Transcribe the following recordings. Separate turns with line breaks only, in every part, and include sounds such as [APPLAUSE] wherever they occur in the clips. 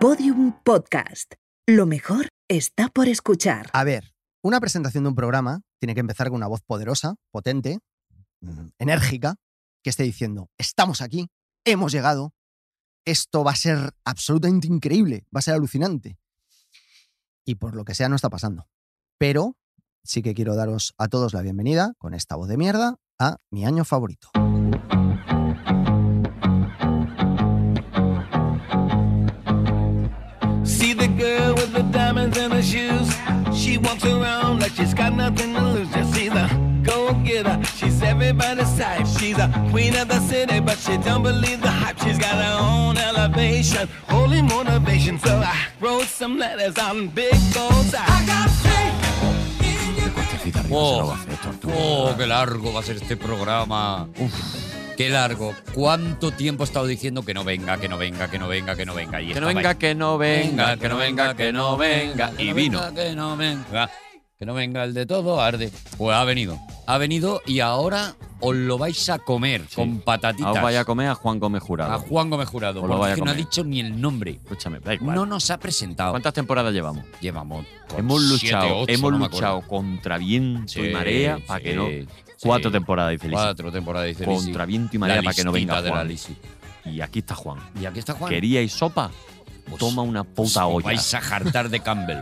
Podium Podcast. Lo mejor está por escuchar.
A ver, una presentación de un programa tiene que empezar con una voz poderosa, potente, mm, enérgica, que esté diciendo, estamos aquí, hemos llegado, esto va a ser absolutamente increíble, va a ser alucinante. Y por lo que sea no está pasando. Pero sí que quiero daros a todos la bienvenida con esta voz de mierda a mi año favorito.
See the girl with the diamonds in her shoes. She walks around like she's got nothing to lose. Just see the go get her. She's everybody's type. She's a queen of the city, but she don't believe the hype. She's got her own elevation, holy motivation. So I wrote some letters on big goals. I got
Oh, oh, qué largo va a ser este programa. Qué largo. ¿Cuánto tiempo he estado diciendo que no venga, que no venga, que no venga, que no venga? Y
Que no
estaba
venga,
ahí.
que no venga, que no venga, que no venga.
que
Y
no
vino.
venga, Que no venga. Que no venga el de todo, arde. Pues ha venido. Ha venido y ahora os lo vais a comer con patatitas.
Ahora vaya a comer a Juan Gómez
A
Jurado.
Juan Gómez Jurado.
Os lo
porque
vais a
es que no ha
comer.
dicho ni el nombre.
Escúchame, da igual.
No nos ha presentado.
¿Cuántas temporadas llevamos?
Llevamos. con
Hemos
siete,
luchado,
ocho,
hemos
no me acuerdo.
luchado contra viento
Sí,
y marea para
sí,
que no.
sí.
Cuatro temporadas diferentes.
Cuatro temporadas dice Lisi.
Contra viento y
La
marea para que no venga
listita de la
Juan.
Lisi.
Y aquí está Juan.
Y aquí está Juan.
¿Queríais sopa?
Pues,
Toma una
pues,
puta
os
olla.
Vais a jartar de Campbell.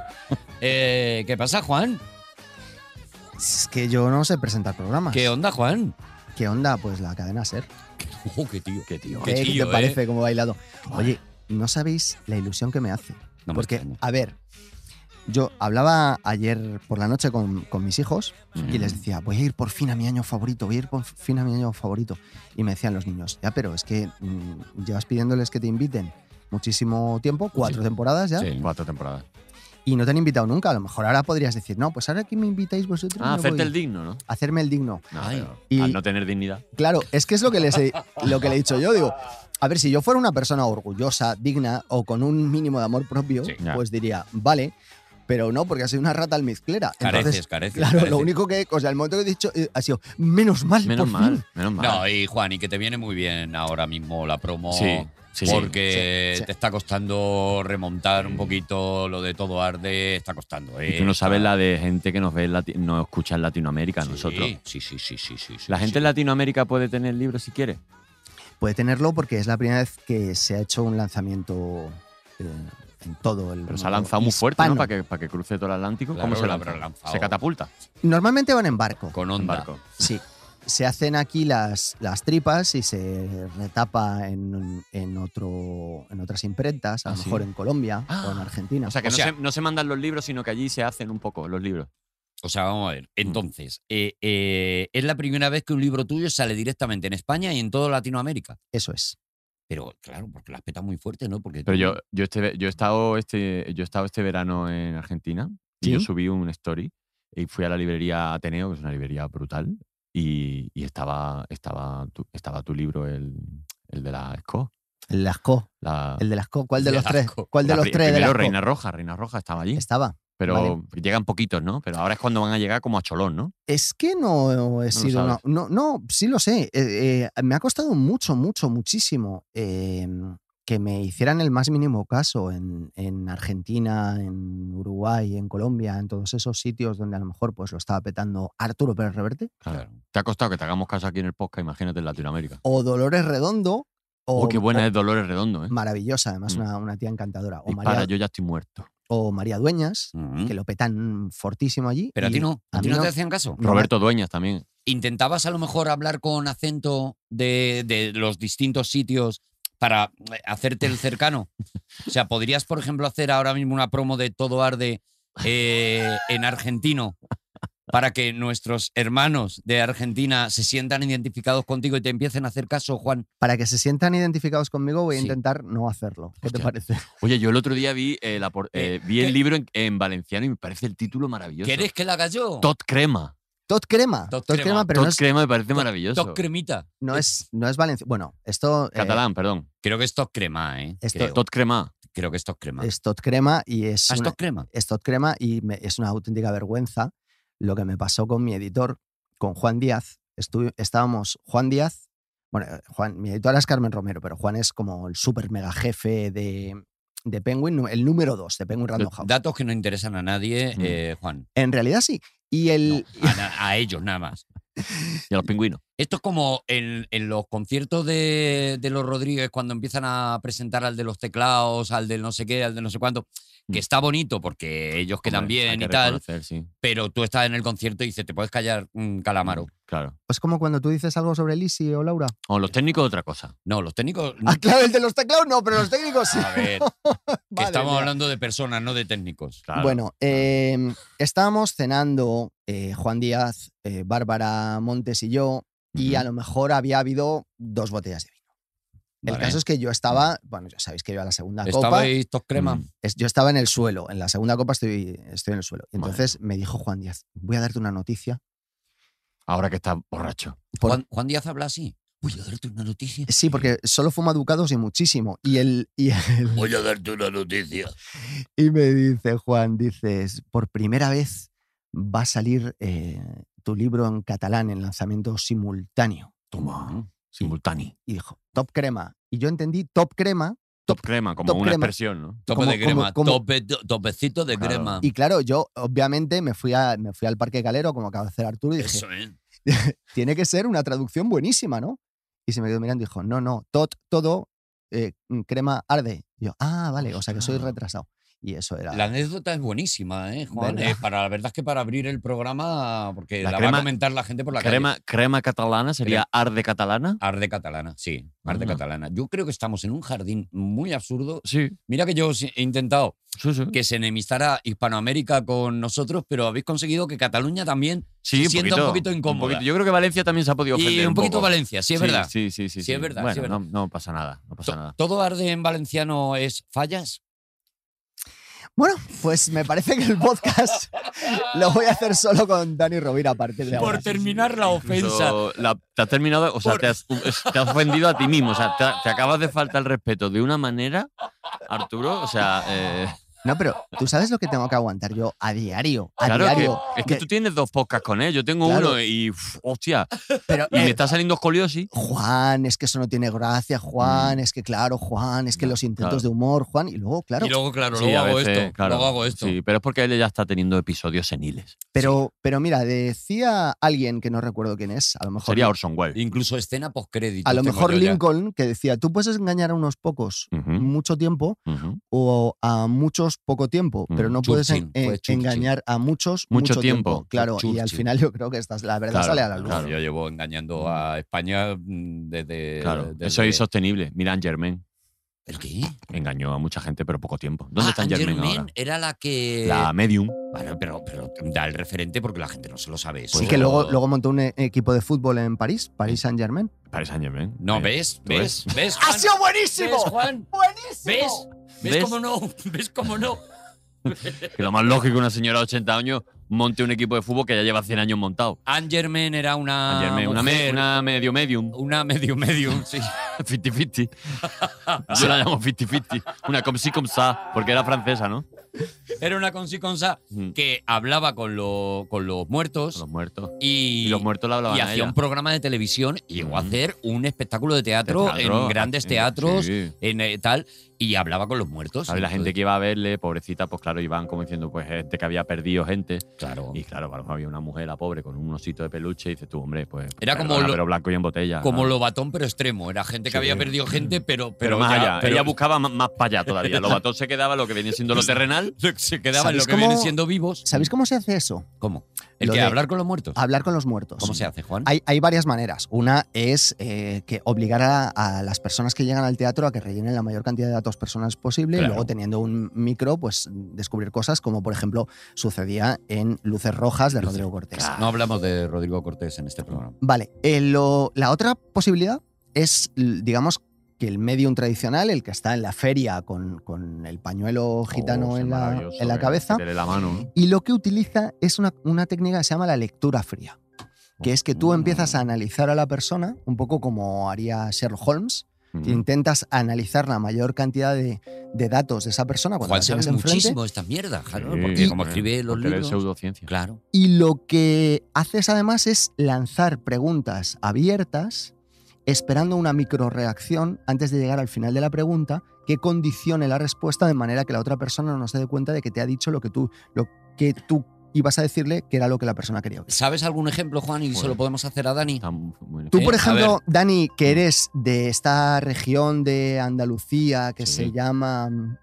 Eh, ¿Qué pasa, Juan?
Es que yo no sé presentar programas.
¿Qué onda,
[LAUGHS]
Juan?
¿Qué onda? Pues la cadena ser.
Oh, qué tío.
Qué tío.
Qué
¿Qué,
tío,
te
eh?
parece como bailado? Oye, no sabéis la ilusión que me hace.
No me
Porque,
extraña.
a ver, yo hablaba ayer por la noche con, con mis hijos y
Mm.
les decía, voy a ir por fin a mi año favorito, voy a ir por fin a mi año favorito. Y me decían los niños, ya, pero es que mm, llevas pidiéndoles que te inviten muchísimo tiempo, cuatro temporadas ya,
Sí.
Cuatro temporadas.
y no te han invitado nunca. A lo mejor ahora podrías decir, no, pues ahora que me invitáis vosotros,
Ah,
me
hacerte
voy".
el digno, ¿no?
hacerme el digno.
No,
Ay.
pero
Y-
al no tener dignidad.
Claro, es que es lo que, les he, lo que le he dicho yo. Digo, a ver, si yo fuera una persona orgullosa, digna o con un mínimo de amor propio,
Sí.
pues diría, vale, pero no, porque soy una rata almizclera.
Careces,
Entonces,
careces.
claro, lo
careces.
único que, o sea, el momento que he dicho eh, ha sido, menos mal,
Menos
por fin".
mal, menos mal.
No, eh, y Juan, y que te viene muy bien ahora mismo la promo.
Sí, sí.
porque
sí, sí.
te está costando remontar un poquito lo de todo arde, está costando.
Y
¿eh?
tú no sabes
Está-
la de gente que nos ve, en Lati- nos escucha en Latinoamérica,
Sí,
nosotros.
Sí, sí, sí, sí, sí. sí,
La gente
sí.
en Latinoamérica puede tener libros si quiere.
Puede tenerlo porque es la primera vez que se ha hecho un lanzamiento eh, en todo el
Pero se ha
mundo
lanzado muy fuerte,
hispano.
¿no? Para que, para que cruce todo el Atlántico.
Claro,
¿Cómo se
lo
lanza?
habrá lanzado.
Se catapulta.
Normalmente van en barco.
Con
en
onda.
barco.
Sí. Se hacen aquí las, las tripas y se retapa en, en otro, en otras imprentas, a
Ah,
lo
sí.
mejor en Colombia
Ah.
o en Argentina.
O sea, que
O
no,
sea-
se, no se mandan los libros, sino que allí se hacen un poco los libros.
O sea, vamos
Mm.
a ver. Entonces, eh, eh, es la primera vez que un libro tuyo sale directamente en España y en toda Latinoamérica.
Eso es.
Pero claro, porque las peta muy fuerte, ¿no? Porque
Pero
tú-
yo, yo, este, ve- yo, he estado este, yo he estado este verano en Argentina y
¿Sí?
yo subí un story y fui a la librería Ateneo, que es una librería brutal, y, y estaba, estaba, tu, estaba tu libro, el, el de la ESCO.
El de las co.
La,
El de las co. ¿Cuál de
De
los
las
tres?
co.
¿Cuál de
la
los
pri-
tres de
primero
las co?
Reina Roja, Reina Roja estaba allí.
Estaba.
Pero
vale.
llegan poquitos, ¿no? Pero ahora es cuando van a llegar como a Cholón, ¿no?
Es que no he
lo
sido. una-
sabes.
No, no, sí lo sé. Eh, eh, me ha costado mucho, mucho, muchísimo eh, que me hicieran el más mínimo caso en, en Argentina, en Uruguay, en Colombia, en todos esos sitios donde a lo mejor pues, lo estaba petando Arturo Pérez Reverte.
Claro.
Te ha costado que te hagamos caso aquí en el podcast, imagínate en Latinoamérica.
o Dolores Redondo. O,
Oh, qué buena
o-
es Dolores Redondo, ¿eh?
Maravillosa, además,
Mm.
una, una tía encantadora. O
Dispara,
María,
yo ya estoy muerto.
o María Dueñas,
Ujú.
que lo petan fortísimo allí.
Pero a
y
ti no, a,
a
ti
mí
no te
no.
hacían caso.
No.
Roberto Dueñas también.
¿Intentabas a lo mejor hablar con acento de, de los distintos sitios para eh, hacerte el cercano? O sea, ¿podrías, por ejemplo, hacer ahora mismo una promo de Todo Arde eh, en argentino para que nuestros hermanos de Argentina se sientan identificados contigo y te empiecen a hacer caso, Juan?
Para que se sientan identificados conmigo, voy a
Sí.
intentar no hacerlo. ¿Qué te
Hostia.
parece?
Oye, yo el otro día vi, eh, la por-
Eh,
eh, vi
¿qué?
el libro en, en valenciano y me parece el título maravilloso.
¿Quieres que la haga yo?
Tot Crema.
Tot crema.
Tot
Tot,
crema,
crema, pero
Tot
no es,
Crema me parece maravilloso.
Toc cremita.
no es, no es Valencia. Bueno, esto eh,
Catalán, perdón.
Creo que es toc crema, ¿eh?
Esto-
Creo,
Tot Crema.
creo que es toc crema.
es tot crema y es,
¿Ah, es
una-
toc crema?
es tot crema y me- es una auténtica vergüenza lo que me pasó con mi editor, con Juan Díaz. Estuvi- estábamos Juan Díaz, bueno, eh, Juan, mi editora es Carmen Romero, pero Juan es como el super mega jefe de, de Penguin, nu- el número 2 de Penguin Random House.
Datos que no interesan a nadie,
Mm.
eh, Juan.
En realidad sí. Y el.
No, a, na- a ellos nada más.
Y a
eh,
los pingüinos.
Esto es como en, en los conciertos de, de los Rodríguez cuando empiezan a presentar al de los teclados, al del no sé qué, al de no sé cuánto,
Mm.
que está bonito porque ellos quedan
Hombre, hay
bien
que
y tal,
reconocer, sí.
pero tú estás en el concierto y dices, te puedes callar un
Mm.
calamaro.
Claro.
Es como cuando tú dices algo sobre Lisi o Laura.
O los técnicos, otra cosa.
No, los técnicos...
Ah, claro, el de los teclados no, pero los técnicos [LAUGHS] sí.
A
[LAUGHS]
ver, que
Vale,
estamos
mira.
hablando de personas, no de técnicos.
Claro.
Bueno, eh, estábamos cenando eh, Juan Díaz, eh, Bárbara Montes y yo, y
Ujú.
a lo mejor había habido dos botellas de vino. El
Vale.
caso es que yo estaba, bueno, ya sabéis que yo a la segunda copa,
¿Estabais tos crema?
Mm.
es- yo estaba en el suelo, en la segunda copa estoy, estoy en el suelo. Y
Madre
Entonces me dijo Juan Díaz, voy a darte una noticia.
Ahora que está borracho.
Por-
Juan, Juan Díaz habla así. Voy a darte una noticia.
Sí, porque solo fuma ducados y muchísimo. Y el, y el-
Voy a darte una noticia.
[LAUGHS] y me dice Juan, dices, por primera vez va a salir eh, tu libro en catalán en lanzamiento simultáneo.
Toma. Simultáneo.
y dijo top crema. Y yo entendí top crema
Top crema, como
Top
una
crema.
expresión, ¿no?
Tope
Como-
de crema,
como- como-
tope- topecito de
Claro.
crema.
y claro, yo obviamente me fui, a, me fui al Parque Calero como acaba de hacer Arturo y dije,
Eso, ¿eh?
tiene que ser una traducción buenísima, ¿no? Y se me quedó mirando y dijo, no, no, tot, todo, eh, mm, crema arde. Y yo, ah, vale, o sea que soy
Ostras.
retrasado. Y eso era...
La anécdota es buenísima, ¿eh, Juan?
¿Verdad?
Eh, para, la verdad es que para abrir el programa, porque
La
la, va
crema-
a comentar la gente por la
crema,
calle.
crema catalana sería arde catalana.
Arde catalana, sí, arde
Ah.
catalana. Yo creo que estamos en un jardín muy absurdo.
Sí,
Mira que yo os he intentado
sí, sí.
que se enemistara Hispanoamérica con nosotros, pero habéis conseguido que Cataluña también
Sí,
se sienta un poquito incómoda.
Yo creo que Valencia también se ha podido ofender.
y un poquito
poco.
Valencia, sí es verdad.
Sí, sí, sí.
Sí, es verdad, sí,
Bueno,
es verdad.
No, no pasa nada, no pasa
To-
nada.
Todo arde en valenciano es fallas.
Bueno, pues me parece que el podcast [LAUGHS] lo voy a hacer solo con Dani Rovira a partir de ahora.
Por terminar la ofensa.
Incluso la- te has terminado, o sea,
Por-
te, has, es- te has ofendido a ti mismo. O sea, te, te acabas de faltar el respeto de una manera, Arturo. O sea, eh,
No, pero tú sabes lo que tengo que aguantar yo a diario, a
claro,
diario.
que, es que
De-
tú tienes dos podcasts con él. Yo tengo
Claro.
uno y, uf, hostia,
pero,
y
eh,
me está saliendo escoliosis.
Juan, es que eso no tiene gracia, Juan, es que claro, Juan, es que
No,
los intentos
claro.
de humor, Juan, y luego, claro,
Y luego, claro,
Sí,
luego,
a
hago
veces,
esto,
claro.
luego hago esto.
Sí, pero es porque él ya está teniendo episodios seniles.
pero, pero mira, decía alguien que no recuerdo quién es, a lo mejor,
Sería Orson Welles.
Incluso escena postcrédito. este
a lo mejor Lincoln, que decía, tú puedes engañar a unos pocos
Mm.
Ujú,
mucho tiempo
ujú.
o a muchos poco tiempo, pero
Mm,
no puedes en-
Churchill, fue
en-
Churchill.
engañar a muchos mucho,
Mucho
tiempo.
tiempo.
Claro, y al
Churchill.
final yo creo que estás, la verdad
Claro,
sale a la luz.
claro.
Yo llevo engañando a España mm, desde.
Claro,
desde-
eso es insostenible. Mira, Anne Germain
¿El qué?
engañó a mucha gente, pero poco tiempo. ¿Dónde
Ah,
está Anne
Anne
Germain
Germain eh,
ahora?
era la que.
La medium.
Bueno, pero, pero da el referente porque la gente no se lo sabe.
Pues
pues Eso.
Sí, que luego, luego montó un e- equipo de fútbol en París, París Saint Germain.
Parece Anne Germain.
No,
Eh,
¿ves?
¿tú
¿Ves? ¿Ves?
¡Ha
Juan?
sido
¿Ves,
buenísimo!
Juan? ¿Ves?
¡Buenísimo!
¿Ves
¿Ves?
cómo no? [LAUGHS] ¿Ves cómo no?
Que lo más lógico que una señora de 80 años monte un equipo de fútbol que ya lleva 100 años montado.
Anne Germain era una.
Anne Germain, una, me-
Ah, mujer,
una medio
[LAUGHS]
medium,
una medio [LAUGHS] medium, sí.
50-50. Yo la llamo 50-50. Una com si com sa, porque era francesa, ¿no?
Era una consiconsa
Mm.
que hablaba con, lo- con los muertos
Los muertos.
y,
Y los muertos la hablaban
y
a
hacía
ella.
un programa de televisión y llegó a
Ujú.
hacer un espectáculo de teatro, en grandes
eh,
teatros,
sí.
en eh, tal, y hablaba con los muertos.
¿Sabes? La gente que iba a verle, pobrecita, pues claro, iban como diciendo, pues gente que había perdido gente.
Claro.
Y claro, a lo mejor había una mujer, la pobre, con un osito de peluche y dices tú, hombre, pues.
Era como
perdona,
lo-
Pero blanco y en botella.
Como
¿no?
lo batón, pero extremo. Era gente que
Sí.
había perdido gente, pero.
Pero,
pero
más
ya-
allá.
pero
Ella buscaba más, más para allá todavía. Lo batón se quedaba lo que venía siendo lo terrenal.
Se quedaban [LAUGHS] lo
¿Sabéis
que
cómo-
vienen siendo vivos.
¿Sabéis cómo se hace eso?
¿Cómo? El
Lo
que
de- Ah,
hablar con los muertos.
Hablar con los muertos.
¿Cómo se hace, Juan?
Hay, hay varias maneras. Una es eh, que obligar a, a las personas que llegan al teatro a que rellenen la mayor cantidad de datos personales posible y
Claro.
luego teniendo un micro, pues descubrir cosas como por ejemplo sucedía en Luces Rojas de
Luces-
Rodrigo Cortés.
No hablamos de Rodrigo Cortés en este programa.
Vale, eh, lo- la otra posibilidad es, l- digamos, que el medium tradicional, el que está en la feria con, con el pañuelo gitano
Oh, sí,
en, la,
maravilloso,
en la
eh,
cabeza,
meterle la mano. ¿no?
y lo que utiliza es una, una técnica que se llama la lectura fría, que es que tú empiezas a analizar a la persona, un poco como haría Sherlock Holmes,
Mm.
que intentas analizar la mayor cantidad de, de datos de esa persona cuando
Juan
la
sabe
tienes enfrente.
muchísimo esta mierda, claro,
Sí,
porque como
eh,
escribe los
porque lee
libros.
pseudociencia.
Claro.
Y lo que haces además es lanzar preguntas abiertas esperando una microreacción antes de llegar al final de la pregunta que condicione la respuesta de manera que la otra persona no se dé cuenta de que te ha dicho lo que tú, lo que tú ibas a decirle que era lo que la persona quería oír.
¿Sabes algún ejemplo, Juan? Y se lo
Joder.
podemos hacer a Dani.
Está muy-
Tú,
Eh,
por
a
ejemplo,
ver.
Dani, que eres de esta región de Andalucía que
Sí.
se llama... mm,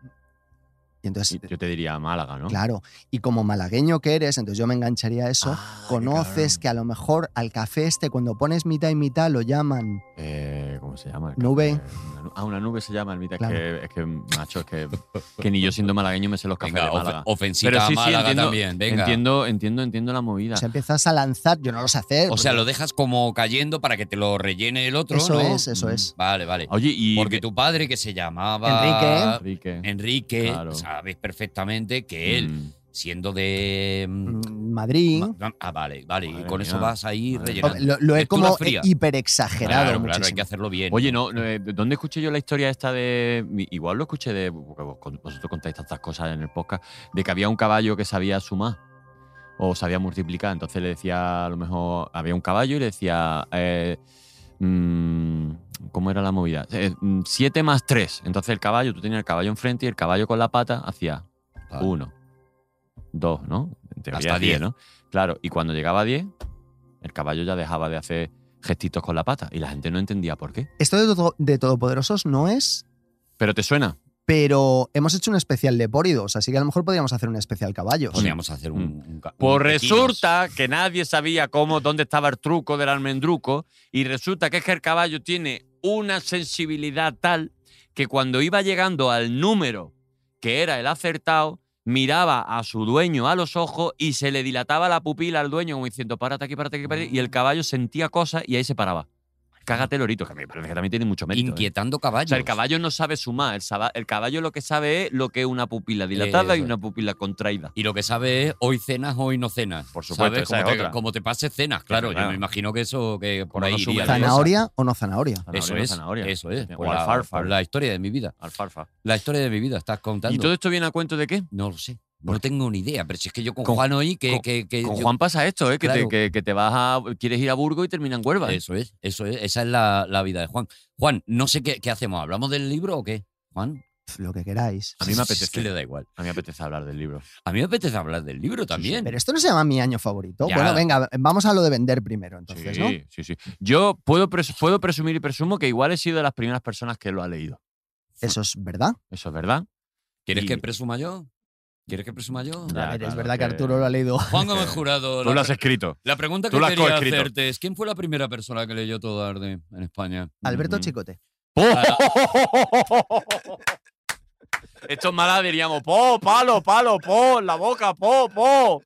Y entonces,
Yo te diría Málaga, ¿no?
claro, y como malagueño que eres, entonces yo me engancharía a eso.
Ah, qué
Conoces
cabrón.
que a lo mejor al café este, cuando pones mitad y mitad, lo llaman...
Eh, ¿Cómo se llama? El
Nube.
café? Una nu- ah, una nube se llama, Ermita.
Claro.
Es, que, es que, macho, es que, que ni yo siendo malagueño me sé los cafés
Venga,
de
of-
Málaga.
ofensita
Pero
a
sí, sí,
Málaga
entiendo-
también. Venga.
Entiendo, entiendo, entiendo la movida.
O sea, empiezas a lanzar, yo no lo sé hacer.
O sea,
porque-
lo dejas como cayendo para que te lo rellene el otro,
Eso
¿no?
es, eso es.
Vale, vale.
Oye, y.
Porque tu padre, que se llamaba
Enrique. ¿eh?
Enrique,
Claro.
sabes perfectamente que él,
Mm.
siendo de. mm,
Mm, Madrid.
ma- Ah, vale, vale. Y
Madre
con eso
mía.
vas ahí
Madre
rellenando.
Hombre, Lo, lo he
Lectura
como
fría.
hiper exagerado.
Claro, claro, hay que
muchísimo.
hacerlo bien.
Oye, no, no, eh, ¿dónde escuché yo la historia esta de. mi- Igual lo escuché de. porque vos- con- Vosotros contáis tantas cosas en el podcast. De que había un caballo que sabía sumar. O sabía multiplicar. Entonces le decía, a lo mejor. Había un caballo y le decía. eh, mm, ¿Cómo era la movida? 7 más 3. Entonces el caballo, tú tenías el caballo enfrente y el caballo con la pata hacía
Vale.
1, 2, ¿no? En teoría
Hasta
hacía,
diez.
¿no? Claro, y cuando llegaba a 10, el caballo ya dejaba de hacer gestitos con la pata y la gente no entendía por qué.
Esto de, todo- de Todopoderosos no es,
Pero te suena.
pero hemos hecho un especial de Póridos, así que a lo mejor podríamos hacer un especial caballos.
Podríamos hacer un. un ca-
Pues
un pequeños.
resulta que nadie sabía cómo, dónde estaba el truco del almendruco y resulta que es que el caballo tiene una sensibilidad tal que cuando iba llegando al número que era el acertado, miraba a su dueño a los ojos y se le dilataba la pupila al dueño como diciendo, párate aquí, párate aquí, párate aquí", y
Mm.
el caballo sentía cosas y ahí se paraba. Cágate, lorito, que a mí me parece que también tiene mucho mérito. ¿eh?
Inquietando
O
caballos.
sea, el caballo no sabe sumar, el, saba- el caballo lo que sabe es lo que es una pupila dilatada y
Eso es.
una pupila contraída.
Y lo que sabe es hoy cenas, hoy no cenas.
Por supuesto,
¿sabes?
esa
Como,
es
te,
otra.
como te pases cenas, claro. Yo
Claro.
me imagino que eso, que por
Como
ahí
no
iría
sume
la cosa.
¿Zanahoria o no zanahoria?
Zanahoria,
Eso
no
es,
zanahoria.
eso es.
O
Por la,
alfalfa.
por la historia de mi vida.
Alfalfa.
La historia de mi vida, estás contando.
¿Y todo esto viene a cuento de qué?
No lo sé. No tengo ni idea, pero si es que yo con,
Con-
Juan oí que.
con-
que- que
Con
yo-
Juan pasa esto, ¿eh? Que,
Claro.
te, que, que te vas a. Quieres ir a Burgos y termina en Huelva. ¿eh?
Eso es, eso es. Esa es la, la vida de Juan. Juan, no sé qué, qué hacemos. ¿Hablamos del libro o qué? Juan.
Pf, Lo que queráis.
A mí me
Es que le
apetece.
da igual.
A mí me apetece hablar del libro.
A mí me apetece hablar del libro también.
Pero esto no se llama mi año favorito.
Ya.
Bueno, venga, vamos a lo de vender primero, entonces,
sí,
¿no?
sí, sí. Yo puedo, pres- puedo presumir y presumo que igual he sido de las primeras personas que lo ha leído.
Eso es verdad.
Eso es verdad.
¿Quieres
y-
que presuma yo? ¿Quieres que presuma yo?
Ya,
A ver, es
claro
verdad que,
que-
Arturo lo ha leído. [LAUGHS]
Juan Gómez
[LAUGHS]
Jurado.
Tú
la
Pues lo has
pre-
escrito.
La pregunta
Tú
que
lo has
quería
coescrito.
hacerte es ¿quién fue la primera persona que leyó todo Arde en España?
Alberto
Ujú.
Chicote.
[LAUGHS] Estos malas diríamos, po, palo, palo, po, la boca, po, po.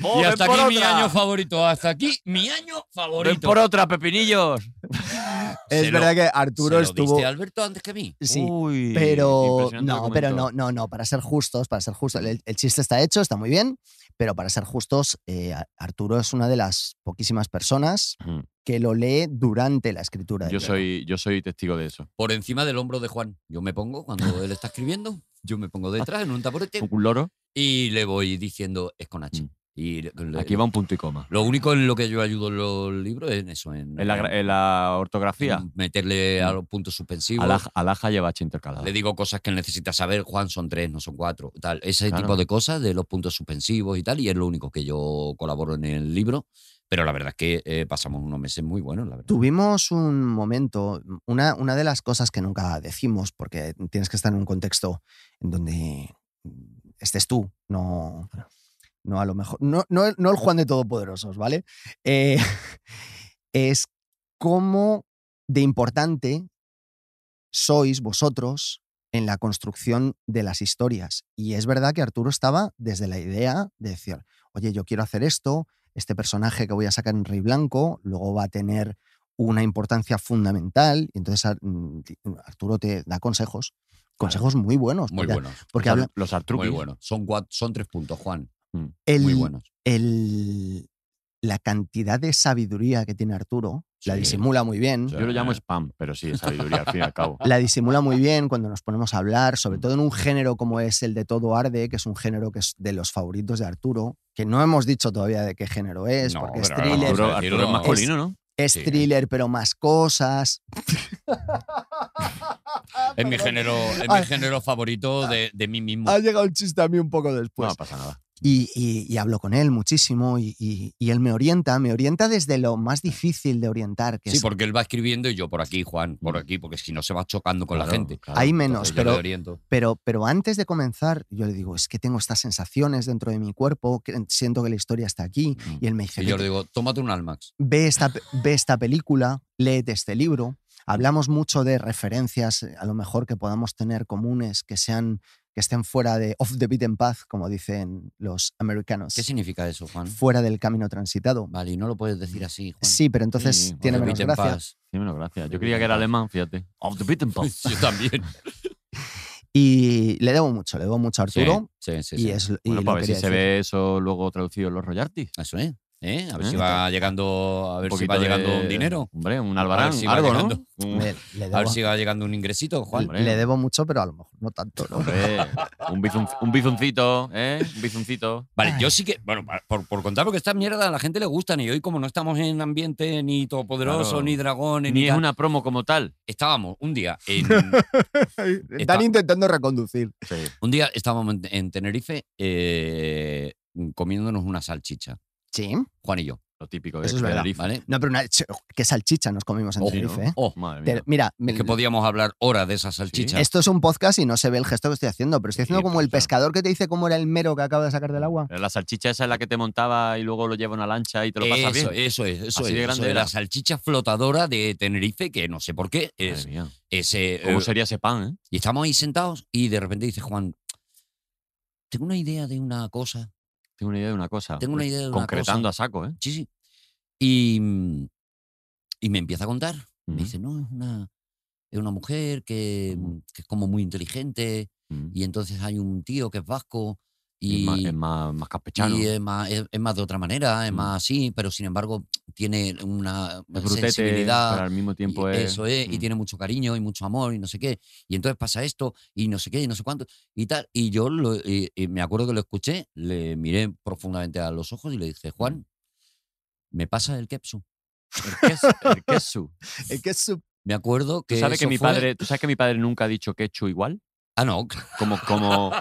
po
y
ven
hasta
por
aquí mi
otra.
año favorito, hasta aquí mi año
Ven
favorito.
por otra, pepinillos.
Se
Es
lo-
verdad que
¿Se
Arturo
lo
estuvo.
diste a Alberto antes que a mí?
Sí.
Uy,
Pero
impresionante
no, pero no,
argumento.
no, no, para ser justos, para ser justos, el, el chiste está hecho, está muy bien, pero para ser justos, eh, Ar- Arturo es una de las poquísimas personas
Ujú.
que lo lee durante la escritura. del
Yo
libro.
soy, yo soy testigo de eso.
Por encima del hombro de Juan. Yo me pongo, cuando él está escribiendo, yo me pongo detrás en un taburete
Un loro,
y le voy diciendo, es con H.
Mm.
Y le- le-
aquí va un punto y coma.
Lo único en lo que yo ayudo en los libros es en eso, en,
En la, gra- en la ortografía,
en meterle a
Mm.
los puntos suspensivos.
alaja, alaja lleva H
Ah.
intercalada.
Le digo cosas que necesita saber, Juan, son tres, no son cuatro, tal. Ese
Claro.
tipo de cosas, de los puntos suspensivos y tal, y es lo único que yo colaboro en el libro. Pero la verdad es que eh, pasamos unos meses muy buenos, la verdad.
Tuvimos un momento, mm, una, una de las cosas que nunca decimos, porque tienes que estar en un contexto en donde mm, estés tú, no, no a lo mejor, no, no, el- no el Juan de Todopoderosos, ¿vale? Eh, [LAUGHS] es cómo de importante sois vosotros en la construcción de las historias. Y es verdad que Arturo estaba desde la idea de decir, oye, yo quiero hacer esto, este personaje que voy a sacar en Rey Blanco, luego va a tener una importancia fundamental. Y entonces Ar- mm, ti- Arturo te da consejos, consejos muy buenos.
Muy
porque-
buenos.
Porque
Son
habla,
los
Muy
artruquis.
buenos. Son, cuat- son tres puntos, Juan.
el,
muy buenos.
el- la cantidad de sabiduría que tiene Arturo, la
Sí.
disimula muy bien.
Yo lo llamo spam, pero sí, es sabiduría al fin y
[LAUGHS]
al cabo.
La disimula muy bien cuando nos ponemos a hablar, sobre
Mm.
todo en un género como es el de Todo Arde, que es un género que es de los favoritos de Arturo, que no hemos dicho todavía de qué género es,
No,
porque es
pero ahora
thriller,
vamos a
Arturo,
decirlo.
Arturo es masculino, ¿no?
Es
Sí.
thriller, pero más cosas.
Es mi género, es mi
Ay. Ah.
género favorito de, de mí mismo.
Ha llegado el chiste a mí un poco
pues
después.
no pasa nada.
Y, y- y hablo con él muchísimo y, y- y él me orienta, me orienta desde lo más difícil de orientar, que
Sí,
es
porque él va escribiendo y yo por aquí, Juan, por aquí, porque si no se va chocando con la
Claro,
gente.
claro.
Hay
Entonces
menos,
yo
pero-
le oriento.
Pero, pero antes de comenzar, yo le digo, es que tengo estas sensaciones dentro de mi cuerpo, que siento que la historia está aquí. Y él me dice,
Mm. Y yo
"Vete,
le digo, tómate un Almax.
ve, esta, pe- ve esta película, léete este libro. Hablamos mucho de referencias, eh, a lo mejor que podamos tener comunes, que sean que estén fuera de off the beaten path, como dicen los americanos,
¿Qué significa eso, Juan?
fuera del camino transitado.
Vale, y no lo puedes decir así, Juan.
Sí, pero entonces
Sí, off
tiene
the
menos
Beaten
gracia.
Path.
Sí, bueno, gracias. Yo creía que era alemán, fíjate. Of the beaten path.
[LAUGHS] Yo también.
Y le debo mucho, le debo mucho a Arturo.
Sí, sí,
y
sí.
es, y
Bueno,
lo
pues a ver si
quería
se
decir.
ve eso luego traducido en los royalties.
Eso es. ¿Eh? A ver
Ah,
¿Eh?
si va llegando, a ver si
poquito
va llegando
de-
un dinero.
Hombre, un albarán,
A ver si va
algo,
llegando.
¿no? Un,
Le- le
A ver
debo-
si va llegando un ingresito, Juan.
Hombre.
le debo mucho, pero a lo mejor no tanto. ¿no?
hombre, un, bizun- un bizuncito, ¿eh? Un bizuncito.
Vale,
Ay.
yo sí que, bueno, pa- por, por contar, porque esta mierda a la gente le gustan y hoy como no estamos en ambiente ni todopoderoso,
Claro.
ni dragón, ni,
Ni es
tal,
una promo como tal.
estábamos un día
[LAUGHS]
en,
Están intentando reconducir.
un día estábamos en, en Tenerife eh, comiéndonos una salchicha,
Sí.
Juan y yo,
Lo típico de
Eso es verdad.
Tenerife.
¿vale?
No, pero una, ch- qué salchicha nos comimos en
Ojo,
Tenerife.
¿no?
¿eh?
Oh,
Madre
Te-
mía.
mira, me-
es que podíamos hablar horas de esa salchicha.
esto es un podcast y no se ve el gesto que estoy haciendo, pero estoy haciendo
Sí,
como el
pero-
pescador que te dice cómo era el mero que acaba de sacar del
[LAUGHS]
agua.
La salchicha esa es la que te montaba y luego lo lleva en una lancha y te lo pasas
eso,
bien.
eso es, eso
Así
es.
de
eso
grande
es.
era.
La salchicha flotadora de Tenerife, que no sé por qué,
Madre
es,
mía.
ese,
¿Cómo
eh,
sería ese pan, eh?
Y estamos ahí sentados y de repente dice Juan, tengo una idea de una cosa.
Tengo una idea de una cosa.
Tengo una idea de una
Concretando a saco, ¿eh?
Sí, sí. Y, mm, y me empieza a contar. Me
Ujú.
dice, no, es una, es una mujer que,
Ujú.
mm, que es como muy inteligente
Mm.
y entonces hay un tío que es vasco
Y
y,
ma- es más, más campechano.
y eh, es, más, es- es más de otra manera, es
Mm.
más así, pero sin embargo tiene una
Es brutete, pero
sensibilidad.
al mismo tiempo
y
es.
Eso es, y
Mm.
tiene mucho cariño y mucho amor y no sé qué. Y entonces pasa esto y no sé qué y no sé cuánto y tal. Y yo lo- y- y me acuerdo que lo escuché, le miré profundamente a los ojos y le
Mm.
dije, Juan, me pasa el kepsu.
El queso.
[LAUGHS]
El queso.
Es que es su-
Me acuerdo que.
¿Tú sabes que
eso
mi
fue-
padre, ¿Tú sabes que mi padre nunca ha dicho quechu igual?
Ah, no. [LAUGHS]
Como, como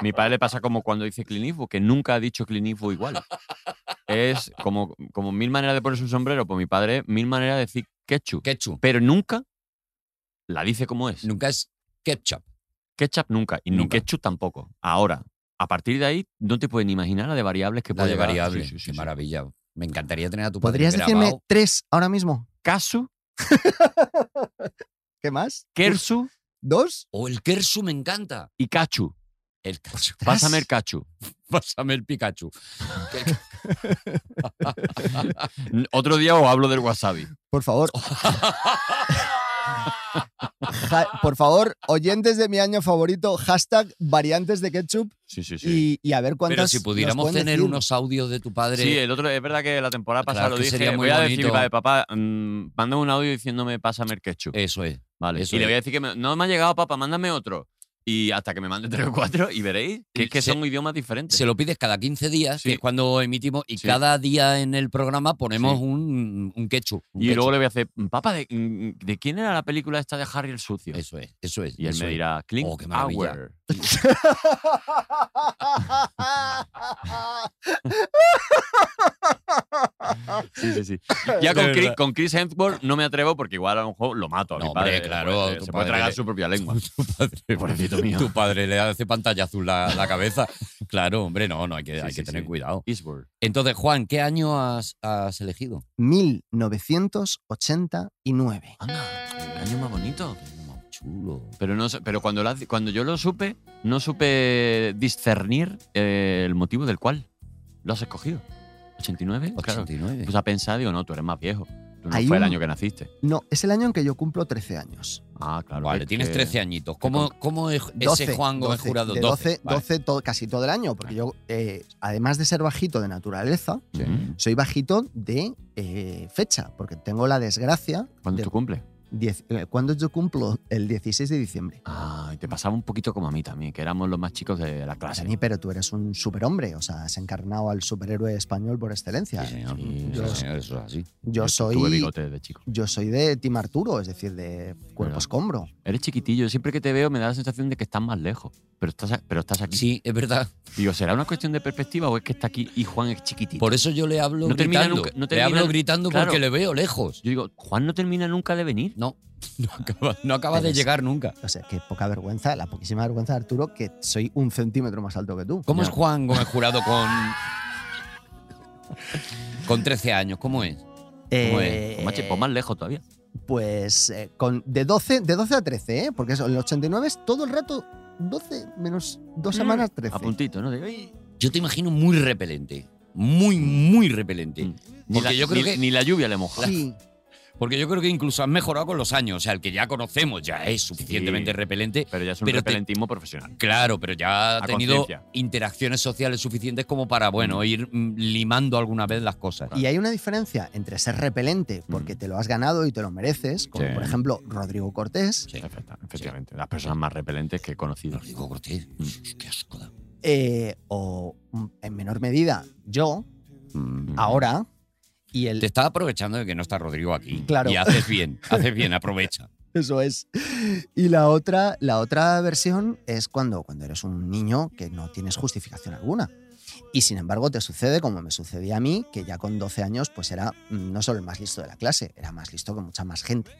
mi padre le pasa como cuando dice Clint Eastwood, que nunca ha dicho Clint Eastwood igual. Es como, como mil maneras de ponerse un sombrero, pues mi padre mil maneras de decir quechu,
Ketchup.
pero nunca la dice como es.
Nunca es ketchup.
Ketchup nunca y ni
Nunca.
ketchup tampoco. Ahora, a partir de ahí no te pueden imaginar la de variables que
La
puede
de
llegar a-
variable.
sí, sí, sí,
qué
sí.
maravilla. Me encantaría tener a tu padre
¿Podrías decirme
grabado.
tres ahora mismo?
Casu,
¿Qué más?
kersu
¿Dos?
O el kersu me encanta.
y cachu.
[LAUGHS] El cachu.
Pásame el cachu.
[LAUGHS] Pásame el Pikachu.
Otro día os hablo del wasabi.
Por favor. Ja- por favor, oyentes de mi año favorito, hashtag variantes de ketchup
Sí, sí, sí.
y, y a ver cuántas.
Pero si
nos
pudiéramos
pueden
tener
decir.
unos audios de tu padre.
Sí, eh. el otro, es verdad que la temporada pasada
Claro,
lo
que
dije.
sería muy
voy a decir,
bonito.
vale, papá, mm, mándame un audio diciéndome, pásame el ketchup.
Eso es.
vale.
Eh, eso
y le
es.
voy a decir que me- no me ha llegado, papá, mándame otro. Y hasta que me mande tres o cuatro y veréis que es que
Se-
son idiomas diferentes.
Se lo pides cada 15 días,
Sí.
que es cuando emitimos, y
Sí.
cada día en el programa ponemos
Sí.
un, un ketchup. un
y luego
ketchup.
le voy a hacer, papá, ¿de, mm, de quién era la película esta de Harry el Sucio?
Eso es, eso es.
Y él
eso
me
es.
dirá, Clint
Oh, qué maravilla. [LAUGHS]
Howard". [LAUGHS] Sí, sí, sí. Ya
De
con Chris,
verdad.
con Chris Hemsworth no me atrevo porque igual a lo mejor lo mato a
No,
mi padre.
hombre, claro,
puede-
tu
se puede
padre-
tragar su propia lengua.
[LAUGHS] Tu padre,
[LAUGHS] Pobrecito mío.
Tu padre le hace pantalla azul la, la
[LAUGHS]
cabeza. Claro, hombre, no, no, hay que,
Sí,
hay
sí,
que tener
sí.
cuidado.
Eastward.
Entonces, Juan, ¿qué año has, has elegido?
1989.
Anda, el año más bonito.
Chulo.
Pero, no, sé- pero cuando, lo hace- cuando yo lo supe, no supe discernir eh, el motivo del cual lo has escogido. ¿89? Claro.
89.
Pues a pensar, digo, no, tú eres más viejo. Tú no
Hay
fue
un-
el año que naciste.
No, es el año en que yo cumplo 13 años.
Ah, claro.
vale, tienes 13 años. ¿Cómo, cómo es
12,
ese Juan Gómez
12,
Jurado?
De
12,
12,
vale.
12 todo- casi todo el año, porque yo, eh, además de ser bajito de naturaleza,
años.
soy bajito de eh, fecha, porque tengo la desgracia
¿Cuándo
de
tú cumples?
diez- eh, ¿Cuándo yo cumplo? El 16 de diciembre.
Ay, Ah, te pasaba un poquito como a mí también, que éramos los más chicos de la
Ah,
clase.
Dani, pero tú eres un superhombre, o sea, has encarnado al superhéroe español por excelencia.
Sí, señor.
Sí,
Sí,
yo-
señor, eso es así.
Yo
Tuve
soy,
bigote de chico.
yo soy de Tim Arturo, es decir, de cuerpo
Verdad.
escombro.
Eres chiquitillo, siempre que te veo me da la sensación de que estás más lejos, pero estás, a- pero estás aquí.
Sí, es verdad.
Digo, ¿será una cuestión de perspectiva o es que está aquí y Juan es chiquitito?
Por eso yo le hablo
No termina
gritando.
nunca- no
le
termina-
hablo gritando
claro.
porque le veo lejos.
Yo digo, Juan no termina nunca de venir.
No, [LAUGHS] no acaba, no acaba de
Eres-
llegar nunca.
O sea, qué poca vergüenza, la poquísima vergüenza de Arturo, que soy un centímetro más alto que tú.
¿Cómo
Ya.
es Juan Gómez Jurado [LAUGHS] con. con 13 años? ¿Cómo es?
Como
Eh,
es, como macho, pues más lejos todavía.
Pues eh, con, de, 12, de 12 a 13, ¿eh? porque eso, en el 89 es todo el rato 12 menos dos semanas 13.
A puntito, ¿no? De, "Ay".
Yo te imagino muy repelente. Muy, muy repelente.
Mm. Ni,
Porque
la,
yo creo
ni-
que-
ni la lluvia le moja.
Sí,
Porque yo creo que incluso has mejorado con los años. O sea, el que ya conocemos ya es suficientemente
Sí.
repelente.
Pero ya es un
Pero te-
repelentismo profesional.
Claro, pero ya ha
A
tenido
conciencia.
interacciones sociales suficientes como para, bueno, ir mm, limando alguna vez las cosas.
y hay una diferencia entre ser repelente porque
Mm.
te lo has ganado y te lo mereces, como
Sí.
por ejemplo Rodrigo Cortés,
Sí.
Efecta- Efectivamente, las personas más repelentes que he conocido.
Rodrigo Cortés, qué asco da.
eh, o mm, en menor medida yo,
Mm.
ahora, y el,
Te estás aprovechando de que no está Rodrigo aquí.
Claro.
Y haces bien, haces bien, aprovecha.
[LAUGHS] Eso es. Y la otra, la otra versión es cuando, cuando eres un niño que no tienes justificación alguna. Y sin embargo te sucede como me sucedía a mí, que ya con 12 años pues era mm, no solo el más listo de la clase, era más listo que mucha más gente,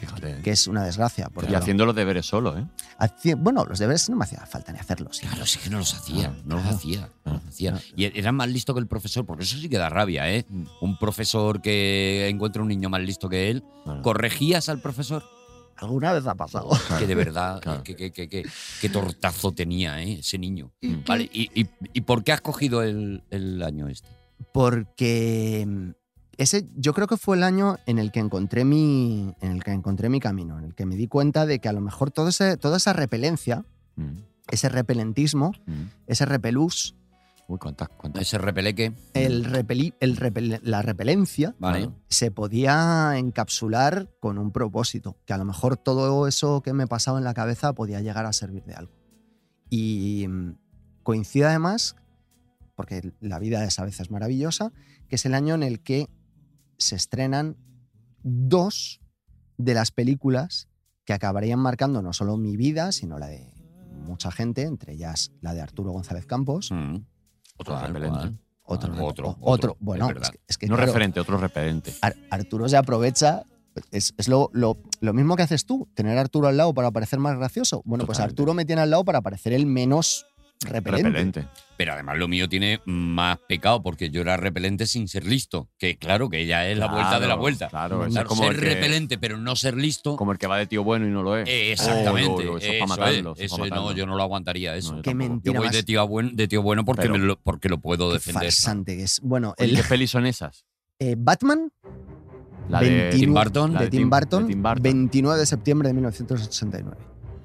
Fíjate. ¿eh?
que es una desgracia. Porque
y haciendo los deberes solo, ¿eh?
haci- bueno, los deberes no me hacía falta ni hacerlos. sí.
Claro, sí que no los hacía,
Ah,
no los
claro.
hacía, no los
Ah,
hacía. Y era más listo que el profesor, porque eso sí que da rabia, ¿eh?
Mm.
Un profesor que encuentra un niño más listo que él,
Bueno.
corregías al profesor,
Alguna vez ha pasado.
que de verdad, eh,
claro.
que, que- que- que- qué tortazo tenía ¿eh? ese niño.
Mm.
Vale, y, y- y por qué has cogido el, el año este?
[LAUGHS] Porque mm, ese yo creo que fue el año en el que encontré mi, en el que encontré mi camino, en el que me di cuenta de que a lo mejor todo ese- toda esa repelencia,
Mm,
ese repelentismo,
mm.
ese repelús,
Uy, cuántas, cuántas.
Ese repeleque,
el repeli- el repel- la repelencia,
¿vale?
se podía encapsular con un propósito, que a lo mejor todo eso que me pasaba en la cabeza podía llegar a servir de algo. Y mm, coincide además, porque la vida es a veces maravillosa, que es el año en el que se estrenan dos de las películas que acabarían marcando no solo mi vida, sino la de mucha gente, entre ellas la de Arturo González Campos,
Mm.
Otro
Cual,
repelente.
cual.
otro,
Ah,
rep-
otro,
o-
otro,
otro,
es
Bueno, es,
verdad.
que, es que,
no
claro,
referente, otro repelente.
Ar- Arturo se aprovecha. Es, es lo, lo- lo mismo que haces tú, tener a Arturo al lado para parecer más gracioso. Bueno, pues
Totalmente.
Arturo me tiene al lado para parecer el menos repelente.
Repelente.
Pero además lo mío tiene más pecado, porque yo era repelente sin ser listo. Que claro, que ya es la vuelta de la
Claro,
vuelta.
Claro, eso
Claro,
es como
ser
el, que,
repelente, pero no ser listo.
como el que va de tío bueno y no lo es.
eh, exactamente.
Oh, oh, oh, eso es para
eso es,
matarlo. eso es
eso
para
no,
matarlo.
yo no lo aguantaría eso.
No, yo
Qué
tampoco.
yo
mentira
voy
más
de tío, a buen- de tío bueno porque,
Pero-
me lo, porque lo puedo
qué
defender.
farsante que es. Bueno,
Oye,
el,
¿Qué pelis son esas?
eh, Batman
La de
29
Tim
Tim Burton,
la
de, Tim Burton,
de Tim Burton.
29 de septiembre de 1989.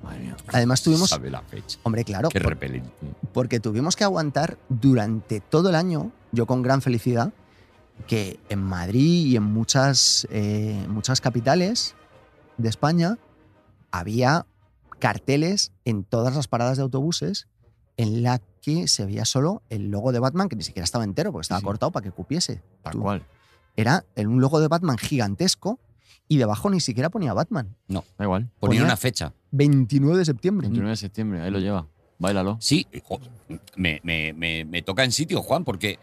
Madre mía.
Además tuvimos,
Sabe la fecha.
hombre, claro,
Qué
por-
repelente.
porque tuvimos que aguantar durante todo el año, yo con gran felicidad, que en Madrid y en muchas, eh, muchas capitales de España había carteles en todas las paradas de autobuses en la que se veía solo el logo de Batman, que ni siquiera estaba entero, porque estaba
Sí.
cortado para que cupiese.
Tal
Tú.
cual.
Era en un logo de Batman gigantesco y debajo ni siquiera ponía Batman.
Da igual.
Ponía
Ponía-
una fecha.
29 de septiembre.
29 de septiembre, ahí lo lleva. Báilalo.
Sí, jo- me, me- me- me toca en sitio, Juan, porque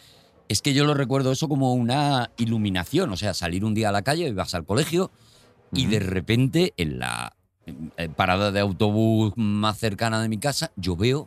es que yo lo recuerdo eso como una iluminación. O sea, salir un día a la calle, ibas al colegio y
Ujú.
de repente en la eh, parada de autobús más cercana de mi casa, yo veo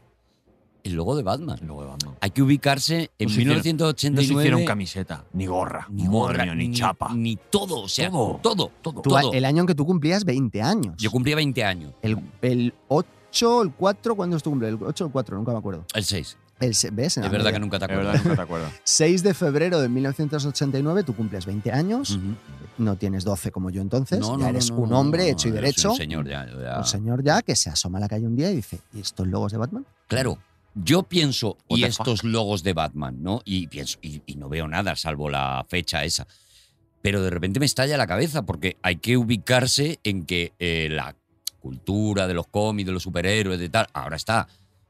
el logo de Batman.
Luego de Batman.
Hay que ubicarse en
No se hicieron- No se
1989.
hicieron camiseta, ni gorra, ni,
gorra,
ni, chapa.
Ni todo, o sea, todo,
Todo.
todo.
Tú,
todo.
el año en que tú cumplías 20 años.
Yo cumplía 20 años,
El, el 8, el 4, ¿cuándo es tu cumple? El 8 o el 4, nunca me acuerdo.
el 6.
El, se- ¿Ves? En
Es
la
verdad
media.
que nunca te
Es
acuerdas.
verdad, nunca te acuerdas.
6 de febrero de 1989, tú cumples 20 años,
Ujú.
no tienes 12 como yo entonces,
Mm. No,
ya
no,
eres
no,
un
no,
hombre
no,
hecho y
eres
derecho,
Un señor, ya, ya.
un señor ya que se asoma a la calle un día y dice, ¿y estos logos de Batman?
Claro, yo pienso,
What
y
the
pero de repente me estalla la cabeza porque hay que ubicarse en que eh, la cultura de los cómics, de los superhéroes, de tal, ahora está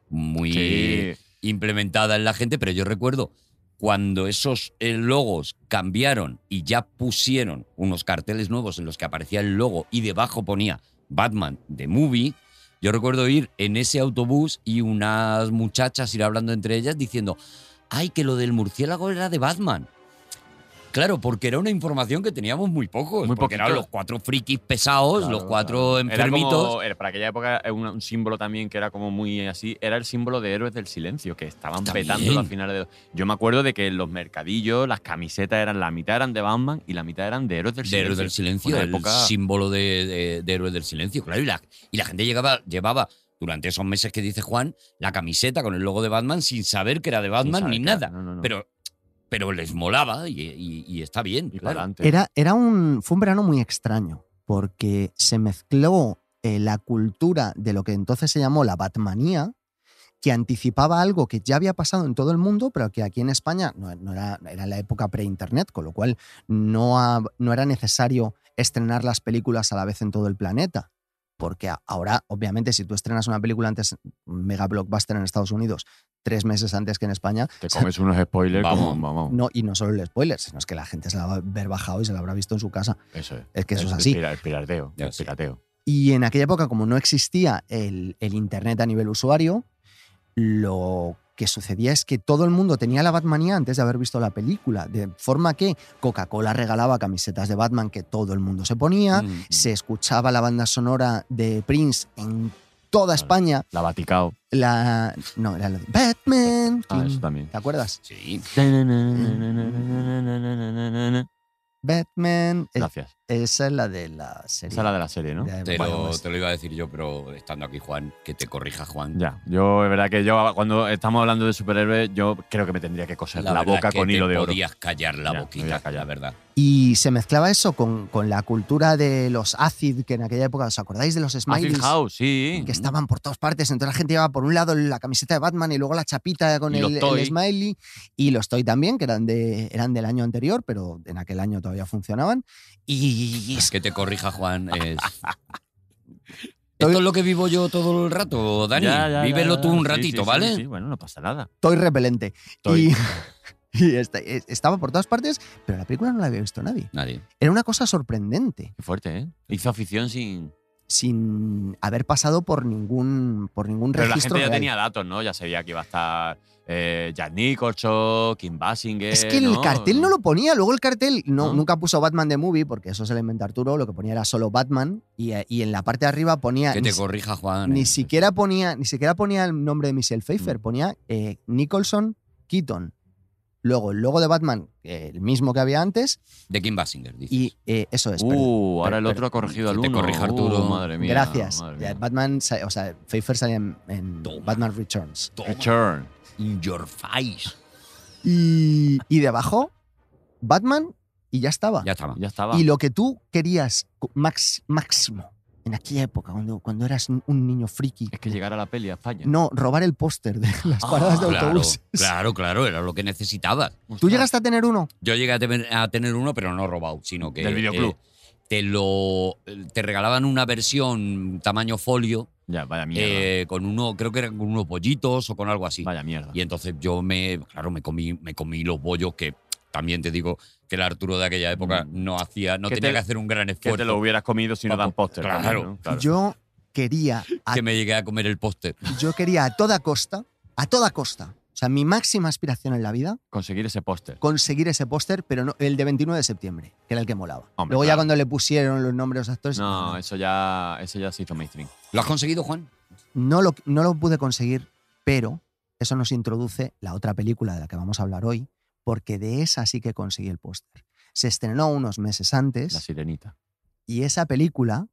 muy
Sí.
implementada en la gente, pero yo recuerdo cuando esos eh, logos cambiaron y ya pusieron unos carteles nuevos en los que aparecía el logo y debajo ponía Batman The Movie, yo recuerdo ir en ese autobús y unas muchachas ir hablando entre ellas diciendo, ay, que lo del murciélago era de Batman. Claro, porque era una información que teníamos muy pocos.
Muy
porque eran
poquito.
los cuatro frikis pesados,
Claro,
Pues los cuatro
claro. Era
enfermitos.
como- era- para aquella época era un, un símbolo también que era como muy así, era el símbolo de héroes del silencio, que estaban
También.
petando al final de... Yo me acuerdo de que en los mercadillos las camisetas eran, la mitad eran de Batman y la mitad eran de héroes del
de
silencio.
Héroes del Silencio,
Una
el
época-
símbolo de, de- de Héroes del Silencio, claro. Y la, y la gente llegaba, llevaba durante esos meses que dice Juan la camiseta con el logo de Batman sin saber que era de
Sin
Batman
saber
ni
qué era.
nada.
No, no, no.
Pero, pero les molaba y, y- y está bien,
Y para
claro.
adelante.
Era, era un, fue un verano muy extraño, porque se mezcló eh, la cultura de lo que entonces se llamó la Batmanía, que anticipaba algo que ya había pasado en todo el mundo, pero que aquí en España no, no era, era la época pre-internet, con lo cual no, ha- no era necesario estrenar las películas a la vez en todo el planeta. Porque a- ahora, obviamente, si tú estrenas una película antes, un mega blockbuster en Estados Unidos, tres meses antes que en España,
Te comes unos spoilers
Vamos.
como vamos.
no, y no solo el spoiler, sino es que la gente se la va a haber bajado y se la habrá visto en su casa.
Eso es.
Es que eso es
el
así.
pira- El pirateo.
Ya
el
sé.
pirateo.
Y en aquella época, como no existía el, el Internet a nivel usuario, lo que sucedía es que todo el mundo tenía la Batmanía antes de haber visto la película, de forma que Coca-Cola regalaba camisetas de Batman que todo el mundo se ponía,
Mm.
se escuchaba la banda sonora de Prince en toda España,
La Vaticao.
la... No, era la de Batman.
Ah, eso también.
¿Te acuerdas?
Sí.
Batman. es-
Gracias.
esa es la de la serie.
Esa es la de la serie, ¿no?
De-
Te,
bueno,
lo,
pues,
te lo iba a decir yo, pero estando aquí, Juan, que te corrija, Juan.
Ya, yo es verdad que yo cuando estamos hablando de superhéroes, yo creo que me tendría que coser la,
verdad
boca
que
con
te
hilo de oro.
Podías callar la
Ya, me voy
boquita,
a callar.
la verdad.
Y se mezclaba eso con, con la cultura de los acid, que en aquella época, ¿os acordáis de los
Acid
smileys?
House, sí.
Que estaban por todas partes. Entonces la gente llevaba por un lado la camiseta de Batman y luego la chapita con
Y
el,
los
el
toy.
smiley. Y los Toy también, que eran, de, eran del año anterior, pero en aquel año todavía funcionaban. Y
Es que te corrija,
[LAUGHS]
Juan. es- Esto es lo que vivo yo todo el rato, Dani.
Ya, ya,
Vívelo
ya,
tú
ya.
un
Sí,
ratito,
sí, sí,
¿vale?
Sí, bueno, no pasa nada.
Toy repelente.
Toy.
Y, y [LAUGHS] esta- e- estaba por todas partes, pero la película no la había visto nadie.
Nadie.
Era una cosa sorprendente,
Qué fuerte, ¿eh? Hizo afición sin.
sin haber pasado por ningún, por ningún
Pero la gente
registro.
ya
real.
tenía datos, ¿no? Ya sabía que iba a estar eh, Jack Nicholson, Kim Basinger.
Es que el cartel no lo ponía, luego el cartel no,
Eh, ¿No?
nunca puso Batman de Movie, porque eso se lo inventa Arturo, lo que ponía era solo Batman, y, eh, y en la parte de arriba ponía. Ah,
Que
ni,
te eh.
si-
corrija, Juan.
ni
es-
siquiera ponía, ni siquiera ponía el nombre de Michelle Pfeiffer,
Mm.
ponía eh, Nicholson Keaton. Luego el logo de Batman, eh, el mismo que había antes,
De Kim Basinger, dices.
y eh, eso es. perdón.
Uh, ahora el
Pero-
otro ha corregido
que
al
te
uno.
corrija,
Uh,
Arturo.
madre mía.
Gracias.
madre
Ya,
mía.
Batman, sa- o sea, Pfeiffer salía en, en
Toma.
Batman Returns.
Toma,
Return.
in your face.
Y, y debajo, Batman, y ya estaba.
Ya estaba.
Ya estaba.
Y lo que tú querías co- max- máximo en aquella época, cuando, cuando eras un- un niño friki,
Es que llegara la peli a España.
no, robar el póster de [LAUGHS] las paradas de
Ah,
Claro,
autobuses.
claro, claro, era lo que necesitabas.
¿Tú llegaste a tener uno?
Yo llegué a tener, a tener uno, pero no robado, sino que.
Del videoclub.
eh, te lo. Te regalaban una versión tamaño folio,
Ya, vaya mierda.
eh, con uno, creo que eran con unos pollitos o con algo así.
Vaya mierda.
Y entonces yo me, claro, me comí, me comí los bollos que también te digo que el Arturo de aquella época
Mm.
no hacía, no
Que
tenía
te-
que hacer un gran
Que te lo
esfuerzo.
hubieras comido si no
Papo,
dan póster.
Ah, pues, claro.
también, ¿no? Claro.
Yo quería, a,
Que me llegué a comer el póster.
yo quería a toda costa, a toda costa, o sea, mi máxima aspiración en la vida,
Conseguir ese póster.
conseguir ese póster, pero no, el de 29 de septiembre, que era el que molaba.
Hombre,
Luego ya
claro.
cuando le pusieron los nombres a los actores,
No, eso ya, eso ya se hizo mainstream.
¿Lo has conseguido, Juan?
No lo, no lo pude conseguir, pero eso nos introduce la otra película de la que vamos a hablar hoy, porque de esa sí que conseguí el póster. Se estrenó unos meses
La
antes
sirenita.
y esa película,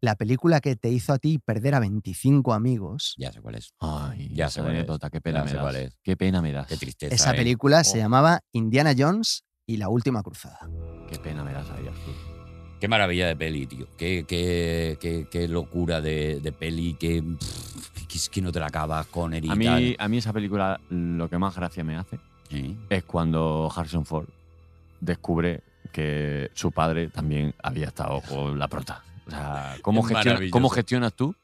la película que te hizo a ti perder a 25 amigos,
Ya sé cuál es.
Ay,
Ya sé
esa
cuál es.
anécdota, qué pena
Ya
me
sé
das.
cuál es.
Qué pena me das.
Qué tristeza.
esa
¿eh?
película se
Oh.
llamaba Indiana Jones y la última cruzada.
Qué pena me das ahí, Arturo.
Qué maravilla de peli, tío. Qué, qué, qué, qué locura de, de peli. Que, pff, que es que no te la acabas con y
A mí,
tal.
a mí esa película lo que más gracia me hace
Sí.
es cuando Harrison Ford descubre que su padre también había estado con la prota. O sea, ¿cómo,
Es
gestiona-
maravilloso.
¿cómo gestionas tú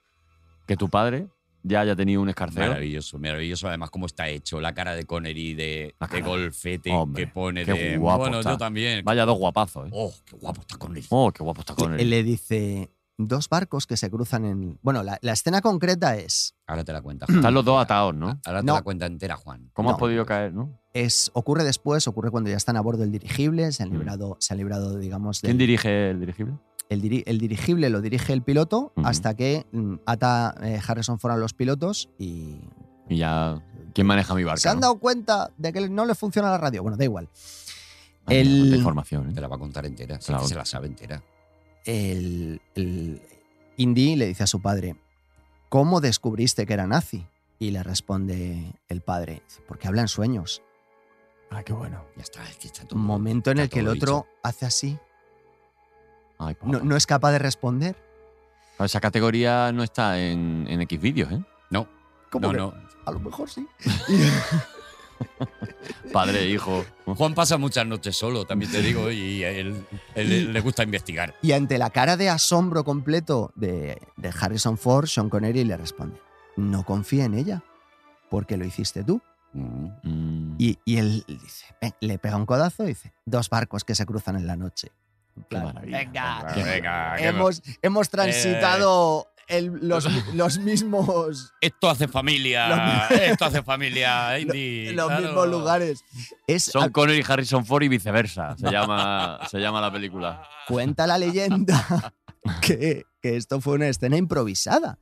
que tu padre ya haya tenido un escarceo?
Maravilloso, maravilloso. Además, cómo está hecho. La cara de Connery de,
La
de
cara.
golfete
Hombre,
que pone
qué
de.
guapo
bueno,
está.
yo también.
Vaya dos guapazos, ¿eh?
Oh, qué guapo está Connery.
Oh, qué guapo está con
Él
él.
le dice dos barcos que se cruzan en. Bueno, la, la escena concreta es.
Ahora te
[CLEARS THROAT]
la cuenta. Juan.
Están los dos atados, ¿no?
Ahora te
No.
la cuenta entera, Juan.
¿Cómo
No.
has podido caer, no?
es ocurre después, ocurre cuando ya están a bordo del dirigible, se han
Mm.
librado, se han librado digamos, del-
¿Quién dirige el dirigible?
el, diri- el dirigible lo dirige el piloto
Ujú.
hasta que mm, ata eh, Harrison Ford a los pilotos y
Y ya. ¿Quién maneja mi barca?
se han
no?
dado cuenta de que no le funciona la radio. Bueno, da igual.
Ay,
el-
cuánta información, ¿eh?
Te la va a contar entera. sí
Claro.
que se la sabe entera.
el, el Indy le dice a su padre, ¿cómo descubriste que era nazi? Y le responde el padre, porque habla en sueños.
Ah, qué bueno.
Ya está, es que está todo.
Un momento en
está
el que el
todo
otro
dicho.
hace así,
Ay, papá.
no, no es capaz de responder.
Claro, Esa categoría no está en, en X vídeos, ¿eh?
No,
¿Cómo
no,
que?
no.
A lo mejor sí.
Padre,
[LAUGHS]
hijo.
Juan pasa muchas noches solo, también te digo, y a él, él- él le gusta investigar.
Y ante la cara de asombro completo de, de Harrison Ford, Sean Connery le responde, no confía en ella, porque lo hiciste tú.
Mm.
Mm.
Y, y él dice, "Ven", le pega un codazo y dice, dos barcos que se cruzan en la noche. En plan,
maravilla.
venga,
Qué
Venga, que
hemos, hemos transitado
Eh.
el-
[LAUGHS]
los, los mismos,
Esto hace familia, esto hace [LAUGHS] familia, Indy.
los
claro.
mismos lugares. Es, ah,
Son Connery, Harrison Ford y viceversa. Se llama, se llama
[LAUGHS]
la película.
cuenta la leyenda
[LAUGHS]
que, que esto fue una escena improvisada.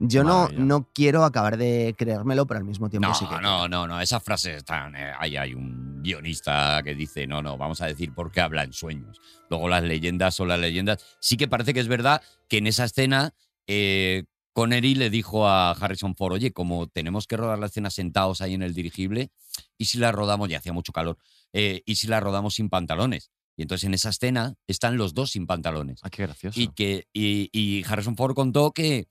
Yo no,
Maravilla.
no quiero acabar de creérmelo, pero al mismo tiempo sí que...
No, no, no, no, esas frases están. eh, ahí hay un guionista que dice, no, no, vamos a decir por qué habla en sueños. Luego las leyendas son las leyendas. Sí que parece que es verdad que en esa escena eh, Connery le dijo a Harrison Ford, oye, como tenemos que rodar la escena sentados ahí en el dirigible, ¿y si la rodamos? Ya hacía mucho calor. eh, ¿Y si la rodamos sin pantalones? Y entonces en esa escena están los dos sin pantalones.
Ah, qué gracioso.
Y, que, y, y Harrison Ford contó que,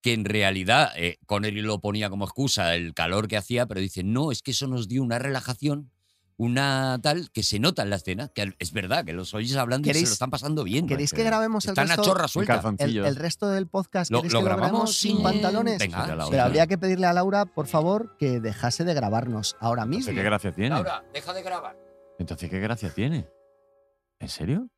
que en realidad eh, Connery lo ponía como excusa el calor que hacía, pero dice, no, es que eso nos dio una relajación, una tal, que se nota en la escena, que al- es verdad, que los oís hablando y se
¿Queréis-
lo están pasando bien.
¿Queréis
que
que grabemos el
Están a
resto,
chorra
Un
suelta.
el,
calzoncillo.
el resto del podcast?
Lo,
¿Queréis
lo
que lo
grabamos sin
pantalones?
Venga,
Sería la
Pero
otra.
habría que pedirle a Laura, por favor, que dejase de grabarnos ahora
Pues
mismo.
Entonces, ¿qué gracia tiene?
Laura, deja de grabar.
Entonces, ¿qué gracia tiene? ¿En serio?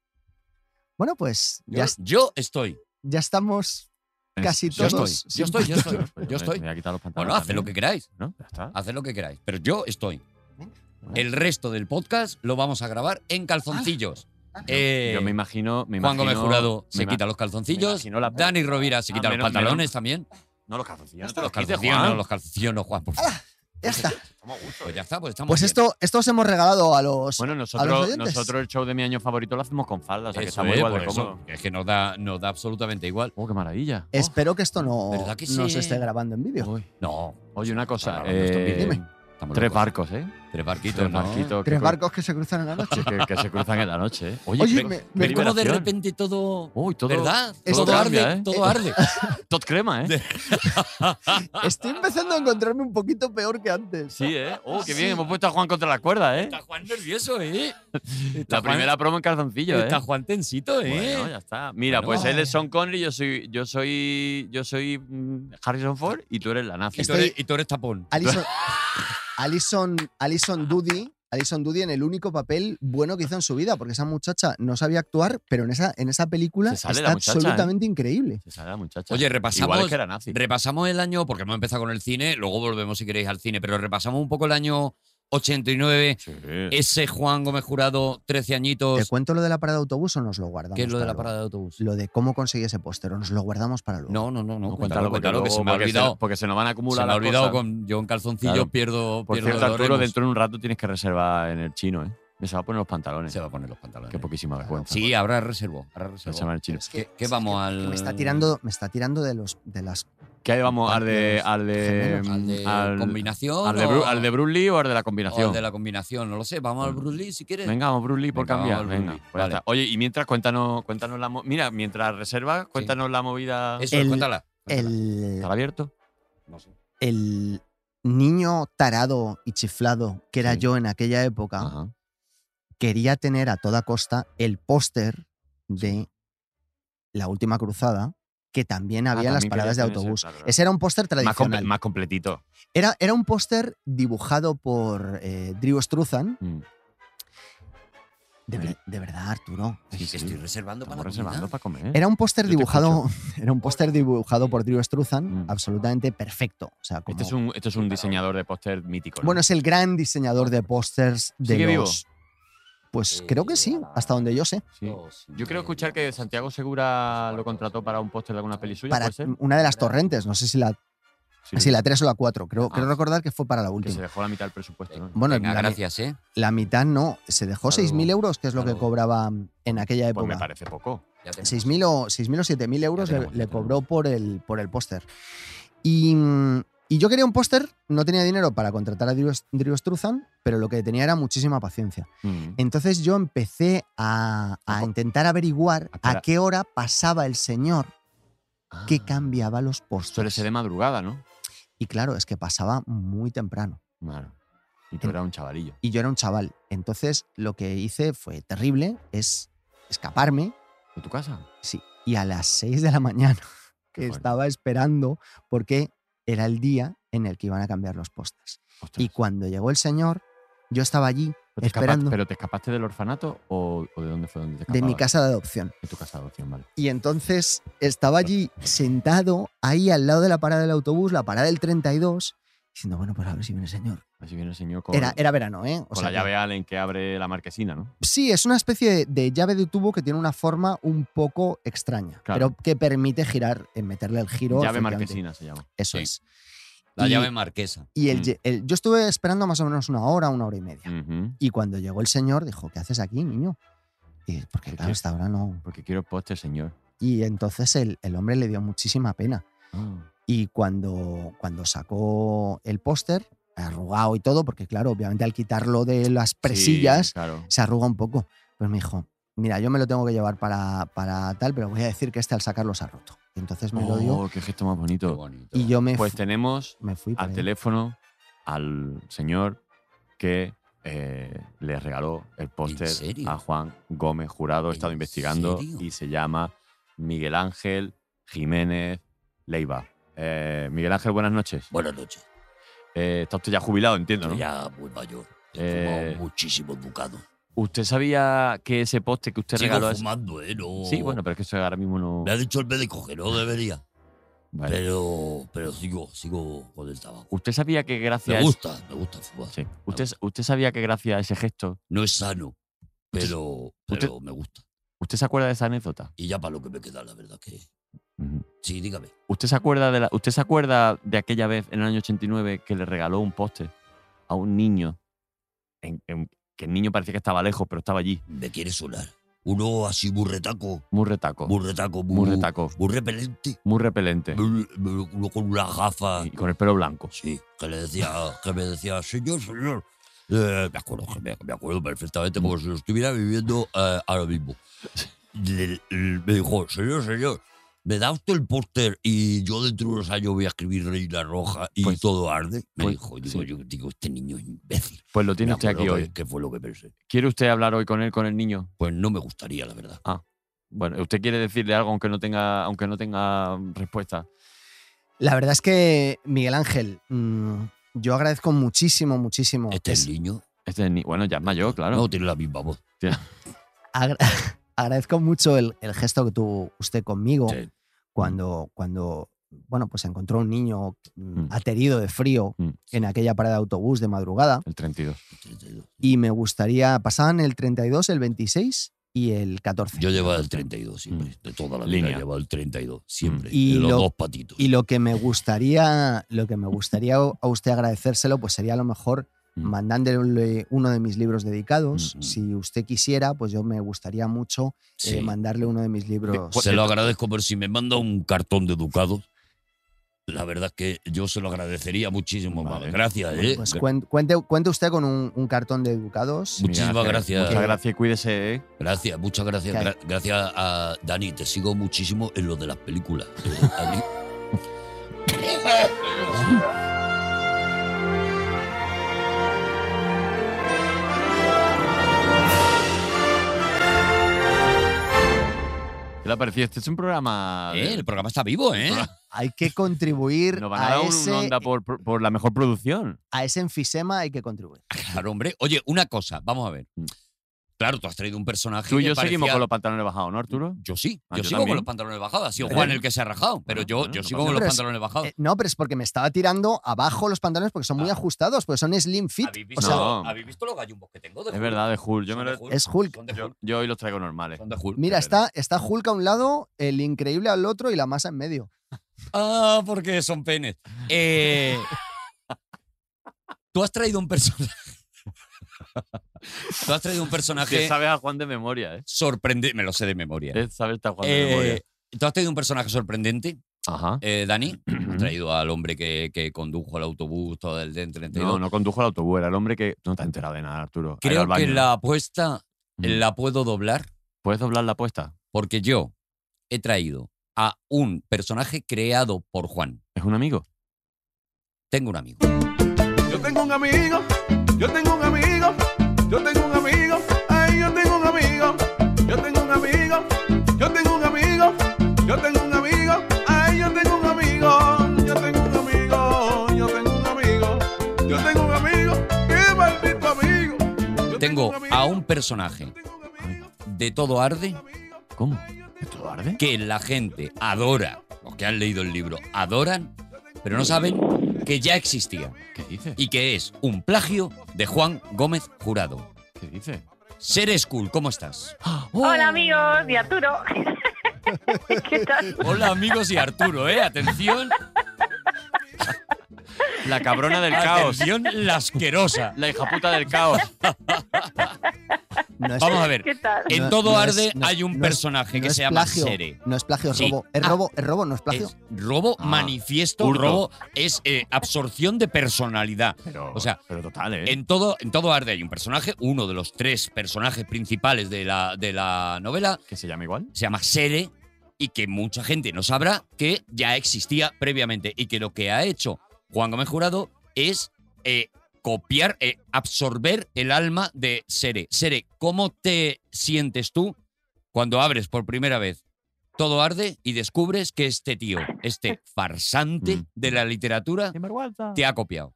Bueno, pues
Yo,
ya, es-
yo estoy.
ya estamos. Casi
Pues Yo
todos
estoy.
sin
Yo estoy, yo estoy.
Pues
Yo
me-
estoy.
me voy a quitar los pantalones
Bueno, haced lo que
también,
queráis.
¿no? Ya está.
Haced lo que queráis. Pero yo estoy.
Bueno.
El resto del podcast lo vamos a grabar en calzoncillos.
Ah,
Eh,
Yo me imagino. Me
Juan
imagino,
Gómez Jurado
me
se
ima-
quita los calzoncillos.
imagino la-
Dani Rovira se
Ah,
quita
menos-
los pantalones también.
No, los calzoncillos.
Los
quites,
calzoncillos,
Juan.
no, los calzoncillos, no, Juan. Por favor.
Ya está.
Estamos a gusto,
Pues
eh.
ya está, pues estamos.
Ah. Pues
bien. oh,
esto, esto os hemos regalado a los.
Bueno,
¿A los
nosotros,
oyentes?
nosotros el show de mi año favorito lo hacemos con falda, o sea que
Eso,
estamos
eh,
igual de
por eso.
cómodos.
Es que nos da, nos da absolutamente igual.
Oh, qué maravilla. Oh.
Espero que esto no
¿Verdad que sí?
nos esté grabando en vídeo.
Uy.
No.
Oye, una cosa.
Estamos grabando esto en
eh,
vídeo. estamos
tres
locos.
barcos, ¿eh?
Tres barquitos,
Tres
¿no?
barquitos.
Tres
que-
barcos que se cruzan en la noche.
[LAUGHS]
Que, que se cruzan en la noche, ¿eh? Oye,
Oye,
qué-
me-
qué
me-
Pero cómo de
liberación.
repente todo.
Uy, todo,
¿Verdad?
todo
Todo,
cambia,
arde,
¿eh?
todo arde.
[LAUGHS] Tot crema, ¿eh?
Estoy empezando a encontrarme un poquito peor que antes.
Sí, ¿eh? Oh, qué bien, hemos puesto a Juan contra la cuerda, ¿eh?
Está Juan nervioso, ¿eh? Está
La
Juan-
primera promo en calzoncillo, ¿eh?
Está Juan tensito, ¿eh?
Bueno, ya está. Mira,
Bueno.
pues él es Sean Connery, yo soy, yo soy, yo soy mm, Harrison Ford y tú eres la nazi.
y, tú eres, y tú eres tapón.
Alison, Alison, Alison Doody. Alison Doody en el único papel bueno que hizo en su vida, porque esa muchacha no sabía actuar, pero en esa, en esa película
Se
está
sale la muchacha, ¿eh?
absolutamente increíble.
Se sabe la muchacha.
Oye, repasamos.
Igual es que era nazi.
Repasamos el año, porque hemos empezado con el cine, luego volvemos si queréis al cine, pero repasamos un poco el año 89,
Sí.
ese Juan Gómez Jurado, 13
¿Te
añitos,
cuento lo de la parada de autobús o nos lo guardamos?
que es lo
para
de la
luego?
parada de autobús.
Lo de cómo conseguí ese póster, nos lo guardamos para luego.
No, no, no, no,
No,
cuéntalo,
porque
cuéntalo, que
luego-
se me ha
porque
olvidado.
porque se nos van a acumular
Se me
las
ha olvidado,
cosas.
con, yo en calzoncillo
Claro.
pierdo,
Por
pierdo
cierto,
los
Arturo,
remos.
dentro de un rato tienes que reservar en el chino, ¿eh? Me se va a poner los pantalones.
Se va a poner los pantalones.
Qué poquísima vergüenza.
sí, ahora reservo, ahora reservo.
Reservar en el chino.
Es
¿Qué- qué vamos
es que-
al-
Me está tirando, me está tirando de, los, de las.
¿Qué ahí vamos? ¿Al de, al de,
Gemelos,
¿Al de
al-
combinación?
al de, Bru-
o-
al de Bruce Lee o al de la
o
combinación?
al de la combinación, no lo sé. Vamos al Bruce Lee si quieres.
Venga, vamos, Bruce Lee, por
Venga, vamos
cambiar.
al Bruce
Venga,
Lee.
pues ya
Vale.
está. Oye, y mientras, cuéntanos, cuéntanos la movida. Mira, mientras reservas, cuéntanos la movida.
Eso,
El-
cuéntala. cuéntala.
El,
¿Estará abierto?
No sé.
el niño tarado y chiflado que era
Sí.
Ah,
Ah,
yo en aquella época,
Ajá.
quería tener a toda costa el póster de La Última Cruzada, que también había en las
Ah, también
paradas de
querías tener ese,
autobús.
claro, claro.
Ese era un póster
Más, comple-
tradicional.
más completito.
Era, era un póster dibujado por eh, Drew Struzan.
Mm.
De, ver- de verdad, Arturo.
Sí, sí.
Estoy reservando para
Estamos
la
reservando
comida.
para comer.
Era un póster
Yo te
dibujado, [LAUGHS] era un póster dibujado por Drew Struzan,
Mm.
absolutamente perfecto. O sea, como-
Este es un, este es un diseñador de póster mítico. ¿no?
Bueno, es el gran diseñador de pósters de
¿Sigue vivo? Pues
los- Pues
Eh,
creo que sí, hasta donde yo sé.
Sí.
Oh,
Yo creo escuchar que Santiago Segura lo contrató para un póster de alguna peli suya,
Para
¿puede ser?
una de las torrentes, no sé si la,
Sí,
si la 3 o la 4. Creo,
Ah.
creo recordar que fue para la
que se
última.
dejó la mitad del presupuesto. ¿no?
Bueno,
Venga,
la, mi-
gracias, ¿eh?
la mitad no, se dejó
Claro,
6.000 euros, que es lo
claro.
que cobraba en aquella
Pues me
época.
parece poco.
Ya tenemos.
6.000 o, 6.000 o 7.000 euros le,
tenemos, ya
le
tenemos.
cobró por el, por el póster. Y, mm, y yo quería un póster, no tenía dinero para contratar a Drew, Drew Struzan, pero lo que tenía era muchísima paciencia.
Mm.
Entonces yo empecé a, a
Ojo.
intentar averiguar
Ah, espera.
a qué hora pasaba el señor que
Ah,
cambiaba los
Suele ser
pósters.
de madrugada, ¿no?
Y claro, es que pasaba muy temprano.
Claro. Y tú
En-
eras un chavalillo.
Y yo era un chaval. Entonces lo que hice fue terrible, es escaparme
¿De tu casa?
Sí, y a las 6 de la [LAUGHS] mañana
Qué
que
fuerte.
estaba esperando porque era el día en el que iban a cambiar los postes.
Ostras.
Y cuando llegó el señor, yo estaba allí
¿Pero te escapaste-
esperando
¿Pero te escapaste del orfanato o, o de dónde fue donde te
de
escapaste?
mi casa de adopción.
De tu casa de adopción, vale.
Y entonces estaba allí sentado, ahí al lado de la parada del autobús, la parada del 32, diciendo, bueno, pues a ver si viene el señor.
Así viene el señor con,
Era, era verano, ¿eh? O
con
sea
la
que-
llave Allen que abre la marquesina, ¿no?
Sí, es una especie de, de llave de tubo que tiene una forma un poco extraña,
Claro.
pero que permite girar, eh, meterle el giro.
llave
efectivamente.
marquesina se llama.
Eso
Sí.
es.
La
Y-
llave marquesa.
Y el,
Mm.
ye- el- yo estuve esperando más o menos una hora, una hora y media.
Ujú.
Y cuando llegó el señor, dijo, ¿qué haces aquí, niño? Y, porque
¿Qué
claro,
quieres?
hasta ahora no.
Porque quiero póster, señor.
Y entonces el, el hombre le dio muchísima pena.
Ah.
Y cuando, cuando sacó el póster, arrugado y todo, porque claro, obviamente al quitarlo de las presillas,
Sí, claro.
se arruga un poco. Pues me dijo, mira, yo me lo tengo que llevar para, para tal, pero voy a decir que este al sacarlo se ha roto. Y entonces me lo dio
Oh, qué gesto más
Qué
bonito.
bonito.
y yo me,
Pues
fu-
tenemos
me fui. por
al
ahí.
teléfono al señor que eh, le regaló el póster
serio?
a Juan Gómez Jurado. He estado
¿En
investigando
serio?
y se llama Miguel Ángel Jiménez Leiva. Eh, Miguel Ángel, buenas noches.
Buenas noches.
Eh, está usted ya jubilado, entiendo, ¿no?
Ya muy mayor. He
Eh,
fumado muchísimo ducado.
¿Usted sabía que ese póster que usted
Sigo
regaló es...
fumando, ¿eh? No.
Sí, bueno, pero es que eso ahora mismo no...
Me ha dicho el médico que no debería.
Vale.
Pero, pero sigo, sigo con el tabaco.
¿Usted sabía que
Me
gracias...
gusta, me gusta fumar.
Sí. ¿Usted, ¿Usted sabía que gracias a ese gesto...
No es sano, pero,
usted-
pero me gusta.
¿Usted se acuerda de esa anécdota?
Y ya para lo que me queda, la verdad que.
Ujú.
Sí, dígame.
¿Usted se acuerda de la, usted se acuerda de aquella vez en el año 89 que le regaló un póster a un niño? En- en- que el niño parecía que estaba lejos, pero estaba allí.
Me quiere sonar. Uno así burretaco,
Muy retaco. Muy,
burretaco, muy,
retaco.
muy repelente.
Muy repelente.
Muy- muy- Uno con una gafa.
Y con el pelo blanco.
Sí, que le decía, que me decía, señor, señor. Eh, me acuerdo, que me, me acuerdo perfectamente como si lo estuviera viviendo eh, ahora mismo. Le- le- me dijo, señor, señor, me da usted el póster y yo dentro de unos años voy a escribir Reina Roja y
Pues-
todo arde. Me
pues,
dijo, y digo,
sí.
yo digo, este niño es imbécil.
Pues lo
Me
tiene usted aquí
acuerdo que-
hoy.
que fue lo que pensé?
¿Quiere usted hablar hoy con él, con el niño?
Pues no me gustaría, la verdad.
Bueno, usted quiere decirle algo aunque no tenga, aunque no tenga mm, respuesta.
La verdad es que, Miguel Ángel, mm, yo agradezco muchísimo, muchísimo.
Este
es-
es el niño.
Este es Ah, ni- bueno, ya es mayor, claro.
No tiene la misma voz.
agra- [LAUGHS] agradezco mucho el, el gesto que tuvo usted conmigo
Sí.
cuando, cuando, bueno, pues encontró un niño mm,
Mm.
aterido de frío
Mm.
en aquella parada de autobús de madrugada.
El 32.
32.
Y me gustaría, pasaban el 32, el 26 y el 14.
Yo llevaba el 32 siempre.
Mm.
De toda la vida
Línea.
llevaba el 32 siempre.
Y
de los
lo-
dos patitos.
Y lo que me gustaría, lo que me gustaría a usted agradecérselo, pues sería a lo mejor
Mm.
mandándole uno de mis libros dedicados.
Mm, mm.
Si usted quisiera, pues yo me gustaría mucho eh,
Sí.
mandarle uno de mis libros.
Se lo agradezco, pero si me manda un cartón de ducados, la verdad es que yo se lo agradecería muchísimo más.
Vale.
Gracias, ¿eh?
Pues
Gra-
cuen- cuente, cuente usted con un, un cartón de educados.
Muy- muchísimas
Miguel Ángel,
gracias.
eh, Muchas gracias y cuídese, ¿eh?
gracias, muchas gracias.
Claro.
Gra- gracias a Dani, te sigo muchísimo en lo de las
[LAUGHS]
películas. Eh, Dani.
ha parecido? Este es un programa.
Eh,
de-
el programa está vivo, ¿eh?
Ah,
Hay que contribuir
Nos van a e
a,
dar un-
ese,
una onda por, por- por la mejor producción.
a ese enfisema, hay que contribuir.
Claro, hombre. Oye, una cosa, vamos a ver. Claro, tú has traído un personaje.
Mm. Tú y
que
yo seguimos
parecía-
con los pantalones bajados, ¿no, Arturo?
Yo sí,
Ah,
yo,
yo
sigo
también.
con los pantalones bajados. Ha sido
Bien.
Juan el que se ha rajado, pero
Bueno,
yo,
bueno,
yo
no
sigo
pasa
con los
nada.
pantalones bajados.
Eh, no, pero es porque me estaba tirando abajo los pantalones porque
Ah.
son muy ajustados, porque son slim fit.
¿Habéis
O
visto,
sea,
No.
¿habéis visto los gallumbos que tengo? de
Es
Hulk?
verdad, de Hulk. Yo,
Son
me
de
lo-
es Hulk.
Son de
yo,
Hulk.
yo hoy los traigo normales.
Son de Hulk.
Mira,
es verdad.
está, está Hulk a un lado, el increíble al otro y la masa en medio.
Ah, porque son penes. Eh, tú has traído un personaje. tú has traído un
Que
personaje
sabes a Juan de memoria, ¿eh?
sorprendente. Me lo sé de memoria.
Eh, Sabes a Juan de memoria.
Eh, tú has traído un personaje sorprendente,
Ajá.
eh,
[CLEARS THROAT]
Dani. Has traído al hombre que, que condujo el autobús, todo el del 32.
No, no condujo el autobús, era el hombre que. No te has enterado de nada, Arturo. Ha ido
Creo
al baño.
que la apuesta
Mm.
la puedo doblar
¿Puedes doblar la apuesta?
porque yo he traído a un personaje creado por Juan.
Es un amigo.
Tengo un amigo.
Yo tengo un amigo, yo tengo un amigo, yo tengo un amigo, ay, yo tengo un amigo, yo tengo un amigo, yo tengo un amigo, yo tengo un amigo, ay, yo tengo un amigo, yo tengo un amigo, yo tengo un amigo, yo tengo un amigo, qué maldito amigo. Yo
Tengo
un amigo,
a un personaje
yo tengo un amigo,
de todo arde
¿Cómo? ¿Esto arde?
que la gente adora, los que han leído el libro, adoran, pero no saben que ya existía
¿Qué dices?
y que es un plagio de Juan Gómez Jurado.
¿Qué dices?
Seres cool, ¿cómo estás?
Hola amigos y Arturo. [LAUGHS] ¿Qué tal?
Hola amigos y Arturo, ¿eh? Atención,
La cabrona
Ah,
del caos.
atención la asquerosa.
La hija puta del caos.
No es-
Vamos a ver,
¿Qué tal?
en
No-
todo
no es-
arde
no-
hay un
no es-
personaje que
no es
se llama
plagio,
Sere.
No es plagio, es
Sí.
robo. Es
Ah.
robo, es robo, no es plagio.
Es robo
Ah,
manifiesto,
hurto.
robo es eh, absorción de personalidad.
Pero,
O sea,
pero total, ¿eh?
En todo, en todo Arde hay un personaje, uno de los tres personajes principales de la, de la novela,
Que se llama igual.
se llama Sere, y que mucha gente no sabrá que ya existía previamente, y que lo que ha hecho Juan Gómez Jurado es eh, copiar, eh, absorber el alma de Sere. Sere, ¿cómo te sientes tú cuando abres por primera vez todo Arde y descubres que este tío, este farsante
Mm.
de la literatura, te ha copiado?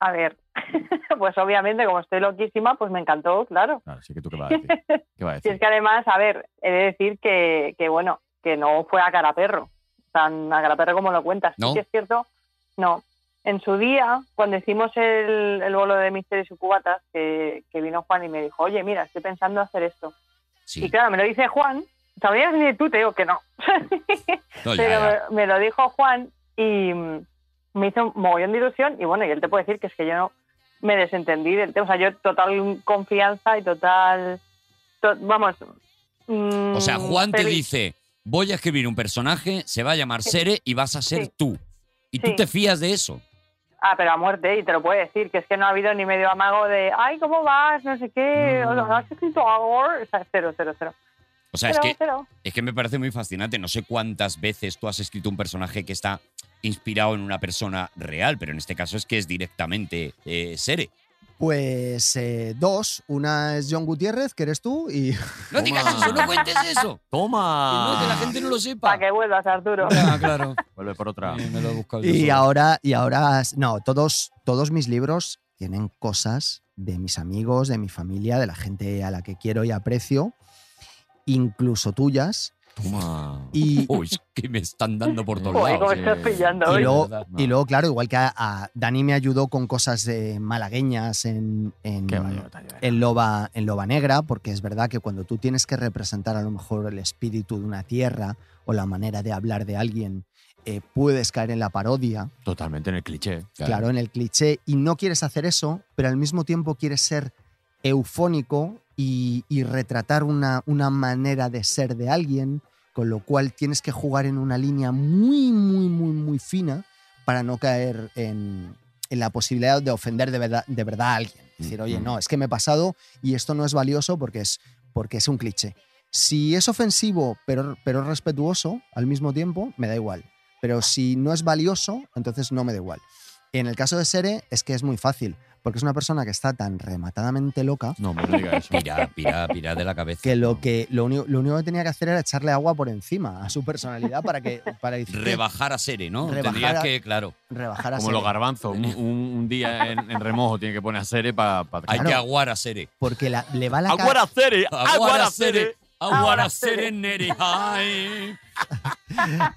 A ver, [LAUGHS] pues obviamente como estoy loquísima, pues me encantó, claro.
Claro, sí que tú qué vas a decir. ¿Qué vas a
Y
decir?
es que además, a ver, he de decir que, que, bueno, que no fue a cara perro, tan a cara perro como lo cuentas. Sí
¿No?
que es cierto, no. En su día, cuando hicimos el, el bolo de Misterios y Cubatas, que, que vino Juan y me dijo, oye, mira, estoy pensando hacer esto.
Sí,
Y claro, me lo dice Juan, sabías decir tú, te digo que no. [LAUGHS]
No, ya,
pero
ya.
Me, me lo dijo Juan y mm, me hizo un mogollón de ilusión y bueno, y él te puede decir que es que yo no me desentendí del tema, o sea, yo total confianza y total, to- vamos... mm,
O sea, Juan te
dice
dice, voy a escribir un personaje, se va a llamar
Sí.
Sere y vas a ser
Sí.
tú. Y tú
Sí.
te fías de eso.
Ah, pero a muerte, y te lo puede decir, que es que no ha habido ni medio amago de, ay, ¿cómo vas? No sé qué, o sea, has escrito algo, o sea, cero, cero, cero.
Mm. O sea, es
Cero,
que,
cero.
es que me parece muy fascinante. No sé cuántas veces tú has escrito un personaje que está inspirado en una persona real, pero en este caso es que es directamente eh, Sere.
Pues eh, dos. Una es John Gutiérrez, que eres tú, y
No digas
Toma.
eso, no cuentes [LAUGHS] eso. Que no,
¡Toma!
que la gente no lo sepa.
Para que vuelvas, Arturo.
Ah, claro.
Vuelve por otra.
Eh, me lo he buscado yo
Y
solo.
ahora, y ahora, no, todos, todos mis libros tienen cosas de mis amigos, de mi familia, de la gente a la que quiero y aprecio, incluso tuyas.
Toma.
Y,
Uy, es que me están dando por todos
Joder,
lados.
cómo
sí.
estás pillando
y
hoy.
luego,
verdad.
y luego, claro, igual que a, a Dani me ayudó con cosas eh, malagueñas en, en,
mm,
Qué vaya batalla.
en Loba, en Loba Negra, porque es verdad que cuando tú tienes que representar a lo mejor el espíritu de una tierra o la manera de hablar de alguien, eh, puedes caer en la parodia.
Totalmente en el cliché.
claro. en el cliché, y no quieres hacer eso, pero al mismo tiempo quieres ser eufónico y, y retratar una, una manera de ser de alguien, con lo cual tienes que jugar en una línea muy, muy, muy, muy fina para no caer en, en la posibilidad de ofender de verdad, de verdad a alguien. Decir, oye, no, es que me he pasado y esto no es valioso porque es, porque es un cliché. Si es ofensivo, pero, pero es respetuoso al mismo tiempo, me da igual. Pero si no es valioso, entonces no me da igual. En el caso de Sere es que es muy fácil, porque es una persona que está tan rematadamente loca
No, me diga
[LAUGHS]
eso.
Pirá, pirá, pirá de la cabeza.
que lo que lo único, lo único que tenía que hacer era echarle agua por encima a su personalidad para que para decir que
Rebajar a Sere, ¿no?
Rebajar
Tendrías
a-
que, claro,
rebajara
Como
Sere.
los garbanzos. Un, un- un día en, en remojo tiene que poner a Sere para.
hay
Claro.
que aguar a Sere.
porque la- le va la ca-
¡Aguara Sere!
Aguar
¡Aguara
a
Sere!
Sere. Aguar a Sere, Neri. ay.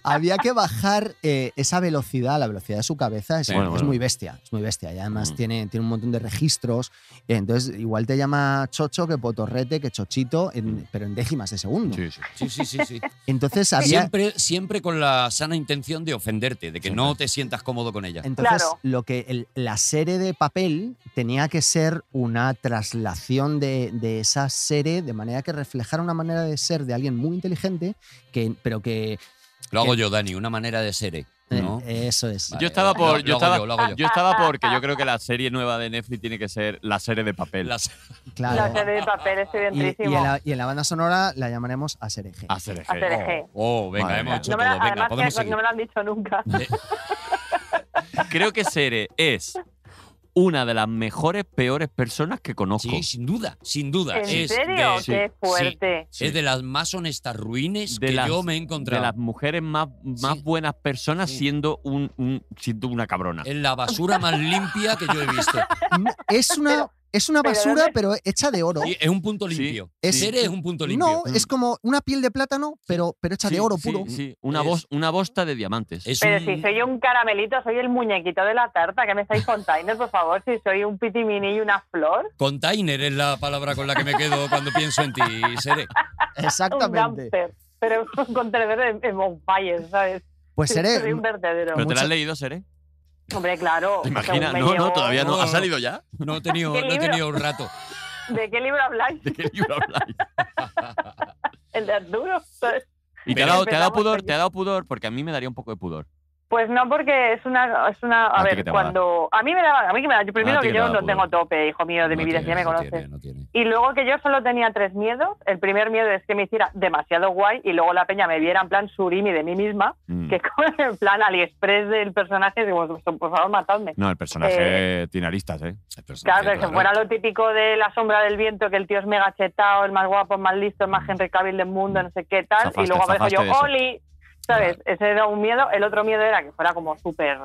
había que bajar eh, esa velocidad, la velocidad de su cabeza es,
Sí, bueno,
es
bueno.
muy bestia, es muy bestia y además
Mm.
tiene, tiene un montón de registros, eh, entonces igual te llama chocho que potorrete que chochito, en- pero en décimas de segundo.
Mm. Sí, sí.
Sí, sí, sí, sí.
Entonces había
Siempre, siempre con la sana intención de ofenderte, de que no te sientas cómodo con ella.
Entonces,
Claro.
lo que el- la serie de papel tenía que ser una traslación de, de esa serie de manera que reflejara una manera de ser de alguien muy inteligente, que, pero que.
Lo hago yo, Dani, una manera de Sere.
eh,
¿no?
eso es.
Vale,
Yo estaba
lo-
por.
lo
yo,
hago
estaba,
yo, lo hago yo.
estaba porque yo creo que la serie nueva de Netflix tiene que ser la serie de papel.
Las-
La
Claro.
serie de papel es
Y, y en
evidentísimo.
la, y en la banda sonora la llamaremos a Sereje.
A Sere.
A Sere G.
Oh, venga,
Madre
hemos
mía.
hecho
No me, la-
todo. Venga,
además,
podemos
que no
seguir.
me lo han dicho
[LAUGHS]
nunca.
Creo que Sere es una de las mejores, peores personas que conozco.
Sí, sin duda, sin duda.
¿En
es
serio?
De,
¡Qué fuerte!
Sí.
Es de las más honestas ruines
De
que
las-
yo me he
de
encontrado.
las mujeres más, más
Sí.
buenas personas
Sí.
siendo un, un- siendo una cabrona.
Es la basura más limpia que yo he
[LAUGHS]
visto.
No, Es una, es una
pero
basura,
¿dónde-
pero hecha de oro.
Y es un punto
Sí, Mm.
limpio.
sí.
Sere es un punto limpio.
No, eh. es como una piel de plátano, pero, pero hecha
Sí,
de oro
sí,
puro.
sí. Una,
Es-
bos- una bosta de diamantes.
Es
Pero
un-
si soy un caramelito, soy el muñequito de la tarta, que me estáis contando, por favor, si soy un pitimini y una flor,
Container es la palabra con la que me quedo cuando pienso en ti, Sere.
un
Exactamente.
dumpster. Pero [LAUGHS] un contenedor en, en bonfire, ¿sabes?
Pues
Soy
Sere,
un vertedero.
¿Pero te la
mucha-
has leído, Sere?
Hombre, claro.
¿Te
según
imaginas?
me
No, no,
llegó-
todavía no.
No,
¿Ha
no.
salido ya?
No he tenido,
¿Qué
no he
libro?
tenido rato.
¿De qué libro habláis?
[LAUGHS] ¿De qué libro habláis?
¿El de Arturo?
¿Y te ha, dado, te ha
Pero
dado
empezamos
pudor?
con-
¿Te ha dado pudor? Porque a mí me daría un poco de pudor.
Pues no, porque es una, es una, a
¿A ti qué
ver,
te va a dar?
cuando a mí me daba, a mí que me da, yo primero
ti
que
qué te pues.
yo
va a dar
no tengo
pudor?
tope, hijo mío, de
No
mi vida, si ya
tiene,
me
no
conoces.
tiene, no tiene.
Y luego que yo solo tenía tres miedos. El primer miedo es que me hiciera demasiado guay y luego la peña me viera en plan surimi de mí misma,
Mm.
que [LAUGHS] es como en plan AliExpress del personaje, digo, "Pues, por favor, matadme.
No, el personaje tiene aristas, ¿eh?
El personaje,
Claro, pero que fuera lo típico de la sombra del viento, que el tío es mega chetado, el más guapo, el más listo, el más Henry Cavill del mundo, no sé qué tal,
Mm. Zafaste,
y luego aparezco
zafaste de
yo,
eso.
¡Oli! ¿Sabes? Ese era un miedo. El otro miedo era que fuera como súper,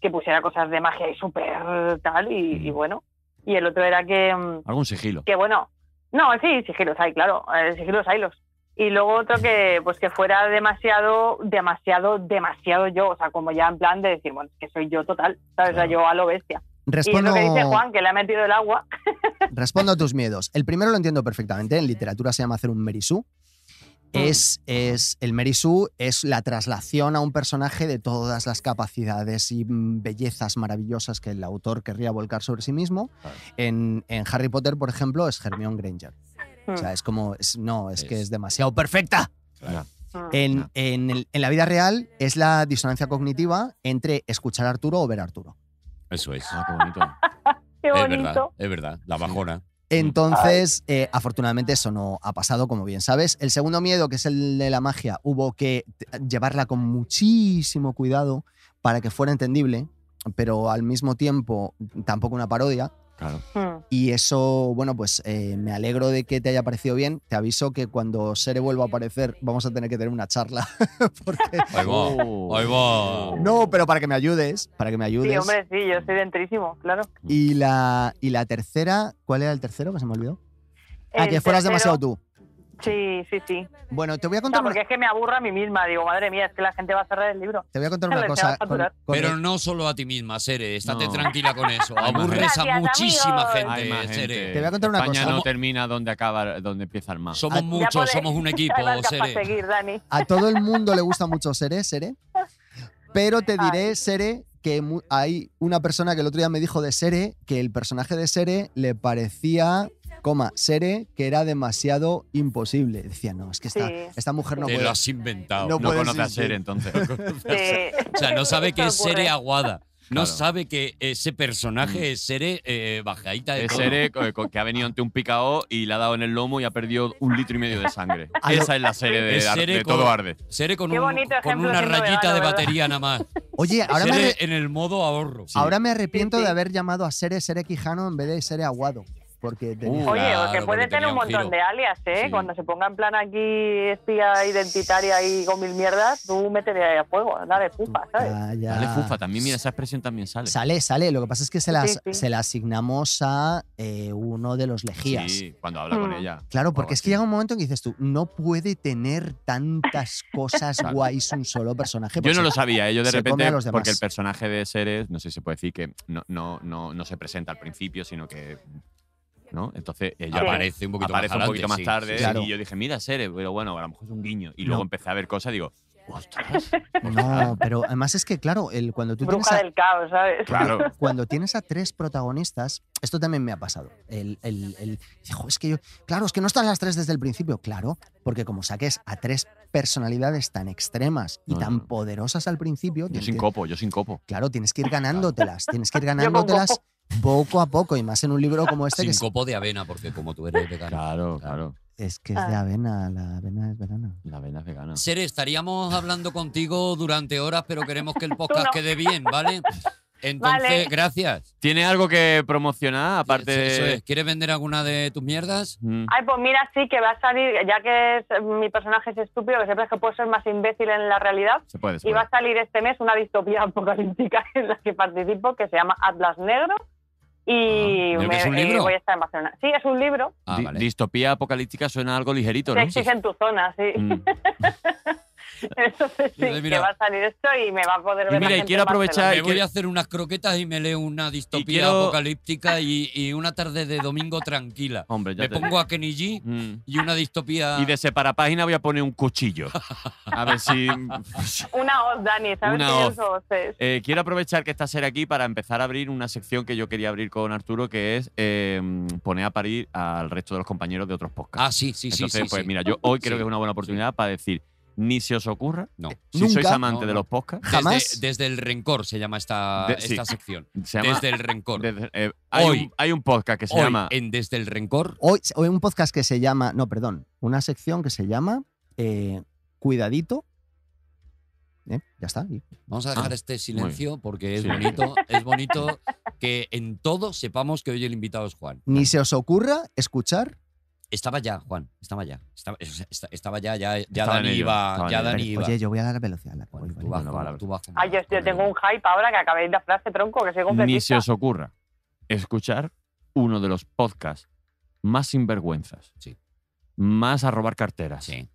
que pusiera cosas de magia y súper tal, y,
Mm.
y bueno. Y el otro era que, mm,
Algún sigilo.
que bueno, no, sí, sigilos hay, claro, eh, sigilos hay los. Y luego otro que, pues que fuera demasiado, demasiado, demasiado yo, o sea, como ya en plan de decir, bueno, es que soy yo total, ¿sabes? O sea,
Claro.
yo a lo bestia. Y es
respondo.
lo que dice Juan, que le ha metido el agua.
Respondo a tus miedos. El primero lo entiendo perfectamente. En literatura se llama hacer un merisú. Es, es, el merisú es la traslación a un personaje de todas las capacidades y mm, bellezas maravillosas que el autor querría volcar sobre sí mismo. En, en Harry Potter, por ejemplo, es Hermione Granger. O sea, es como, es- no, es que es demasiado perfecta.
Mm.
En, en el- en la vida real es la disonancia cognitiva entre escuchar a Arturo o ver a Arturo.
Eso es.
Ah, qué bonito.
[LAUGHS] Qué
Es
bonito.
verdad, es verdad. La bajona.
Entonces, eh, afortunadamente eso no ha pasado, como bien sabes. El segundo miedo, que es el de la magia, hubo que t- llevarla con muchísimo cuidado para que fuera entendible, pero al mismo tiempo mm, tampoco una parodia.
Claro.
Mm.
Y eso, bueno, pues eh, me alegro de que te haya parecido bien. Te aviso que cuando Sere vuelva a aparecer vamos a tener que tener una charla. [LAUGHS] porque-
Ahí va.
Oh.
Ahí va.
No, pero para que me ayudes, para que me ayudes.
Sí, hombre, sí, yo soy dentrísimo, claro.
Y la, y la tercera, ¿cuál era el tercero que se me olvidó? ah,
El
que fueras
tercero-
demasiado tú.
Este, Sí, sí, sí.
Bueno, te voy a
O
contar
sea,
una-
porque es que me aburro a mí misma. Digo, madre mía, es que la gente va a cerrar el libro.
Te voy a contar
Claro,
una
te va
cosa.
a saturar.
Pero no solo a ti misma, Sere. Estate
No.
tranquila con eso.
Hay más
Aburres
gente.
a muchísima
Gracias,
Hay más
gente,
gente.
Sere.
Te voy a contar una
España
cosa.
no
Somos-
termina donde acaba, donde empieza el mar.
Somos
Ya
muchos, somos
[LAUGHS]
un equipo,
Para
Sere.
seguir,
[LAUGHS]
Dani.
a todo el mundo le gusta mucho Sere,
[LAUGHS]
Sere. Pero te diré, Sere, que mu- hay una persona que el otro día me dijo de Sere que el personaje de Sere le parecía, coma, Sere, que era demasiado imposible. Decía, no, es que esta,
Sí.
esta mujer no
Te
puede.
lo has inventado.
No
No
puede
conoce
[LAUGHS]
a
existir.
Sere, entonces.
Sí. [LAUGHS]
O sea, no sabe que es
Eso ocurre.
Sere Aguada. No
Claro. Mm.
sabe que ese personaje es Sere eh, bajadita de
Es
tono.
Sere co- co- que ha venido ante un picao y le ha dado en el lomo y ha perdido un litro y medio de sangre.
A lo-
Esa es la serie de,
Es
Ar-
Sere
de
con-
Todo Arde.
Sere con,
Qué
un-
bonito
con
ejemplo
una
siendo
rayita
vegano,
de
¿verdad?
batería nada
[LAUGHS]
más.
Oye, ahora me,
Sere
arre-
en el modo ahorro.
ahora me arrepiento
Sí, sí.
de haber llamado a Sere Sere Quijano en vez de Sere Aguado. Porque
Uh.
tenía-
Oye,
Claro,
porque
porque
puede tener
tenía
un
un
montón
giro.
de alias, ¿eh?
Sí.
Cuando se ponga en plan aquí espía identitaria y con mil mierdas, tú métele a fuego, dale pupa, ¿sabes?
Ya, ya.
Dale fufa, también mira, esa expresión también sale.
Sale, sale. Lo que pasa es que se la,
Sí, sí.
se la asignamos a eh, uno de los lejías.
Sí, cuando habla con
Mm.
ella.
Claro, porque es que
así.
llega un momento en que dices tú, no puede tener tantas cosas
Claro.
guays un solo personaje.
Yo
porque
no lo sabía, ¿eh? yo
pues
de
se come a
repente,
los demás.
porque el personaje de Seres, no sé si se puede decir que no, no, no, no se presenta al principio, sino que. ¿No? Entonces ella aparece,
Aparece un poquito
aparece
más
un poquito más
adelante,
tarde
sí, sí,
Claro.
y yo dije, mira, Seres, pero bueno, a lo mejor es un guiño. Y luego
No.
empecé a ver cosas y digo, ostras,
No, pero además es que, claro, el, cuando, tú tienes
Bruja
a,
del caos, ¿sabes?
claro.
cuando tienes a tres protagonistas, esto también me ha pasado. El, el, el- "Jo, es que yo, claro, es que no están las tres desde el principio, claro, porque como saques a tres personalidades tan extremas y
No,
tan
no.
poderosas al principio,
Yo
tien-
sin copo, yo sin copo.
claro, tienes
[LAUGHS]
que ir ganándotelas, tienes
[LAUGHS]
que ir
con
ganándotelas poco a poco y más en un libro como este que
Sin
es,
copo de avena, porque como tú eres vegano.
Claro,
claro.
claro.
es que es de
Ah.
avena, la avena es verano.
La vena es vegana.
Sere, estaríamos hablando contigo durante horas, pero queremos que el podcast
no.
quede bien,
[LAUGHS]
¿vale? Entonces,
Vale.
gracias.
¿Tiene algo que promocionar aparte
Eso es.
de.?
¿Quieres vender alguna de tus mierdas?
Mm.
Ay, pues mira, sí que va a salir, ya que es- mi personaje es estúpido, que siempre es que puedo ser más imbécil en la realidad,
Se puede, se
y va
puede.
a salir este mes una distopía [LAUGHS] apocalíptica en la que participo, que se llama Atlas Negro, y eh,
Ah, ¿pero que es un libro?
voy a estar en Barcelona. Sí, es un libro,
Ah,
Di-
vale.
Distopía apocalíptica suena algo ligerito,
te
¿no?
exigen tu zona, sí.
Mm.
[LAUGHS] Entonces sí,
Entonces, mira.
que va a salir esto y me va a poder
Y
ver. la
mira, y
gente
quiero
en
aprovechar-
Me
Ay,
voy
que-
a hacer unas croquetas y me leo una distopía
quiero-
apocalíptica y, y una tarde de domingo tranquila.
Hombre, ya
Me
te-
pongo a Kenny G
Mm.
y una distopía.
Y de separapágina voy a poner un cuchillo. A ver si.
Barcelona. Una hoz, Dani, ¿sabes
Una
qué
hoz.
es eso? Sí.
Eh, quiero aprovechar que está Ser aquí para empezar a abrir una sección que yo quería abrir con Arturo, que es eh, poner a parir al resto de los compañeros de otros podcasts.
Ah, sí, sí, sí.
Entonces,
sí,
pues
sí.
mira, yo hoy creo
Sí,
que es una buena oportunidad para decir, ni se os ocurra,
No.
si
Nunca.
sois amantes
No,
de
no.
los podcasts,
Desde-
Jamás.
Desde, el rencor se llama esta,
De- sí.
esta sección.
se llama-
desde el rencor.
desde- eh, hay,
Hoy.
un, hay un podcast que se
Hoy,
llama
en Desde el rencor.
Hoy, hoy un podcast que se llama, no, perdón, una sección que se llama eh, Cuidadito. Eh, Ya está. y-
Vamos a dejar
Ah,
este silencio porque es
Sí.
bonito.
[LAUGHS]
Es bonito que en todo sepamos que hoy el invitado es Juan.
Ni se os ocurra escuchar.
Estaba ya, Juan. Estaba ya. Estaba, esta- estaba ya, ya, ya
Estaba en
Dani
ello,
iba.
estaba
Ya
en ello.
Dani iba.
Oye, yo voy a dar velocidad. la-
Bueno,
voy,
tú
voy,
vas
Bueno,
como-
vale, vale.
tú vas como-
Ay, yo, yo
como-
tengo un hype ahora que acabéis la frase tronco, que soy
Ni
completista.
se os ocurra escuchar uno de los podcasts más sinvergüenzas,
Sí.
más a robar carteras
Sí.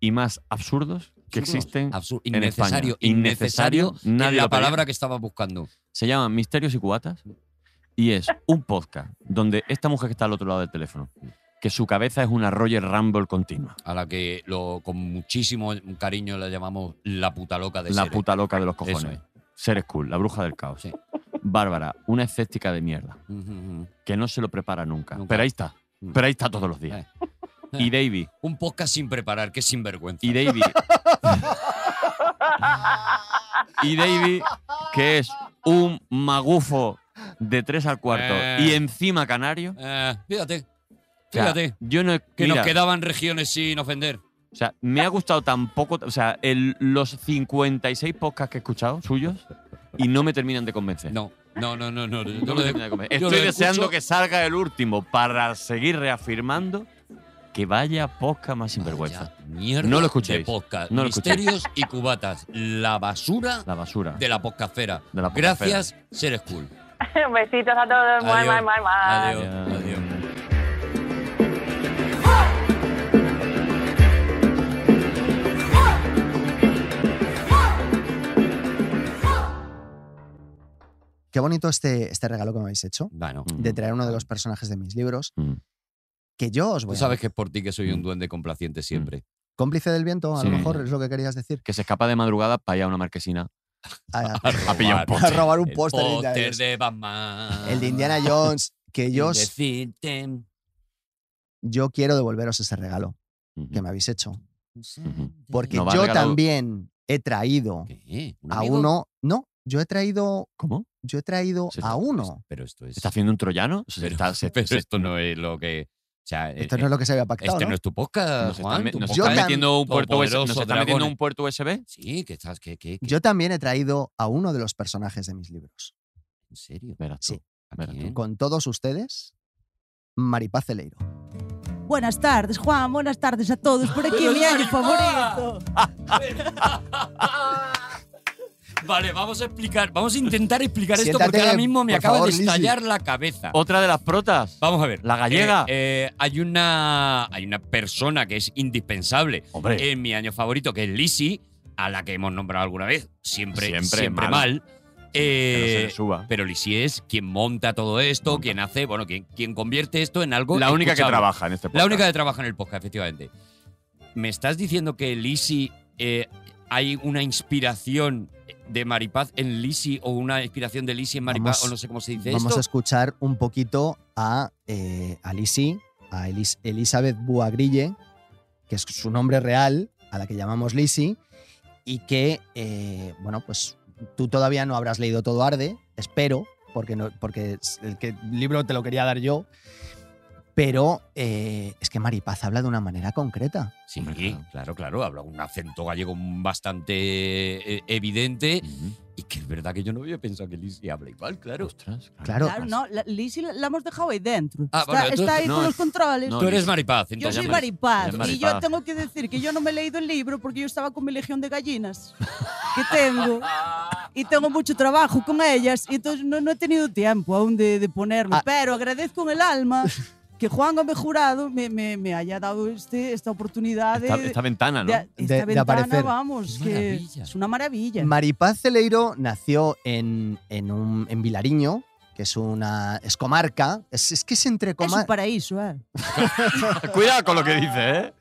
y más absurdos que
Absurdos,
existen
absurdo,
en España.
innecesario, innecesario,
nadie
es la
lo pedía.
palabra que estaba buscando.
Se llama Misterios y Cubatas y es un podcast donde esta mujer que está al otro lado del teléfono, que su cabeza es una Roger Rumble continua.
a la que lo, con muchísimo cariño la llamamos la puta loca de
La
Sere.
puta loca de los
Eso
cojones.
es.
Seres cool, la bruja del caos.
Sí.
Bárbara, una escéptica de mierda,
Ujú, ujú.
que no se lo prepara nunca.
Nunca. Eh.
Pero ahí está.
Mm.
Pero ahí está todos los días. Y Davy,
Un podcast sin preparar, que sinvergüenza. [LAUGHS]
y Davy. y Davy, que es un magufo de tres al cuarto
Eh.
y encima canario.
Eh, fíjate,
O sea,
fíjate,
yo no he-
que
mira,
nos quedaban regiones sin ofender.
O sea, me ha gustado tan poco. O sea, el- los 56 podcasts que he escuchado suyos y no me terminan de convencer.
No, no, no, no, no. yo
No
lo
me
de-
terminan de convencer.
yo
Estoy
lo
deseando
escucho-
que salga el último para seguir reafirmando que vaya podcast más sinvergüenza.
Vaya mierda
No lo
De
escuchéis,
podcast.
no lo escuchéis.
Misterios y cubatas. La basura
La basura.
de la podcastfera.
De la podcastfera.
Gracias, Seres Cool.
[LAUGHS] Besitos a todos. Mua,
Adiós.
mua, mua, mua.
Adiós,
Adiós.
adiós.
Qué bonito este, este regalo que me habéis hecho
Bueno,
Mm.
de traer uno de los personajes de mis libros
Mm.
que yo os
tú
voy a...
sabes que es por ti que soy un duende complaciente
Mm.
siempre.
[LAUGHS]
Cómplice del viento, a lo
Sí.
mejor es lo que querías decir.
Que se escapa de madrugada para ir a una marquesina.
[LAUGHS]
A-
Ah.
A pillar un
a robar un
El
póster. de Indiana
póster
Jones.
de Batman.
El de Indiana Jones, que
Y
yo, os-
decirte-
yo quiero devolveros ese regalo que
Ujú.
me habéis hecho.
Ujú.
Porque
Nos va
yo
regalado-
también he traído
¿Qué? ¿Un
a
amigo?
uno, no, Yo he traído,
¿Cómo?
yo he traído
Sí,
a uno.
Pero esto es.
¿Está haciendo un troyano? Se
pero-
está- se-
[LAUGHS] pero
se-
esto no es lo que. O sea,
Esto
eh,
no es lo que se había pactado,
este
¿no?
no es tu podcast,
nos está,
Juan.
me-
tu
nos
podcast
Yo
está
es-
tam-
metiendo un puerto USB.
Todopoderoso
¿Nos está metiendo
dragones.
un puerto USB?
Sí, que estás. Que, que, que-
Yo también he traído a uno de los personajes de mis libros.
En serio.
Verás tú.
Sí.
¿A
Verás tú.
quién?
Con todos ustedes, Maripaz Celeiro.
Buenas tardes, Juan. Buenas tardes a todos. Por aquí mi año favorito.
[LAUGHS] Vale, vamos a explicar. Vamos a intentar explicar esto
Siéntate,
porque ahora mismo me
por
acaba
favor,
de
Lisi.
estallar la cabeza.
Otra de las protas.
Vamos a ver.
La gallega.
Eh, eh, hay, una, hay una persona que es indispensable
Hombre.
en mi año favorito, que es Lisi, a la que hemos nombrado alguna vez. Siempre,
Siempre
siempre,
mal.
mal.
que no se
Eh,
le suba.
pero Lisi es quien monta todo esto,
Monta.
quien hace, bueno, quien, quien convierte esto en algo.
La única que
escuchable.
trabaja en este podcast.
La única que trabaja en el podcast, efectivamente. ¿Me estás diciendo que Lisi eh, hay una inspiración de Maripaz en Lisi o una inspiración de Lisi en Maripaz
Vamos-
o no sé cómo se dice
Vamos a
esto?
escuchar un poquito a, eh, a Lisi, a Elis- Elizabeth Buagrille, que es su nombre real, a la que llamamos Lisi, y que, eh, bueno, pues tú todavía no habrás leído todo Arde, espero, porque, no, porque es- el que- el libro te lo quería dar yo, pero eh, es que Maripaz habla de una manera concreta.
Sí,
Hombre, claro.
claro. claro, habla un acento gallego bastante eh, evidente
Ujú.
y que es verdad que yo no había pensado que Lisi habla igual, claro.
Ostras,
Claro,
Claro, no, la, Lisi la, la hemos dejado ahí dentro.
Ah,
está,
bueno, tú-
está ahí
no,
con los
es-
controles.
no,
Tú eres
Lisi.
Maripaz,
Yo
entonces.
soy
llama-
Maripaz
llama
y
Maripaz.
yo tengo que decir que yo no me he leído el libro porque yo estaba con mi legión de gallinas que tengo y tengo mucho trabajo con ellas y entonces no, no he tenido tiempo aún de, de ponerme,
Ah.
pero agradezco en el alma que Juan Gómez Jurado me, me, me haya dado este, esta oportunidad de,
Esta, esta ventana, ¿no?
de- esta
De- de
ventana,
aparecer.
vamos,
Qué
que
maravilla.
es una maravilla.
Maripaz Celeiro nació en, en, un, en Vilariño, que es una es comarca, es, es que es entre
es un
comarcas.
paraíso, ¿eh?
[LAUGHS] Cuidado con lo que dices, ¿eh?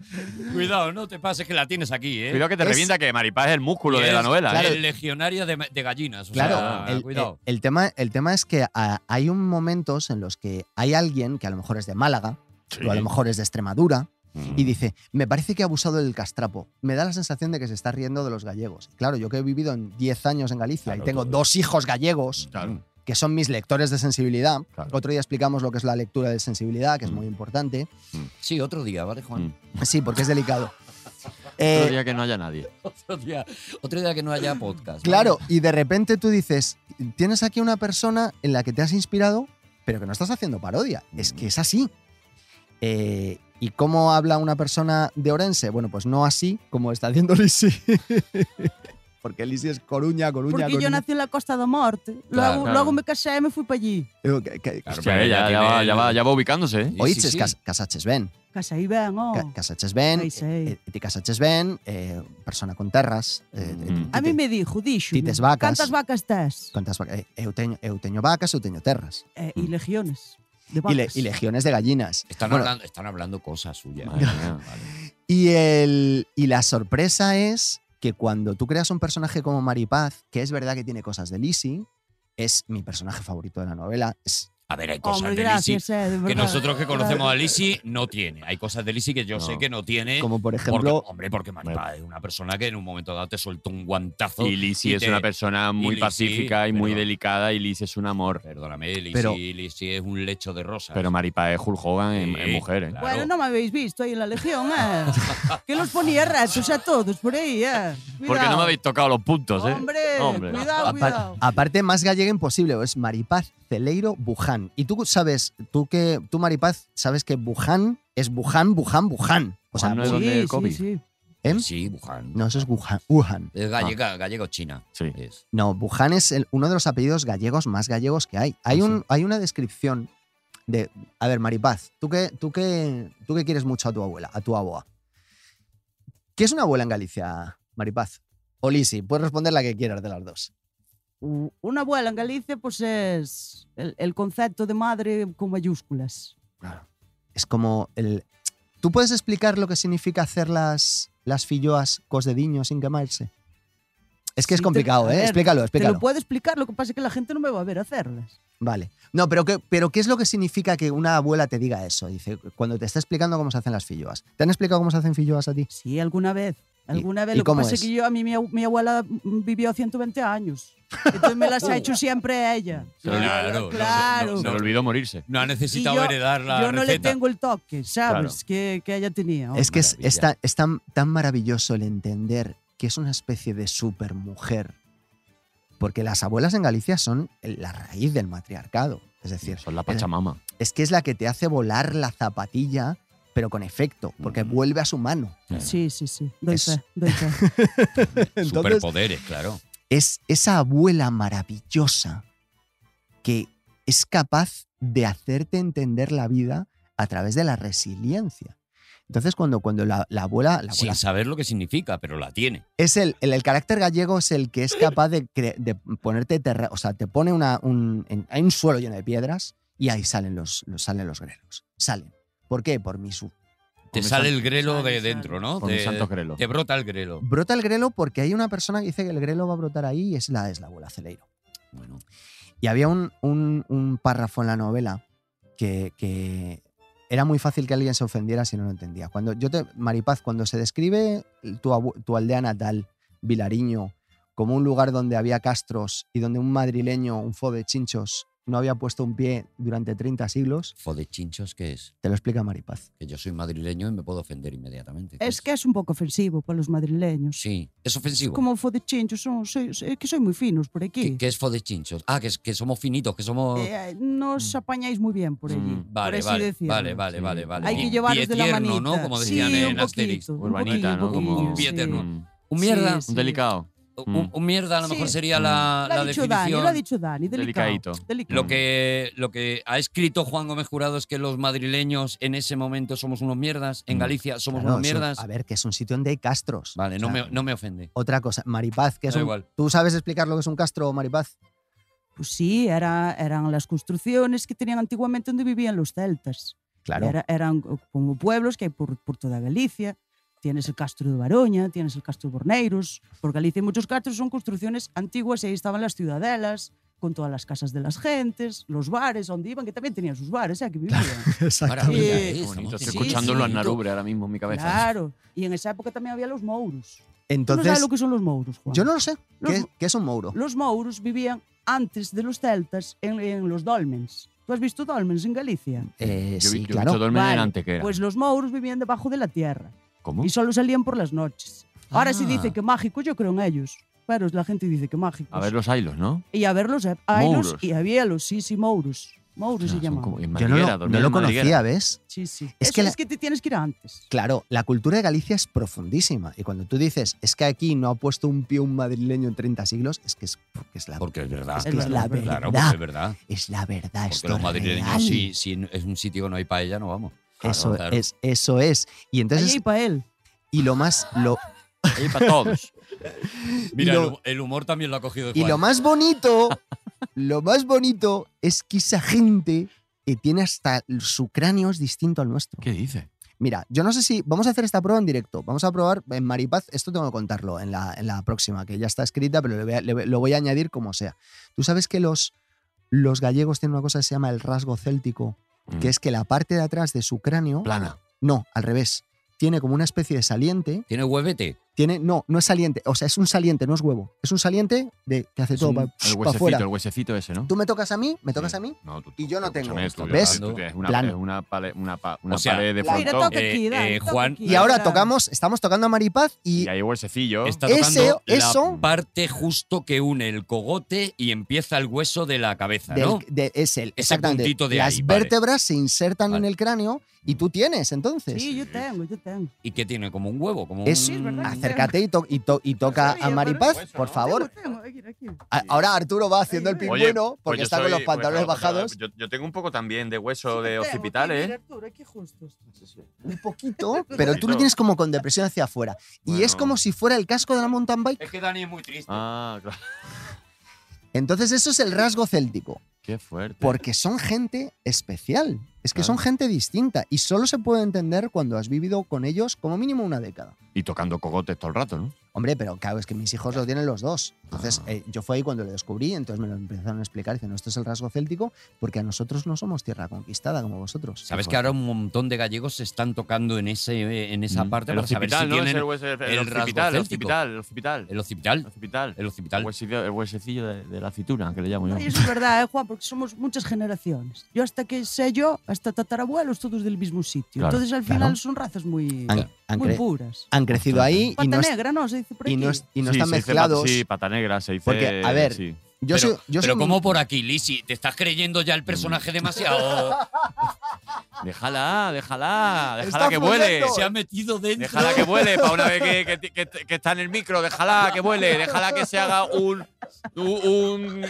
Cuidado, no te pases que la tienes aquí, ¿eh?
Cuidado que te
Es-
revienta que Maripaz es el músculo
Que
de la
es
novela. ¿eh?
El legionario de, de gallinas. o
Claro,
sea,
el,
cuidado.
el- el tema, el tema es que ah, hay un momentos en los que hay alguien que a lo mejor es de Málaga, o a lo mejor es de Extremadura,
Mm.
y dice, me parece que ha abusado del castrapo. Me da la sensación de que se está riendo de los gallegos. Y Claro, yo que he vivido en 10 años en Galicia
Claro,
y tengo
todo.
dos hijos gallegos,
Claro.
que son mis lectores de sensibilidad.
Claro.
Otro día explicamos lo que es la lectura de sensibilidad, que es
Mm.
muy importante.
Sí, otro día, ¿vale, Juan?
Mm.
Sí, porque es delicado.
Otro
Eh,
día que no haya nadie.
Otro día, otro día que no haya podcast. ¿vale?
Claro, y de repente tú dices, tienes aquí una persona en la que te has inspirado, pero que no estás haciendo parodia. Es
Mm.
que es así. Eh, ¿Y cómo habla una persona de Orense? Bueno, pues no así como está haciendo Lisi. [LAUGHS] Porque Lisi es Coruña, Coruña,
Porque yo
Coruña.
nací en la Costa da Morte, luego,
Claro, claro.
luego me casé y me fui para allí.
Eh, que- que-
Claro,
Hostia,
pero
ya,
ella
ya
tiene
va,
el-
ya va- ya va ubicándose, ¿eh?
Sí,
Oíches,
sí, sí.
cas- casaches ben.
Casa ahí ben, oh.
Ca- Casaches ben.
Ai, sei.
eh, Ti casaches ben, eh, persona con terras. eh,
Mm.
A mí me dijo, dixo,
Tites vacas.
cantas vacas tes?
Contas, vaca- eh, eu, teño, eu teño vacas, eu teño terras.
Eh, e legiones de
mm. Y, le-
vacas.
y legiones de gallinas.
Están,
Bueno,
hablando, están hablando cosas suyas.
Madre mía.
Vale.
Y, el, y la sorpresa es que cuando tú creas un personaje como Maripaz, que es verdad que tiene cosas de Lisi, es mi personaje favorito de la novela. Es,
A ver, hay cosas
Hombre,
de Lisi
gracias, eh, de
que
verdad.
nosotros que conocemos a Lisi no tiene. Hay cosas de Lisi que yo
No.
sé que no
¿Eh?
tiene.
como por
porque,
ejemplo,
hombre, porque Maripaz es una persona que en un momento dado te soltó un
Oh.
guantazo.
Oh, Y Lisi
Y
es
te-
una persona muy
Lisi,
pacífica y muy
pero-
delicada y Lisi es un amor.
Perdóname, Lisi,
Pero-
Lisi es un lecho de rosas.
Pero Maripaz es Hulk Hogan en, en
Sí,
mujer, ¿eh?
claro.
Bueno, no me habéis visto ahí en la legión, eh. que los ponía retos a todos por ahí, eh. Cuidado.
Porque no me habéis tocado los puntos, ¿eh?
Hombre,
Hombre.
cuidado,
apar-
cuidado.
aparte más gallega imposible, es Maripaz Celeiro Buján. Y tú sabes, tú que tú Maripaz sabes que Buján es Buján, Buján, Buján. O sea,
Buján no es
Sí,
Bu-
donde el
sí,
COVID.
sí.
¿eh?
Sí, Wuhan.
no eso es Wuhan. Wuhan.
Es
Ah.
gallega, gallego-china.
Sí.
Es.
No, Buján es el- uno de los apellidos gallegos más gallegos que hay. Hay,
Ah,
un, hay una descripción de. A ver, Maripaz, tú que, tú, que, tú que quieres mucho a tu abuela, a tu aboa. ¿Qué es una abuela en Galicia, Maripaz? O Lisi, puedes responder la que quieras de las dos.
U- Una abuela en Galicia, pues es el, el concepto de madre con mayúsculas.
Es como el. ¿Tú puedes explicar lo que significa hacer las, las filloas cos dediño sin quemarse? Es que es
Sí, te-
complicado,
a
¿eh?
ver,
explícalo,
Te
explícalo.
lo puedo explicar, lo que pasa es que la gente no me va a ver hacerlas.
Vale. No, pero ¿qué, pero ¿qué es lo que significa que una abuela te diga eso? Dice, cuando te está explicando cómo se hacen las filloas. ¿Te han explicado cómo se hacen filloas a ti?
Sí, alguna vez. Alguna vez
y
lo que
cómo
pasa
es?
es que yo, a mí mi, abu- mi abuela mm, vivió 120 años. Entonces
[LAUGHS]
me
Uh.
las ha hecho siempre ella.
Claro, claro,
claro.
Se le olvidó morirse.
No ha necesitado
Y yo-
heredar la
yo no le
receta.
tengo el toque, ¿sabes? Que, que ella tenía.
es que es,
maravilla.
es tan, es tan- tan maravilloso el entender que es una especie de supermujer. Porque las abuelas en Galicia son la raíz del matriarcado. Es decir,
Son la Pachamama.
es que es la que te hace volar la zapatilla, pero con efecto,
Mm.
porque
Ujú.
vuelve a su
[LAUGHS]
mano.
Sí, sí, sí. Doy
Es-
fe, doy fe.
[LAUGHS] Entonces,
Superpoderes, claro.
es esa abuela maravillosa que es capaz de hacerte entender la vida a través de la resiliencia. Entonces, cuando, cuando la, la abuela, la abuela
Sin saber lo que significa, pero la tiene.
es el, el, el carácter gallego es el que es capaz de, cre- de ponerte terra- o sea, te pone una, un, en- hay un suelo lleno de piedras y ahí salen los, los- salen los grelos. Salen. ¿Por qué? Por mi su.
Te
mis
sale
san-
el grelo
sale,
de
sale.
dentro, ¿no?
Por
Te-
mis santos grelos.
Te brota el grelo.
Brota el grelo porque hay una persona que dice que el grelo va a brotar ahí y es la, es la abuela Celeiro.
Bueno,
Y había un, un- un párrafo en la novela que, que era muy fácil que alguien se ofendiera si no lo entendía. Cuando yo te, Maripaz, cuando se describe tu, abu- tu aldea natal, Vilariño, como un lugar donde había castros y donde un madrileño, un fo de chinchos, no había puesto un pie durante 30 siglos,
Fodechinchos, ¿qué es?
te lo explica Maripaz.
Que yo soy madrileño y me puedo ofender inmediatamente.
Es que es un pouco ofensivo para los madrileños.
Sí, es ofensivo.
Como fue de chincho, son, soy, soy- que soy muy finos por
¿Qué,
aquí.
qué es fodechinchos? Ah, que, es- que somos finitos, que somos...
Eh, no
Mm.
os apañáis muy bien por allí.
Mm,
Vale,
por así
vale,
decirlo.
vale, vale, vale, vale.
Hay
Un
que llevaros de la
pie tierno,
manita.
¿no? Como decían
sí, un
en Asterix.
poquito, un
Urbanita,
poquillo,
¿no?
un
Como
poquillo,
Un pie
sí.
tierno.
Mm.
Un mierda,
Sí,
Un delicado.
un, un mierda a lo
Sí.
mejor sería la,
Lo
la
ha dicho Dani,
definición.
lo ha dicho Dani, delicado.
Delicadito.
delicado.
Lo que, lo que ha escrito Juan Gómez Jurado es que los madrileños en ese momento somos unos mierdas, en
Mm.
Galicia somos
Claro,
unos
es un-
mierdas.
a ver, que es un sitio donde hay castros.
Vale,
O
no
sea,
me, no me ofende.
Otra cosa, Maripaz, que es
Da
un-
igual.
¿Tú sabes explicar lo que es un castro, Maripaz?
Pues sí, era, eran las construcciones que tenían antiguamente donde vivían los celtas.
[LAUGHS] Claro.
Era- eran como pueblos que hay por, por toda Galicia. Tienes el Castro de Baroña, tienes el Castro de Borneiros. Por Galicia hay muchos castros, son construcciones antiguas y ahí estaban las ciudadelas, con todas las casas de las gentes, los bares donde iban, que también tenían sus bares, ¿eh? que
[LAUGHS]
vivían.
Maravilla,
Sí.
¿eh?
Qué
Estamos
bonito. Estoy
sí,
escuchando
sí,
los
sí.
Narubre ahora mismo en mi cabeza.
Claro. Y en esa época también había los mouros. ¿Tú no
Entonces,
sabes lo que son los mouros, Juan?
yo no lo sé.
Los-
¿Qué, qué es un mouro?
Los mouros vivían antes de los celtas en, en los dolmens. ¿Tú has visto dolmens en Galicia?
Eh,
Yo,
sí,
vi- yo he
claro.
visto dormir en
Vale,
Antequera.
Pues los mouros vivían debajo de la tierra.
¿Cómo?
y solo salían por las noches. Ahora sí
Ah.
dice que mágico, yo creo en ellos. Pero la gente dice que mágicos.
A ver los ailos, ¿no?
Y a verlos, eh, a ellos
Mouros.
y habíalos, sí, sí, mouros. Mouros
Ah,
se
son
llaman.
como- en
Yo no lo- no
madriguera,
lo,
dormían en madriguera.
conocía, ¿ves?
Sí, sí.
Es
Es,
que
que
la-
es que te tienes que ir antes.
Claro, la cultura de Galicia es profundísima. Y cuando tú dices, es que aquí no ha puesto un pie un madrileño en 30 siglos, es que es, porque es la,
Porque es verdad.
es que
es
claro,
la
Claro,
verdad.
porque es verdad.
es la verdad.
Porque
esto
los
es
madrileños,
real.
si, si no- es un sitio que no hay paella, no vamos.
eso,
claro.
Es, eso es. Y entonces,
Allí para él.
y lo más, lo,
Ahí para
[LAUGHS]
todos.
Mira,
Lo-
el, hu- el humor también lo ha cogido de
y
Juan.
lo más
[LAUGHS]
bonito, lo más bonito es que esa gente que tiene hasta su cráneo es distinto al nuestro.
¿Qué dice?
Mira, yo no sé si vamos a hacer esta prueba en directo. Vamos a probar en Maripaz. Esto tengo que contarlo en la, en la próxima, que ya está escrita, pero le voy a- le voy- lo voy a añadir como sea. Tú sabes que los, los gallegos tienen una cosa que se llama el rasgo céltico,
Mm.
que es que la parte de atrás de su cráneo,
plana.
no, al revés, tiene como una especie de saliente.
Tiene huevete.
Tiene, no, no es saliente. O sea, es un saliente, no es huevo. Es un saliente de que hace
Es
todo
un-
para
el
afuera.
huesecito, el huesecito ese, ¿no?
Tú me tocas a mí, me tocas
Sí.
a mí.
No, tú-
Y yo no
escúchame,
tengo
tú
esto,
ya
¿ves?
sabes, tú tienes una,
Plano.
es una, pale- una, pa- una
O sea,
pared de
la-
Mira,
frontón
toca
Eh,
aquí, Dani,
eh,
toca
Juan,
aquí.
Y ahora
Claro.
tocamos, estamos tocando a Maripaz y
y hay huesecillo.
Está
Ese-
tocando la
eso-
parte justo que une el cogote y empieza el hueso de la cabeza,
del-
¿no?
de- es el,
Ese
exactamente.
puntito de
las
ahí, vale.
vértebras se insertan en
Vale.
el cráneo y tú tienes, entonces.
Sí, yo tengo, yo tengo.
Y que tiene como un huevo, como
Es-
un-
Sí, es verdad.
Acércate y, to- y to- y toca
sabía,
a
pero-
Maripaz,
Hueso,
por
¿no?
favor.
Tengo, tengo, aquí, aquí.
A- Ahora Arturo va haciendo el
Oye,
pingüino
pues
porque
yo
está con
soy-
los pantalones
pues, claro,
bajados.
Yo, yo tengo un poco también de hueso
Sí,
de
tengo, aquí,
occipital,
mira,
¿eh?
Arturo, aquí justo.
Un poquito, pero tú lo
Poquito.
tienes como con depresión hacia afuera. Y es
Bueno.
como si fuera el casco de la mountain bike.
Es que Dani es muy triste.
Ah, claro.
Entonces eso es el rasgo céltico,
Qué fuerte.
porque son gente especial. Es que son gente distinta y solo se puede entender cuando has vivido con ellos como mínimo una década.
Y tocando cogotes todo el rato, ¿no?
Hombre, pero claro, es que mis hijos lo tienen los dos. Entonces,
Ah.
eh, yo fue ahí cuando lo descubrí, entonces me lo empezaron a explicar. Dicen, no, esto es el rasgo céltico porque a nosotros no somos tierra conquistada como vosotros. Pues
Sabes que ahora un montón de gallegos se están tocando en, ese, eh, en esa
Mm.
parte
El
para saber si
occipital, ¿no? Es
tienen
el, hues- el, el
el
occipital, el
rasgo céltico.
occipital, el occipital.
el
El
occipital.
occipital.
El occipital.
El huesecillo, el huesecillo de, de la aceituna, que le llamo yo.
Ay, eso es verdad, eh, Juan, porque somos muchas generaciones. Yo hasta que sé yo, hasta tatarabuelos, todos del mismo sitio.
Claro,
Entonces al final
claro.
son razas muy,
Han, han
muy
cre-
puras.
han crecido ahí y
Pata
no, es-
negra, ¿no? Se dice por
y no
aquí.
es- y no
Sí,
están
se dice pat-
mezclados.
Sí, pata negra, se dice.
Porque, a ver,
sí.
Yo
pero,
soy- yo
pero
soy
¿cómo
un-
por aquí, Lisi? ¿Te estás creyendo ya el personaje demasiado?
Déjala, déjala, déjala
Está
[LAUGHS] que vuele.
fluyendo.
Se ha metido dentro.
Déjala que vuele, para una vez que, que- que- que está en el micro, déjala que vuele, déjala que se haga un, un, un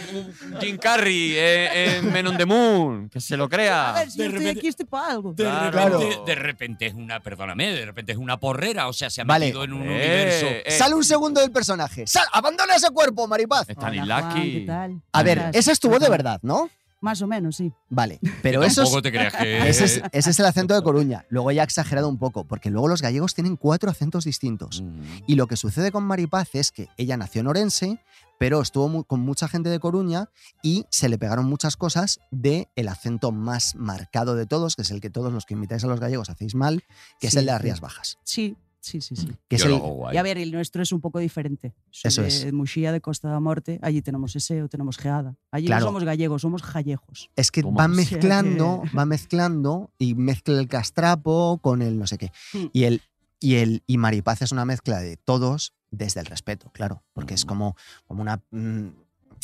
Jim Carrey eh, en, en Men on the Moon, que se lo
A
crea.
ver, si yo estoy
repente-
aquí, estoy para algo.
De
Claro.
repente, de repente es una, perdóname, de repente es una porrera, o sea, se ha
Vale.
metido en un
Eh,
universo.
eh,
Sale un segundo del personaje. ¡Sal! ¡Abandona ese cuerpo, maripaz!
Eh,
Está ni
Hola, Juan,
lucky.
¿qué tal?
A ver,
Gracias.
esa es tu voz de verdad, ¿no?
Más o menos, sí.
Vale. Pero eso es,
Tampoco te creas que.
ese,
Eh.
es, ese es el acento de Coruña. Luego ya he exagerado un poco, porque luego los gallegos tienen cuatro acentos distintos.
Mm.
Y lo que sucede con Maripaz es que ella nació en Orense, pero estuvo mu- con mucha gente de Coruña y se le pegaron muchas cosas de el acento más marcado de todos, que es el que todos los que invitáis a los gallegos hacéis mal, que es
Sí,
el de las
sí.
Rías Bajas.
Sí, sí, sí, sí.
Que es
Yo lo
el,
hago guay.
Y a ver, el nuestro es un poco diferente. Soy
Eso
de
es.
Muxía, de Costa da Morte. Allí tenemos Eseo, tenemos Geada. Allí
Claro.
no somos gallegos, somos jallejos.
Es que va
Toma.
O sea que-
mezclando,
[LAUGHS]
va mezclando y mezcla el castrapo con el no sé qué.
Mm.
Sí.
Y el y el y Maripaz es una mezcla de todos desde el respeto, claro, porque es como como una mm,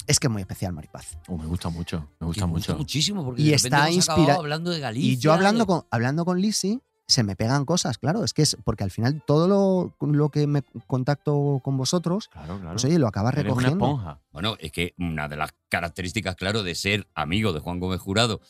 es que es muy especial Maripaz.
Oh, me gusta mucho, me
Que
gusta mucho.
muchísimo porque
Y
de repente
está
hemos
inspira-
acabado hablando de Galicia.
Y yo hablando
de-
con hablando con Lisi se me pegan cosas, claro, es que es porque al final todo lo, lo que me contacto con vosotros,
Claro, claro.
pues oye, lo acabas
Eres una
recogiendo.
esponja.
Bueno, es que una de las características, claro, de ser amigo de Juan Gómez Jurado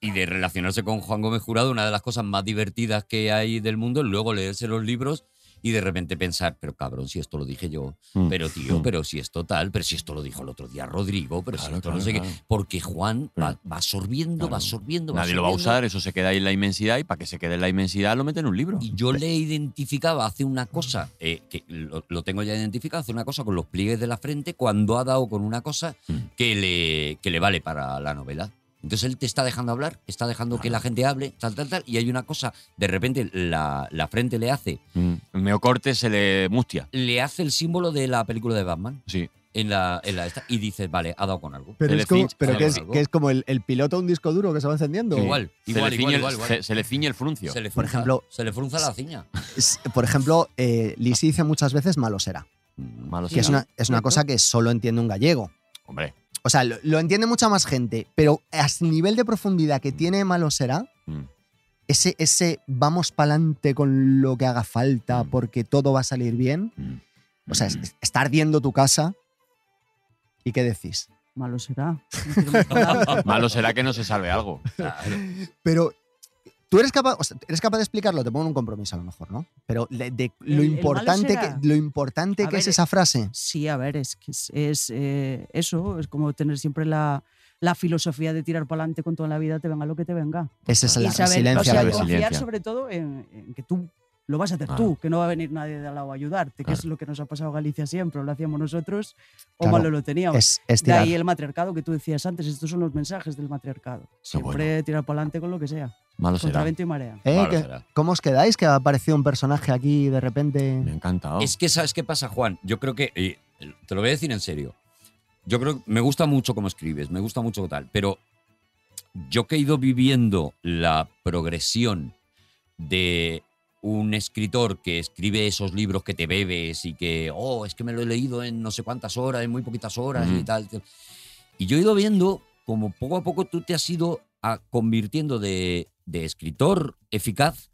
y de relacionarse con Juan Gómez Jurado, una de las cosas más divertidas que hay del mundo es luego leerse los libros y de repente pensar, pero cabrón, si esto lo dije yo,
Mm.
pero tío,
Mm.
pero si esto tal, pero si esto lo dijo el otro día Rodrigo, pero si
Claro,
esto
claro,
no sé
claro.
qué. Porque Juan va,
Claro.
va absorbiendo,
Claro.
va absorbiendo, va
Nadie lo va a
absorbiendo.
usar, eso se queda ahí en la inmensidad y para que se quede en la inmensidad lo mete en un libro.
Y yo le identificaba hace una
Mm.
cosa, eh, que lo, lo tengo ya identificado, hace una cosa con los pliegues de la frente cuando ha dado con una cosa
Mm.
que le, que le vale para la novela. Entonces él te está dejando hablar, está dejando que
Claro.
la gente hable, tal, tal, tal, y hay una cosa, de repente la, la frente le hace,
Mm. El meocorte se le mustia.
le hace el símbolo de la película de Batman
Sí.
en la, en la esta, y dices, vale, ha dado con algo.
Pero es como,
Telecinco,
pero que, es,
algo.
que es como el, el piloto a un disco duro que se va encendiendo.
Igual,
Se
igual,
le
igual,
ciñe
igual,
el-
igual.
se- se le ciñe el fruncio.
Se le
Por
frunza-
ejemplo,
se le frunza la ciña.
Es- Por ejemplo, eh, Lisi dice muchas veces malo será.
Mm, Malo
que es
será.
una, es una cosa que solo entiende un gallego.
Hombre,
O sea, lo, lo entiende mucha más gente, pero a ese nivel de profundidad que tiene Malo será,
Mm.
ese, ese vamos pa'lante con lo que haga falta
Mm.
porque todo va a salir bien.
Mm.
O sea, es- es- está ardiendo tu casa. ¿Y qué decís?
Malo será.
[LAUGHS]
No quiero más
[LAUGHS]
palabras.
malo será que no se salve algo.
Pero tú eres capaz, o sea, eres capaz de explicarlo, te pongo en un compromiso a lo mejor, ¿no? Pero de, de
El-
lo,
el malo
importante que,
será.
lo importante
A
que es
ver,
esa frase.
Sí, a ver, es que es, es, eh, eso, es como tener siempre la, la filosofía de tirar para adelante con toda la vida, te venga lo que te venga.
Esa es
y
la
saber,
resiliencia.
o sea,
la
gallega.
resiliencia.
confiar sobre todo en, en que tú lo vas a hacer
Claro.
tú, que no va a venir nadie de al lado a ayudarte, que es
Ah. Claro.
lo que nos ha pasado a Galicia siempre, o lo hacíamos nosotros o
Claro,
malo lo teníamos.
es, es
de
tirar.
ahí el matriarcado que tú decías antes, estos son los mensajes del matriarcado. Siempre tirar para adelante con lo que sea,
Malo
contra
será.
viento y marea.
¿Eh?
Malo
¿Qué-
será.
¿Cómo os quedáis? Que ha aparecido un personaje aquí de repente.
Me ha encantado.
Es que, ¿sabes qué pasa, Juan? Yo creo que, eh, te lo voy a decir en serio, yo creo que me gusta mucho cómo escribes, me gusta mucho tal, pero yo que he ido viviendo la progresión de un escritor que escribe esos libros que te bebes y que, oh, es que me lo he leído en no sé cuántas horas, en muy poquitas horas y
Ujú.
tal. tal. Y yo he ido viendo como poco a poco tú te has ido a- convirtiendo de, de escritor eficaz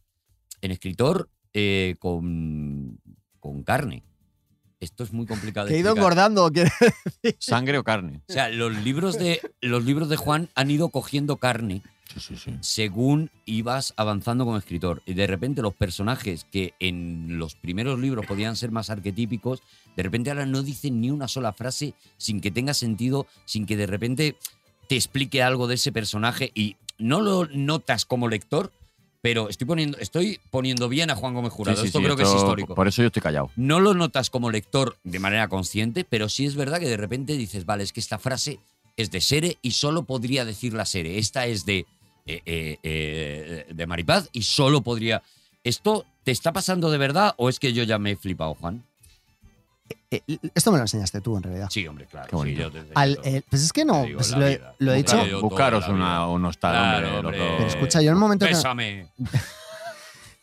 en escritor eh, con, con carne. Esto es muy complicado. de
Que he ido
explicar.
engordando. que-
¿Sangre o carne?
O sea, los libros, de, los libros de Juan han ido cogiendo carne
Sí, sí, sí.
según ibas avanzando como escritor. Y de repente los personajes que en los primeros libros podían ser más arquetípicos, de repente ahora no dicen ni una sola frase sin que tenga sentido, sin que de repente te explique algo de ese personaje. Y no lo notas como lector, pero estoy poniendo, estoy poniendo bien a Juan Gómez Jurado.
Sí, sí,
esto
sí,
creo que
esto-
es histórico.
Por eso yo estoy callado.
No lo notas como lector de manera consciente, pero sí es verdad que de repente dices, vale, es que esta frase es de Sere y solo podría decir la Sere. Esta es de, eh, eh, eh, de Maripaz y solo podría... ¿Esto te está pasando de verdad o es que yo ya me he flipado, Juan?
Eh, esto me lo enseñaste tú, en realidad.
Sí, hombre, claro.
Qué
sí,
bonito.
yo te enseño
Al-
todo.
eh, pues es que no,
Te digo,
pues
la
lo, he-
vida.
lo he dicho.
Claro, yo toda
Buscaros
la vida.
una, unos tal,
Claro,
hombre,
hombre.
loco.
Pero escucha, yo en el momento que-
Pésame.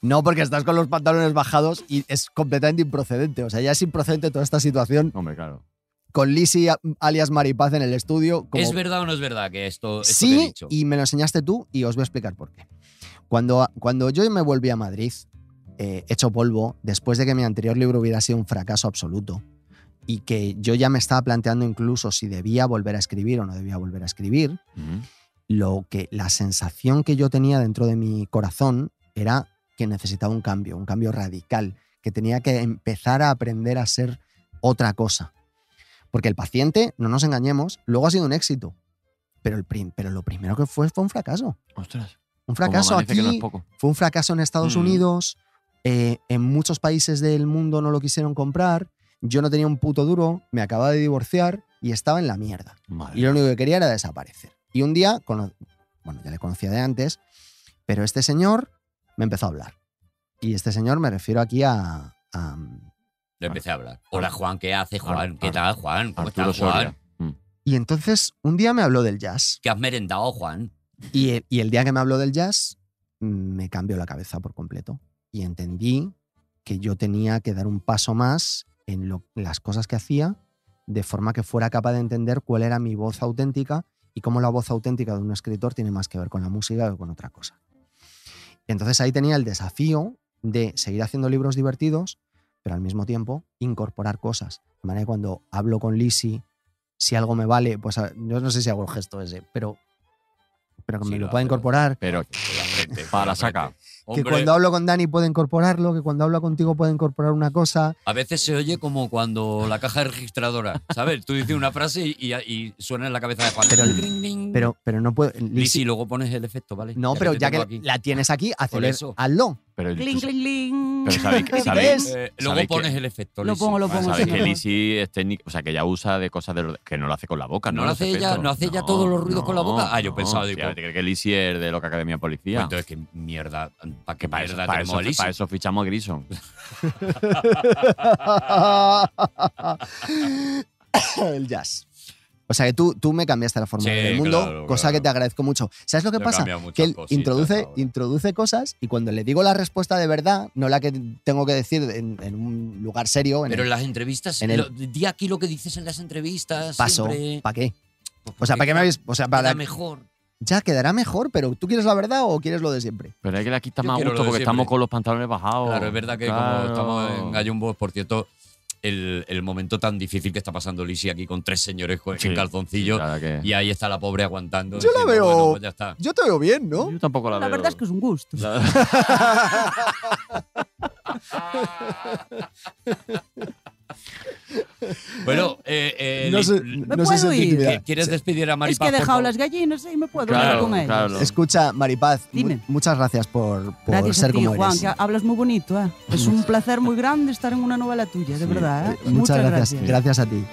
No, porque estás con los pantalones bajados y es completamente improcedente. O sea, ya es improcedente toda esta situación
Hombre, claro.
con Lisi a- alias Maripaz en el estudio. Como
¿Es verdad o no es verdad que esto, esto que he
sí,
dicho?
y me lo enseñaste tú y os voy a explicar por qué. Cuando, cuando yo me volví a Madrid, eh, hecho polvo, después de que mi anterior libro hubiera sido un fracaso absoluto y que yo ya me estaba planteando incluso si debía volver a escribir o no debía volver a escribir,
Ujú.
lo que la sensación que yo tenía dentro de mi corazón era que necesitaba un cambio, un cambio radical, que tenía que empezar a aprender a ser otra cosa. Porque el paciente, no nos engañemos, luego ha sido un éxito. Pero, el prim- pero lo primero que fue fue un fracaso.
Ostras.
Un
como
fracaso
amanece
aquí,
que no es poco.
fue un fracaso en Estados
Mm.
Unidos, eh, en muchos países del mundo no lo quisieron comprar, yo no tenía un puto duro, me acababa de divorciar y estaba en la mierda.
Madre.
Y lo único que quería era desaparecer. Y un día, cono- bueno, ya le conocía de antes, pero este señor me empezó a hablar. Y este señor me refiero aquí a... a-
Le empecé a hablar. Hola, Juan, ¿qué hace, Juan?
Ar-
¿Qué
Ar-
tal, Juan? ¿Cómo
Arturo
estás, Juan?
Soria. Mm.
y entonces un día me habló del jazz.
¿Qué has merendado, Juan?
Y el, y el día que me habló del jazz mm, me cambió la cabeza por completo. Y entendí que yo tenía que dar un paso más en lo- en las cosas que hacía, de forma que fuera capaz de entender cuál era mi voz auténtica y cómo la voz auténtica de un escritor tiene más que ver con la música que con otra cosa. Entonces ahí tenía el desafío de seguir haciendo libros divertidos, pero al mismo tiempo incorporar cosas. De manera que cuando hablo con Lisi, si algo me vale, pues a- yo no sé si hago el gesto ese, pero, pero que
Sí,
me
lo
lo pueda
hace.
incorporar
Pero
Con la frente, con
para
la
la saca.
frente.
que
Hombre,
cuando hablo con Dani puede incorporarlo, que cuando hablo contigo puede incorporar una cosa.
A veces se oye como cuando la caja registradora, ¿sabes? Tú dices una frase y, y- y suena en la cabeza de Juan.
Pero-
Ring, ring.
Pero, pero no puedo.
Y si luego pones el efecto, ¿vale?
no, pero
te
ya que
tengo aquí.
la tienes aquí, hazle,
eso.
hazlo.
[LAUGHS]
Pero,
Cling, cling, cling.
pero sabéis, que-
¿Ves?
sabéis,
Eh, luego
¿sabéis que-
pones el efecto.
Lo
Lisi.
pongo, lo
Bueno,
pongo,
sabes
sí,
que
no.
Lizzie es técnica, o sea, que ella usa de cosas de lo- que no lo hace con la boca, ¿no?
¿No lo
Los
hace ella-
efectos.
no hace ella todos los ruidos con la boca? Ah, yo pensaba,
Hostia,
digo-
¿Te crees que Lizzie es de Loca Academia
Pues
Policía?
entonces, qué mierda. ¿Para qué
que para eso,
mierda
para,
tenemos a
eso,
Lisi?
para eso fichamos a
[LAUGHS]
Grison.
el jazz. O sea que tú, tú me cambiaste la forma
Sí,
de ver el mundo,
claro,
cosa
claro.
que te agradezco mucho. ¿Sabes lo que
Yo he
pasa?
cambiado muchas
Que él
cositas
introduce,
ahora.
introduce cosas y cuando le digo la respuesta de verdad, no la que tengo que decir en, en un lugar serio, en
Pero en
el
las entrevistas,
en el-
lo- di aquí lo que dices en las entrevistas.
paso,
siempre, pues,
¿para qué?
porque
O sea, ¿para qué me habéis.? O sea, para,
queda mejor.
ya quedará mejor, pero ¿tú quieres la verdad o quieres lo de siempre?
Pero es que aquí está
Yo
más a
quiero
gusto
lo de
porque
siempre.
estamos con los pantalones bajados.
Claro, es verdad que
Oh, Claro.
como estamos en Gallumbos, por cierto, el, el momento tan difícil que está pasando Lisi aquí con tres señores co-
Sí,
en calzoncillo
sí, claro que-
y ahí está la pobre aguantando.
Yo la
diciendo,
veo-
"Bueno, pues ya está.
Yo te veo bien, ¿no?
Yo tampoco la,
La
veo.
verdad es que es un gusto.
Bueno, eh, eh,
No
Li-
sé,
Li-
no sé
puedo ir?
sentir
¿qué-
miedo.
¿quieres despedir a Maripaz?
Es que he dejado
por
las
favor?
gallinas y me puedo hablar
Claro,
con ellas.
claro.
Escucha, Maripaz, mu-
Dime.
muchas gracias por, por
Gracias
ser
a ti,
como
Juan,
eres.
que ah, hablas muy bonito. ¿eh?
[LAUGHS]
Es un placer muy grande estar en una novela tuya, de
Sí,
verdad. ¿eh?
Muchas, gracias. Gracias a ti.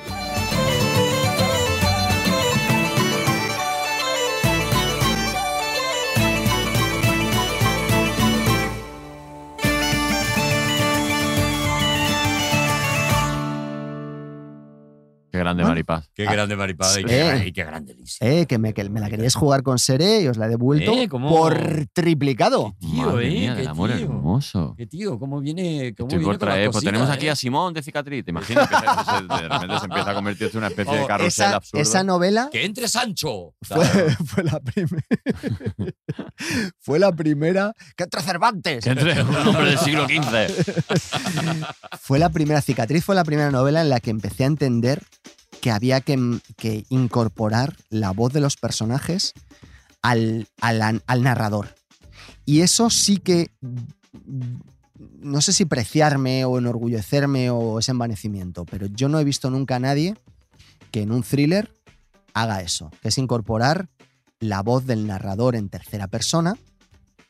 Qué grande
¿Ah?
Maripaz.
Qué grande Maripaz y,
Ah, Sí.
qué, y qué grande Lisi.
Eh, que me, que me la queríais jugar con Seré y os la he devuelto
Eh, ¿cómo?
por triplicado.
Tío,
Madre
eh,
mía,
qué
del amor
tío.
hermoso.
Que tío, cómo viene, cómo
Estoy por
viene con las
traer. Pues
cositas,
tenemos aquí
eh?
a Simón de cicatriz. ¿Te imaginas que se- se- de repente se empieza a convertir en una especie de
Oh,
carrusel
Esa,
absurdo?
esa novela
¡Que entre Sancho!
[LAUGHS] fue, [LAUGHS] fue la primera. [LAUGHS] fue la primera. ¡Que entre Cervantes!
Que [LAUGHS] entre un hombre del siglo XV.
Fue la primera cicatriz, fue la primera novela en la que empecé a entender que había que, mm, que incorporar la voz de los personajes al, al- al narrador. Y eso sí que, mm, no sé si preciarme o enorgullecerme o ese envanecimiento, pero yo no he visto nunca a nadie que en un thriller haga eso, que es incorporar la voz del narrador en tercera persona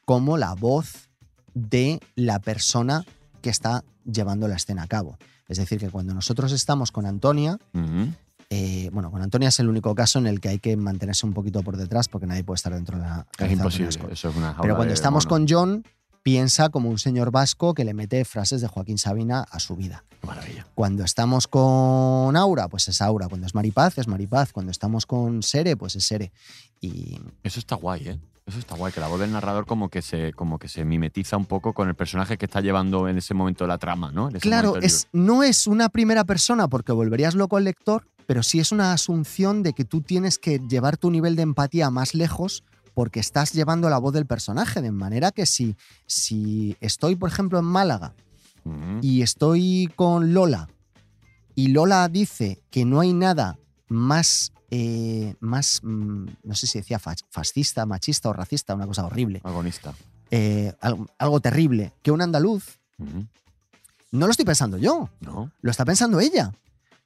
como la voz de la persona que está llevando la escena a cabo. Es decir, que cuando nosotros estamos con Antonia,
Ujú.
eh, bueno, con Antonia es el único caso en el que hay que mantenerse un poquito por detrás porque nadie puede estar dentro de la cabeza de
Es
un
imposible.
ascot.
Eso es una jaula
Pero cuando
de
estamos
mono.
con John, piensa como un señor vasco que le mete frases de Joaquín Sabina a su vida.
Maravilla.
Cuando estamos con Aura, pues es Aura. Cuando es Maripaz, es Maripaz. Cuando estamos con Sere, pues es Sere. Y
Eso está guay, ¿eh? Eso está guay, que la voz del narrador como que se, como que se mimetiza un poco con el personaje que está llevando en ese momento la trama, ¿no? En ese
claro,
momento del
es, no es una primera persona porque volverías loco al lector, pero sí es una asunción de que tú tienes que llevar tu nivel de empatía más lejos porque estás llevando la voz del personaje. De manera que si, si estoy, por ejemplo, en Málaga
libro. Ujú.
y estoy con Lola y Lola dice que no hay nada más, eh, más mm, no sé si decía fas- fascista, machista o racista, una cosa horrible,
Agonista.
eh, algo, algo terrible, que un andaluz,
Ujú.
no lo estoy pensando yo,
¿No?
lo está pensando ella.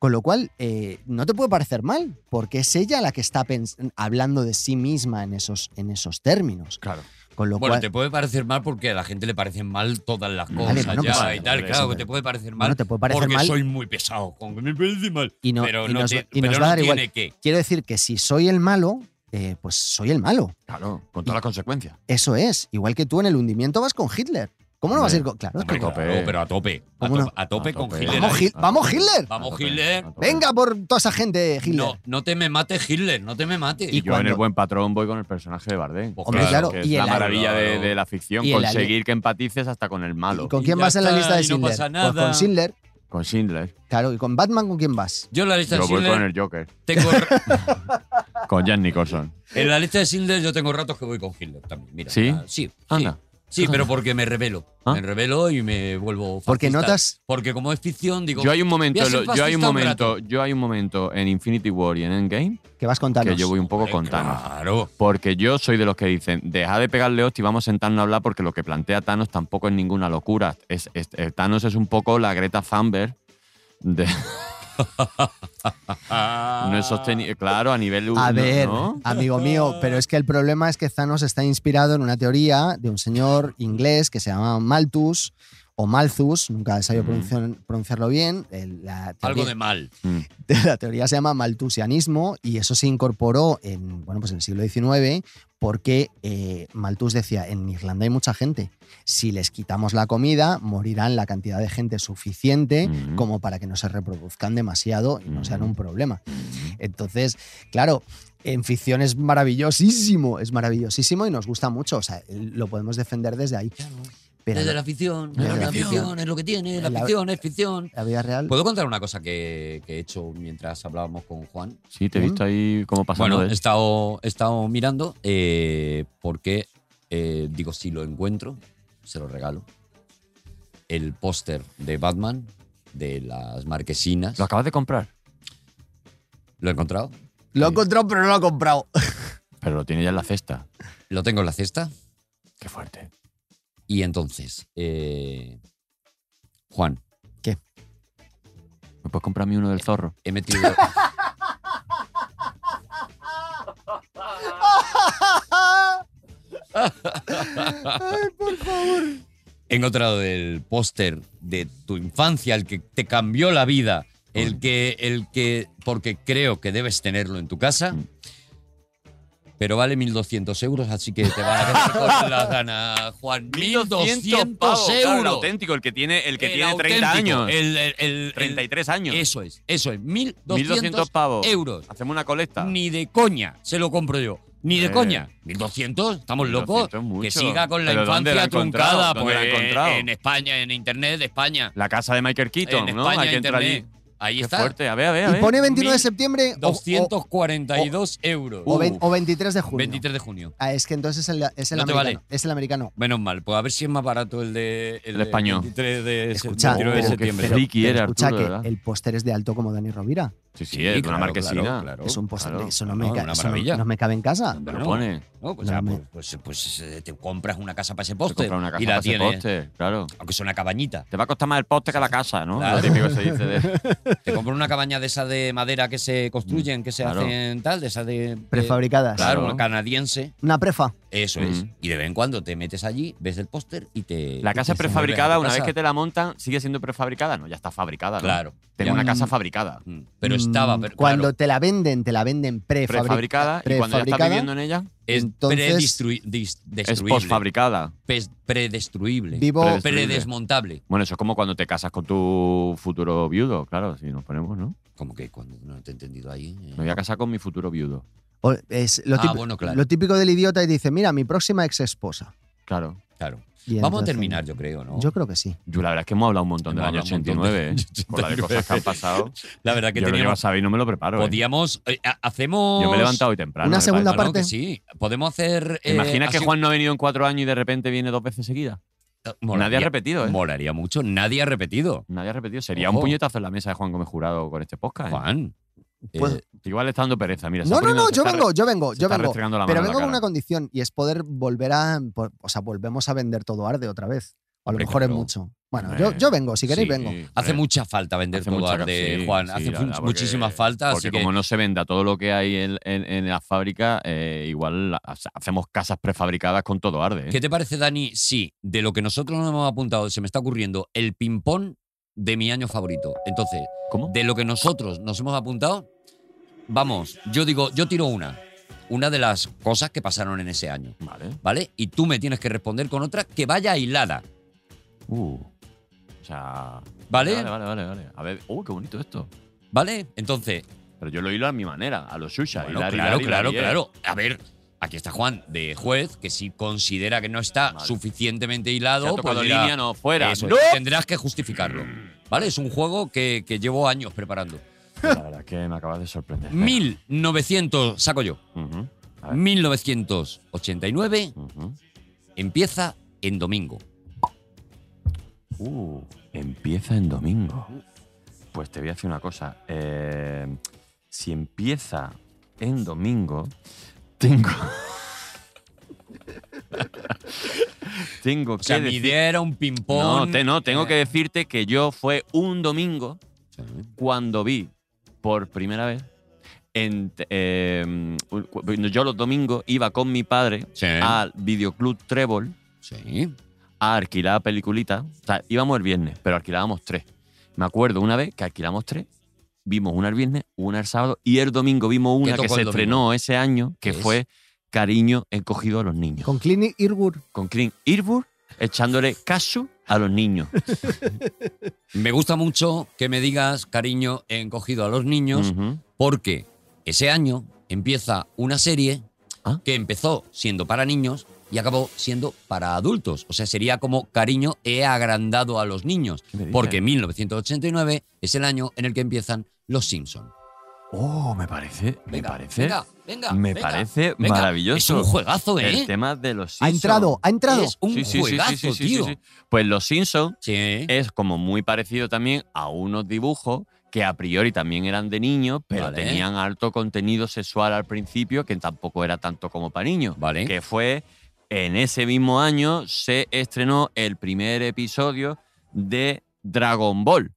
Con lo cual, eh, no te puede parecer mal, porque es ella la que está pens- hablando de sí misma en esos, en esos términos.
Claro.
Con lo
Bueno,
cual,
te puede parecer mal porque a la gente le parecen mal todas las
Vale,
cosas
bueno,
ya
pues,
y tal.
vale,
claro,
sí,
que te puede parecer mal
bueno, te puede parecer
porque
mal
soy muy pesado. Con que me parece mal.
y, no,
pero
y
no,
nos,
te-
y nos
pero
va a
no
dar igual.
tiene que.
Quiero decir que si soy el malo, eh, pues soy el malo.
Claro, con todas las consecuencias.
Eso es. Igual que tú en el hundimiento vas con Hitler. ¿Cómo no vas a ir con.? Claro, es
Hombre,
que-
tope.
claro, pero a tope. A,
¿Cómo
to-
no?
a tope con
tope.
Hitler.
Vamos,
ahí.
Gil- vamos, Hitler.
Vamos,
A tope,
Hitler.
a tope.
Venga por toda esa gente, Hitler.
No, no te me mates, Hitler. No te me mates.
Y
Y yo en
cuando-
el buen patrón voy con el personaje de Bardem.
Pues
Hombre, claro,
que es
y
la
el-
maravilla de,
claro.
de la ficción,
Y el-
conseguir que empatices hasta con el malo.
¿Y
Con,
con quién
Y ya
vas en la
está,
lista de
y no
Schindler?
pasa
Pues
nada.
con Schindler.
Schindler.
Claro, ¿y con Batman con quién vas?
Yo en la lista
Yo
de
voy con
Schindler
el Joker.
tengo.
[LAUGHS] Con Jan Nicholson.
En la lista de Schindler yo tengo ratos que voy con Hitler también. Mira,
¿Sí?
ah, sí,
Anda.
sí. Sí, pero porque me revelo.
¿Ah?
Me revelo y me vuelvo
Porque
fascista.
notas-
Porque como es ficción, digo. "Eh,
Yo hay un momento,
voy a
en
ser
lo- yo hay un
fascista un
momento, yo hay un momento en Infinity War y en Endgame
Que vas con
que
Thanos.
yo voy un poco
"Hombre,
con Thanos.
Claro.
Porque yo soy de los que dicen, deja de pegarle hostia y vamos a sentarnos a hablar porque lo que plantea Thanos tampoco es ninguna locura. Es, es- eh, Thanos es un poco la Greta Thunberg de- [LAUGHS]
ah,
no es sostenible, claro, a nivel humano,
Ah. A ver,
¿no?
amigo mío, pero es que el problema es que Thanos está inspirado en una teoría de un señor inglés que se llama Malthus o Malthus, nunca he sabido
Mm.
pronunciar- pronunciarlo bien. el- la
Algo
teoría-
de mal.
Mm.
[LAUGHS] la teoría se llama maltusianismo y eso se incorporó en, bueno, pues en el siglo XIX porque eh, Malthus decía, en Irlanda hay mucha gente, si les quitamos la comida, morirán la cantidad de gente suficiente
Ujú.
como para que no se reproduzcan demasiado y no sean
Ujú.
un problema. Entonces, claro, en ficción es maravillosísimo, es maravillosísimo y nos gusta mucho, o sea, lo podemos defender desde ahí. Pero
Desde
en
la ficción,
Desde
es
la
la
ficción.
ficción, es lo que tiene, la
La-
ficción, es ficción.
la vida real...
¿Puedo contar una cosa que, que he hecho mientras hablábamos con Juan?
Sí,
¿Mm?
te he visto ahí como pasando
Bueno,
de-
he estado, he estado mirando eh, porque, eh, digo, si lo encuentro, se lo regalo. El póster de Batman, de las marquesinas.
¿Lo acabas de comprar?
Lo he encontrado.
Lo he encontrado, pero no lo he comprado.
Pero lo tiene ya en la cesta.
Lo tengo en la cesta.
Qué fuerte.
Y entonces, eh, Juan,
¿Me puedes comprar a mí uno del zorro?
he metido... He encontrado el póster de tu infancia, el que te cambió la vida, el que, el que, porque creo que debes tenerlo en tu casa,
Mm.
pero vale 1.200 euros, así que te van a quedar con las ganas, Juan. 1.200
pavos, claro, el
euros.
auténtico, el que tiene, el que
El
tiene 30
auténtico,
años.
El, el- el-
33 años. Ah,
Eso es, eso es.
1.200
1.200
pavos.
euros.
Hacemos una colecta.
Ni de coña se lo compro yo. Ni de
Eh.
coña. 1200, estamos locos.
1200 es mucho.
Que siga con la
¿Pero dónde la ha
infancia
encontrado?
truncada.
¿Dónde
pues,
la ha encontrado?
En España, en Internet de España.
La casa de Michael Keaton,
en
¿no?
España,
Hay que entrar allí.
Internet. Ahí
Qué
está.
fuerte. A ver, a ver, a
Y
ver.
pone 29 de
mil
septiembre o- o-
242 euros.
o, ve-
Uf.
o 23 de junio.
23 de junio.
Ah, es que entonces el- es el
No te
americano.
vale.
Es el americano.
Menos mal, pues a ver si es más barato el de
El
de
español.
23 de, se-
Escucha, oh,
29 de
pero-
septiembre.
pero- Friki
Pero
era,
escucha
Arturo, de
que
verdad.
el póster es de alto como Dani Rovira.
Sí, sí,
Sí,
es
claro,
una marquesina.
claro, claro.
es un póster.
claro.
Eso, no
No,
me ca-
una
eso no-
maravilla.
no me cabe en casa.
Te lo
Bueno,
pone.
¿no? Pues,
No,
ya,
hombre.
pues, pues, pues, eh, te compras una casa para ese
Te
póster
compras una casa
y
para
la
ese
tienes,
póster, claro.
aunque sea una cabañita.
Te va a costar más el póster que la casa, ¿no?
Claro.
Lo típico que se dice
[LAUGHS]
de...
Te compras una cabaña de esa de madera que se construyen, que se
Claro.
hacen tal, de esa de... de-
Prefabricadas.
Claro,
Claro.
una canadiense.
Una prefa.
Eso es.
Ujú.
Y de vez en cuando te metes allí, ves el póster y te...
La casa
y te
prefabricada,
vuelves
una
a tu
vez que te
casa.
la montan, ¿sigue siendo prefabricada? No, ya está fabricada, ¿no?
Claro.
Tengo
Ya.
una casa fabricada.
Mm, Pero
Mm,
estaba... pero
cuando
claro,
te la venden, te la venden prefabric-
Prefabricada, y cuando ya estás
prefabricada,
viviendo en ella,
es
entonces-
predistrui- dis-
es
destruible,
postfabricada.
pes- predestruible.
Vivo,
Predes- Destruible.
Predesmontable.
Bueno, eso es como cuando te casas con tu futuro viudo, claro, si nos ponemos, ¿no?
Como que cuando no te he entendido ahí. eh.
Me voy a casar con mi futuro viudo.
o- es lo,
Ah,
típico,
bueno, claro.
lo típico del idiota y dice, mira, mi próxima ex esposa.
Claro.
Claro. Vamos a terminar, yo creo, ¿no?
Yo creo que sí.
Yo la verdad es que hemos hablado un montón del
Hemos
año
hablado un montón
89,
de-
¿eh?
[LAUGHS]
Por la de cosas que han pasado.
La verdad que
yo lo llevo a
teníamos.
saber y no me lo preparo. ¿eh?
Podíamos. eh, ha- hacemos.
Yo me he levantado hoy temprano.
Una
me
segunda
parece,
Bueno,
¿no?
parte.
que sí. Podemos hacer.
¿Te imaginas que
eh, así-
Juan no ha venido en cuatro años y de repente viene dos veces seguidas?
Molaría-
Nadie ha repetido, ¿eh?
Molaría mucho. Nadie ha repetido.
Nadie ha repetido. Sería
Ojo.
un puñetazo en la mesa de Juan Gómez Jurado con este podcast. ¿eh?
Juan. eh,
Pues-
Igual está dando pereza, mira. está
No, no,
poniendo-
no,
se
yo
está re-
vengo, yo vengo,
se
yo
está
vengo.
restregando la
Pero
mano en la
vengo con una
cara.
condición y es poder volver a. po- O sea, volvemos a vender todo arde otra vez. O a lo
Hombre,
mejor
claro.
es mucho. Bueno,
Eh,
yo, yo vengo, si queréis
Sí,
vengo.
hace
hombre.
mucha falta vender
eh, Hace
todo
mucha-
arde,
sí,
Juan.
sí,
hace
la
fu-
verdad, porque-
muchísima falta.
Porque
así que-
como no se venda todo lo que hay en, en- en la fábrica, eh, igual la- hace- hacemos casas prefabricadas con todo arde. ¿eh?
¿Qué te parece, Dani? Sí, de lo que nosotros nos hemos apuntado, se me está ocurriendo el ping-pong de mi año favorito. Entonces,
¿Cómo?
de lo que nosotros nos hemos apuntado, vamos, yo digo, yo tiro una. Una de las cosas que pasaron en ese año,
Vale.
¿vale? Y tú me tienes que responder con otra que vaya hilada,
Uh. O sea.
¿Vale?
Vale, vale, vale. vale. A ver, uh, qué bonito esto.
¿vale? Entonces,
Pero yo lo hilo a mi manera, a lo suya.
bueno, claro, claro,
¿eh?
claro. A ver, aquí está Juan de juez, que si considera que no está
Vale.
suficientemente hilado, pues
cuando
dirá,
línea no fuera. Pues
Eso
¡No!
es, Tendrás que justificarlo. ¿Vale? Es un juego que, que llevo años preparando.
La verdad es que me acabas de sorprender.
1900, saco yo.
Ujú,
1989
ujú.
empieza en domingo.
Uh, empieza en domingo. Pues te voy a decir una cosa. eh, si empieza en domingo, tengo. [LAUGHS] tengo
O
que.
sea, mi
decir-
idea era un ping-pong.
no, te- no, tengo
eh,
que decirte que yo fue un domingo cuando vi por primera vez. en- eh, un- cu- yo los domingos iba con mi padre
Sí.
al videoclub Trébol
sí.
a alquilar peliculitas. O sea, íbamos el viernes, pero alquilábamos tres. Me acuerdo una vez que alquilamos tres, vimos una el viernes, una el sábado y el domingo vimos una
tocó
que se
el domingo?
estrenó ese año, que
¿Qué es?
fue Cariño encogido a los niños.
Con
Con,
Clint Eastwood.
Clint Eastwood echándole caso a los [LAUGHS] niños.
Me gusta mucho que me digas, cariño, he encogido a los niños,
Ujú.
porque ese año empieza una serie
Ah.
que empezó siendo para niños y acabó siendo para adultos. O sea, sería como cariño he agrandado a los niños.
¿Qué me dices?
Porque 1989 es el año en el que empiezan Los Simpson.
Oh, me parece, me
Venga,
parece,
venga, venga,
me
venga,
parece
venga.
maravilloso.
Es un juegazo, ¿eh?
El tema de los
Ha
Simpsons.
entrado, ha entrado.
Es un
Sí, sí, sí, sí,
juegazo,
sí, sí,
tío.
sí, sí. Pues los Simpsons
Sí.
es como muy parecido también a unos dibujos que a priori también eran de niños, pero
Vale.
tenían alto contenido sexual al principio, que tampoco era tanto como para niños.
Vale.
Que fue en ese mismo año se estrenó el primer episodio de Dragon Ball,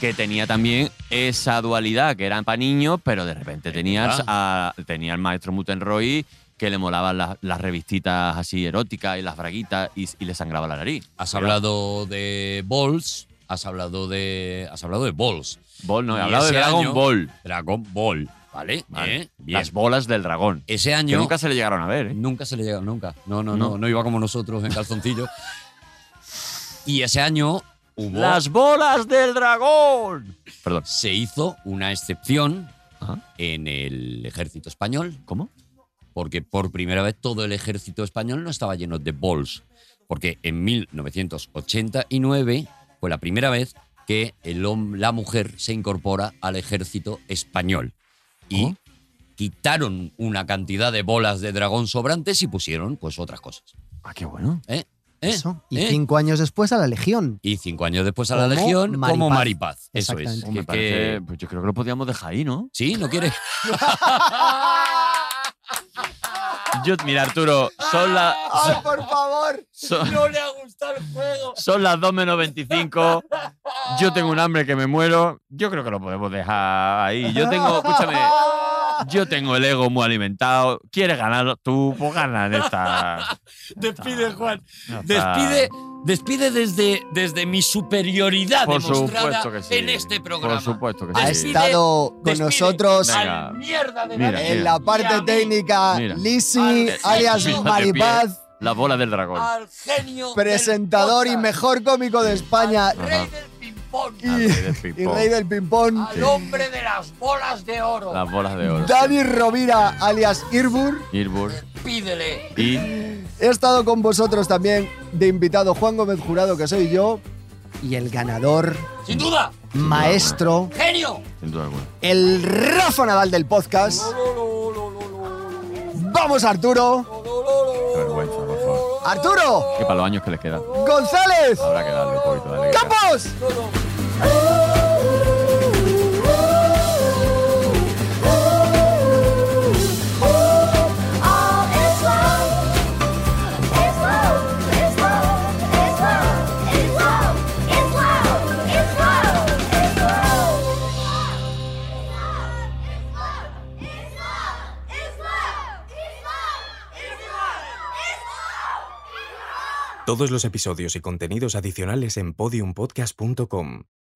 que tenía también esa dualidad, que eran para niños, pero de repente tenías a- tenía al maestro Muten Roy que le molaban las, las revistitas así eróticas y las braguitas y, y le sangraba la nariz.
Has hablado de Balls, has hablado de has hablado de Balls,
Ball, no, he
Y
hablado de
ese
Dragon
año-
Ball.
Dragon Ball, ¿vale?
Vale.
¿Eh? Bien.
Las bolas del dragón.
Ese
Que
año
nunca se le llegaron a ver, ¿eh?
Nunca se le llega, nunca. No, no, no,
No.
no, iba como nosotros en calzoncillo. y ese año hubo,
¡Las bolas del dragón! Perdón.
se hizo una excepción
Ajá.
en el ejército español,
¿Cómo?
porque por primera vez todo el ejército español no estaba lleno de balls. Porque en 1989 fue la primera vez que el hom- la mujer se incorpora al ejército español. Y
¿Cómo?
quitaron una cantidad de bolas de dragón sobrantes y pusieron pues otras cosas.
Ah, qué bueno.
¿Eh? ¿Eh?
Eso. Y
¿Eh?
cinco años después a la Legión.
Y cinco años después a la
Como
Legión como
Maripaz.
Maripaz. Eso es.
Exactamente.
Que-
Me
que-
parece- pues yo creo [LAUGHS] que lo podíamos dejar ahí, ¿no?
Sí, no quiere.
Yo, mira, Arturo, son, la-
¡Ay, por favor!
son,
No le ha gustado el juego.
son las 2 menos 25. Yo tengo un hambre que me muero. Yo creo que lo podemos dejar ahí. Yo tengo, escúchame, yo tengo el ego muy alimentado. ¿Quieres ganar tú? Pues gana en esta.
Despide, Juan.
ya está.
Despide, despide desde, desde mi superioridad
Por
demostrada
supuesto que sí.
en este programa.
Por supuesto que
Ha
sí.
Despide,
estado con
despide.
nosotros
Venga.
Al mierda de
Mira,
Dani.
mira.
en la parte
mí.
técnica
Mira. Eh,
Lisi,
Al-
alias
Mira, de
Maripaz,
La bola del dragón.
Al genio. del
presentador y
podcast.
mejor cómico de España
Al rey del ping-pong.
Al
y-
rey del
y
ping-pong.
rey del ping-pong,
Al hombre de las bolas de oro.
Las bolas de oro.
Dani Rovira, alias Irbur.
Gilbert.
Pídele.
Y
He estado con vosotros también de invitado Juan Gómez Jurado, que soy yo, y el ganador,
Sin duda.
maestro,
Genio.
sin duda alguna.
el Rafa Nadal del podcast. Vamos Arturo,
Qué vergüenza, por favor.
Arturo,
Que para los años que les queda.
González,
Habrá que darle un poquito de alegría.
Campos.
Todos los episodios y contenidos adicionales en podiumpodcast.com.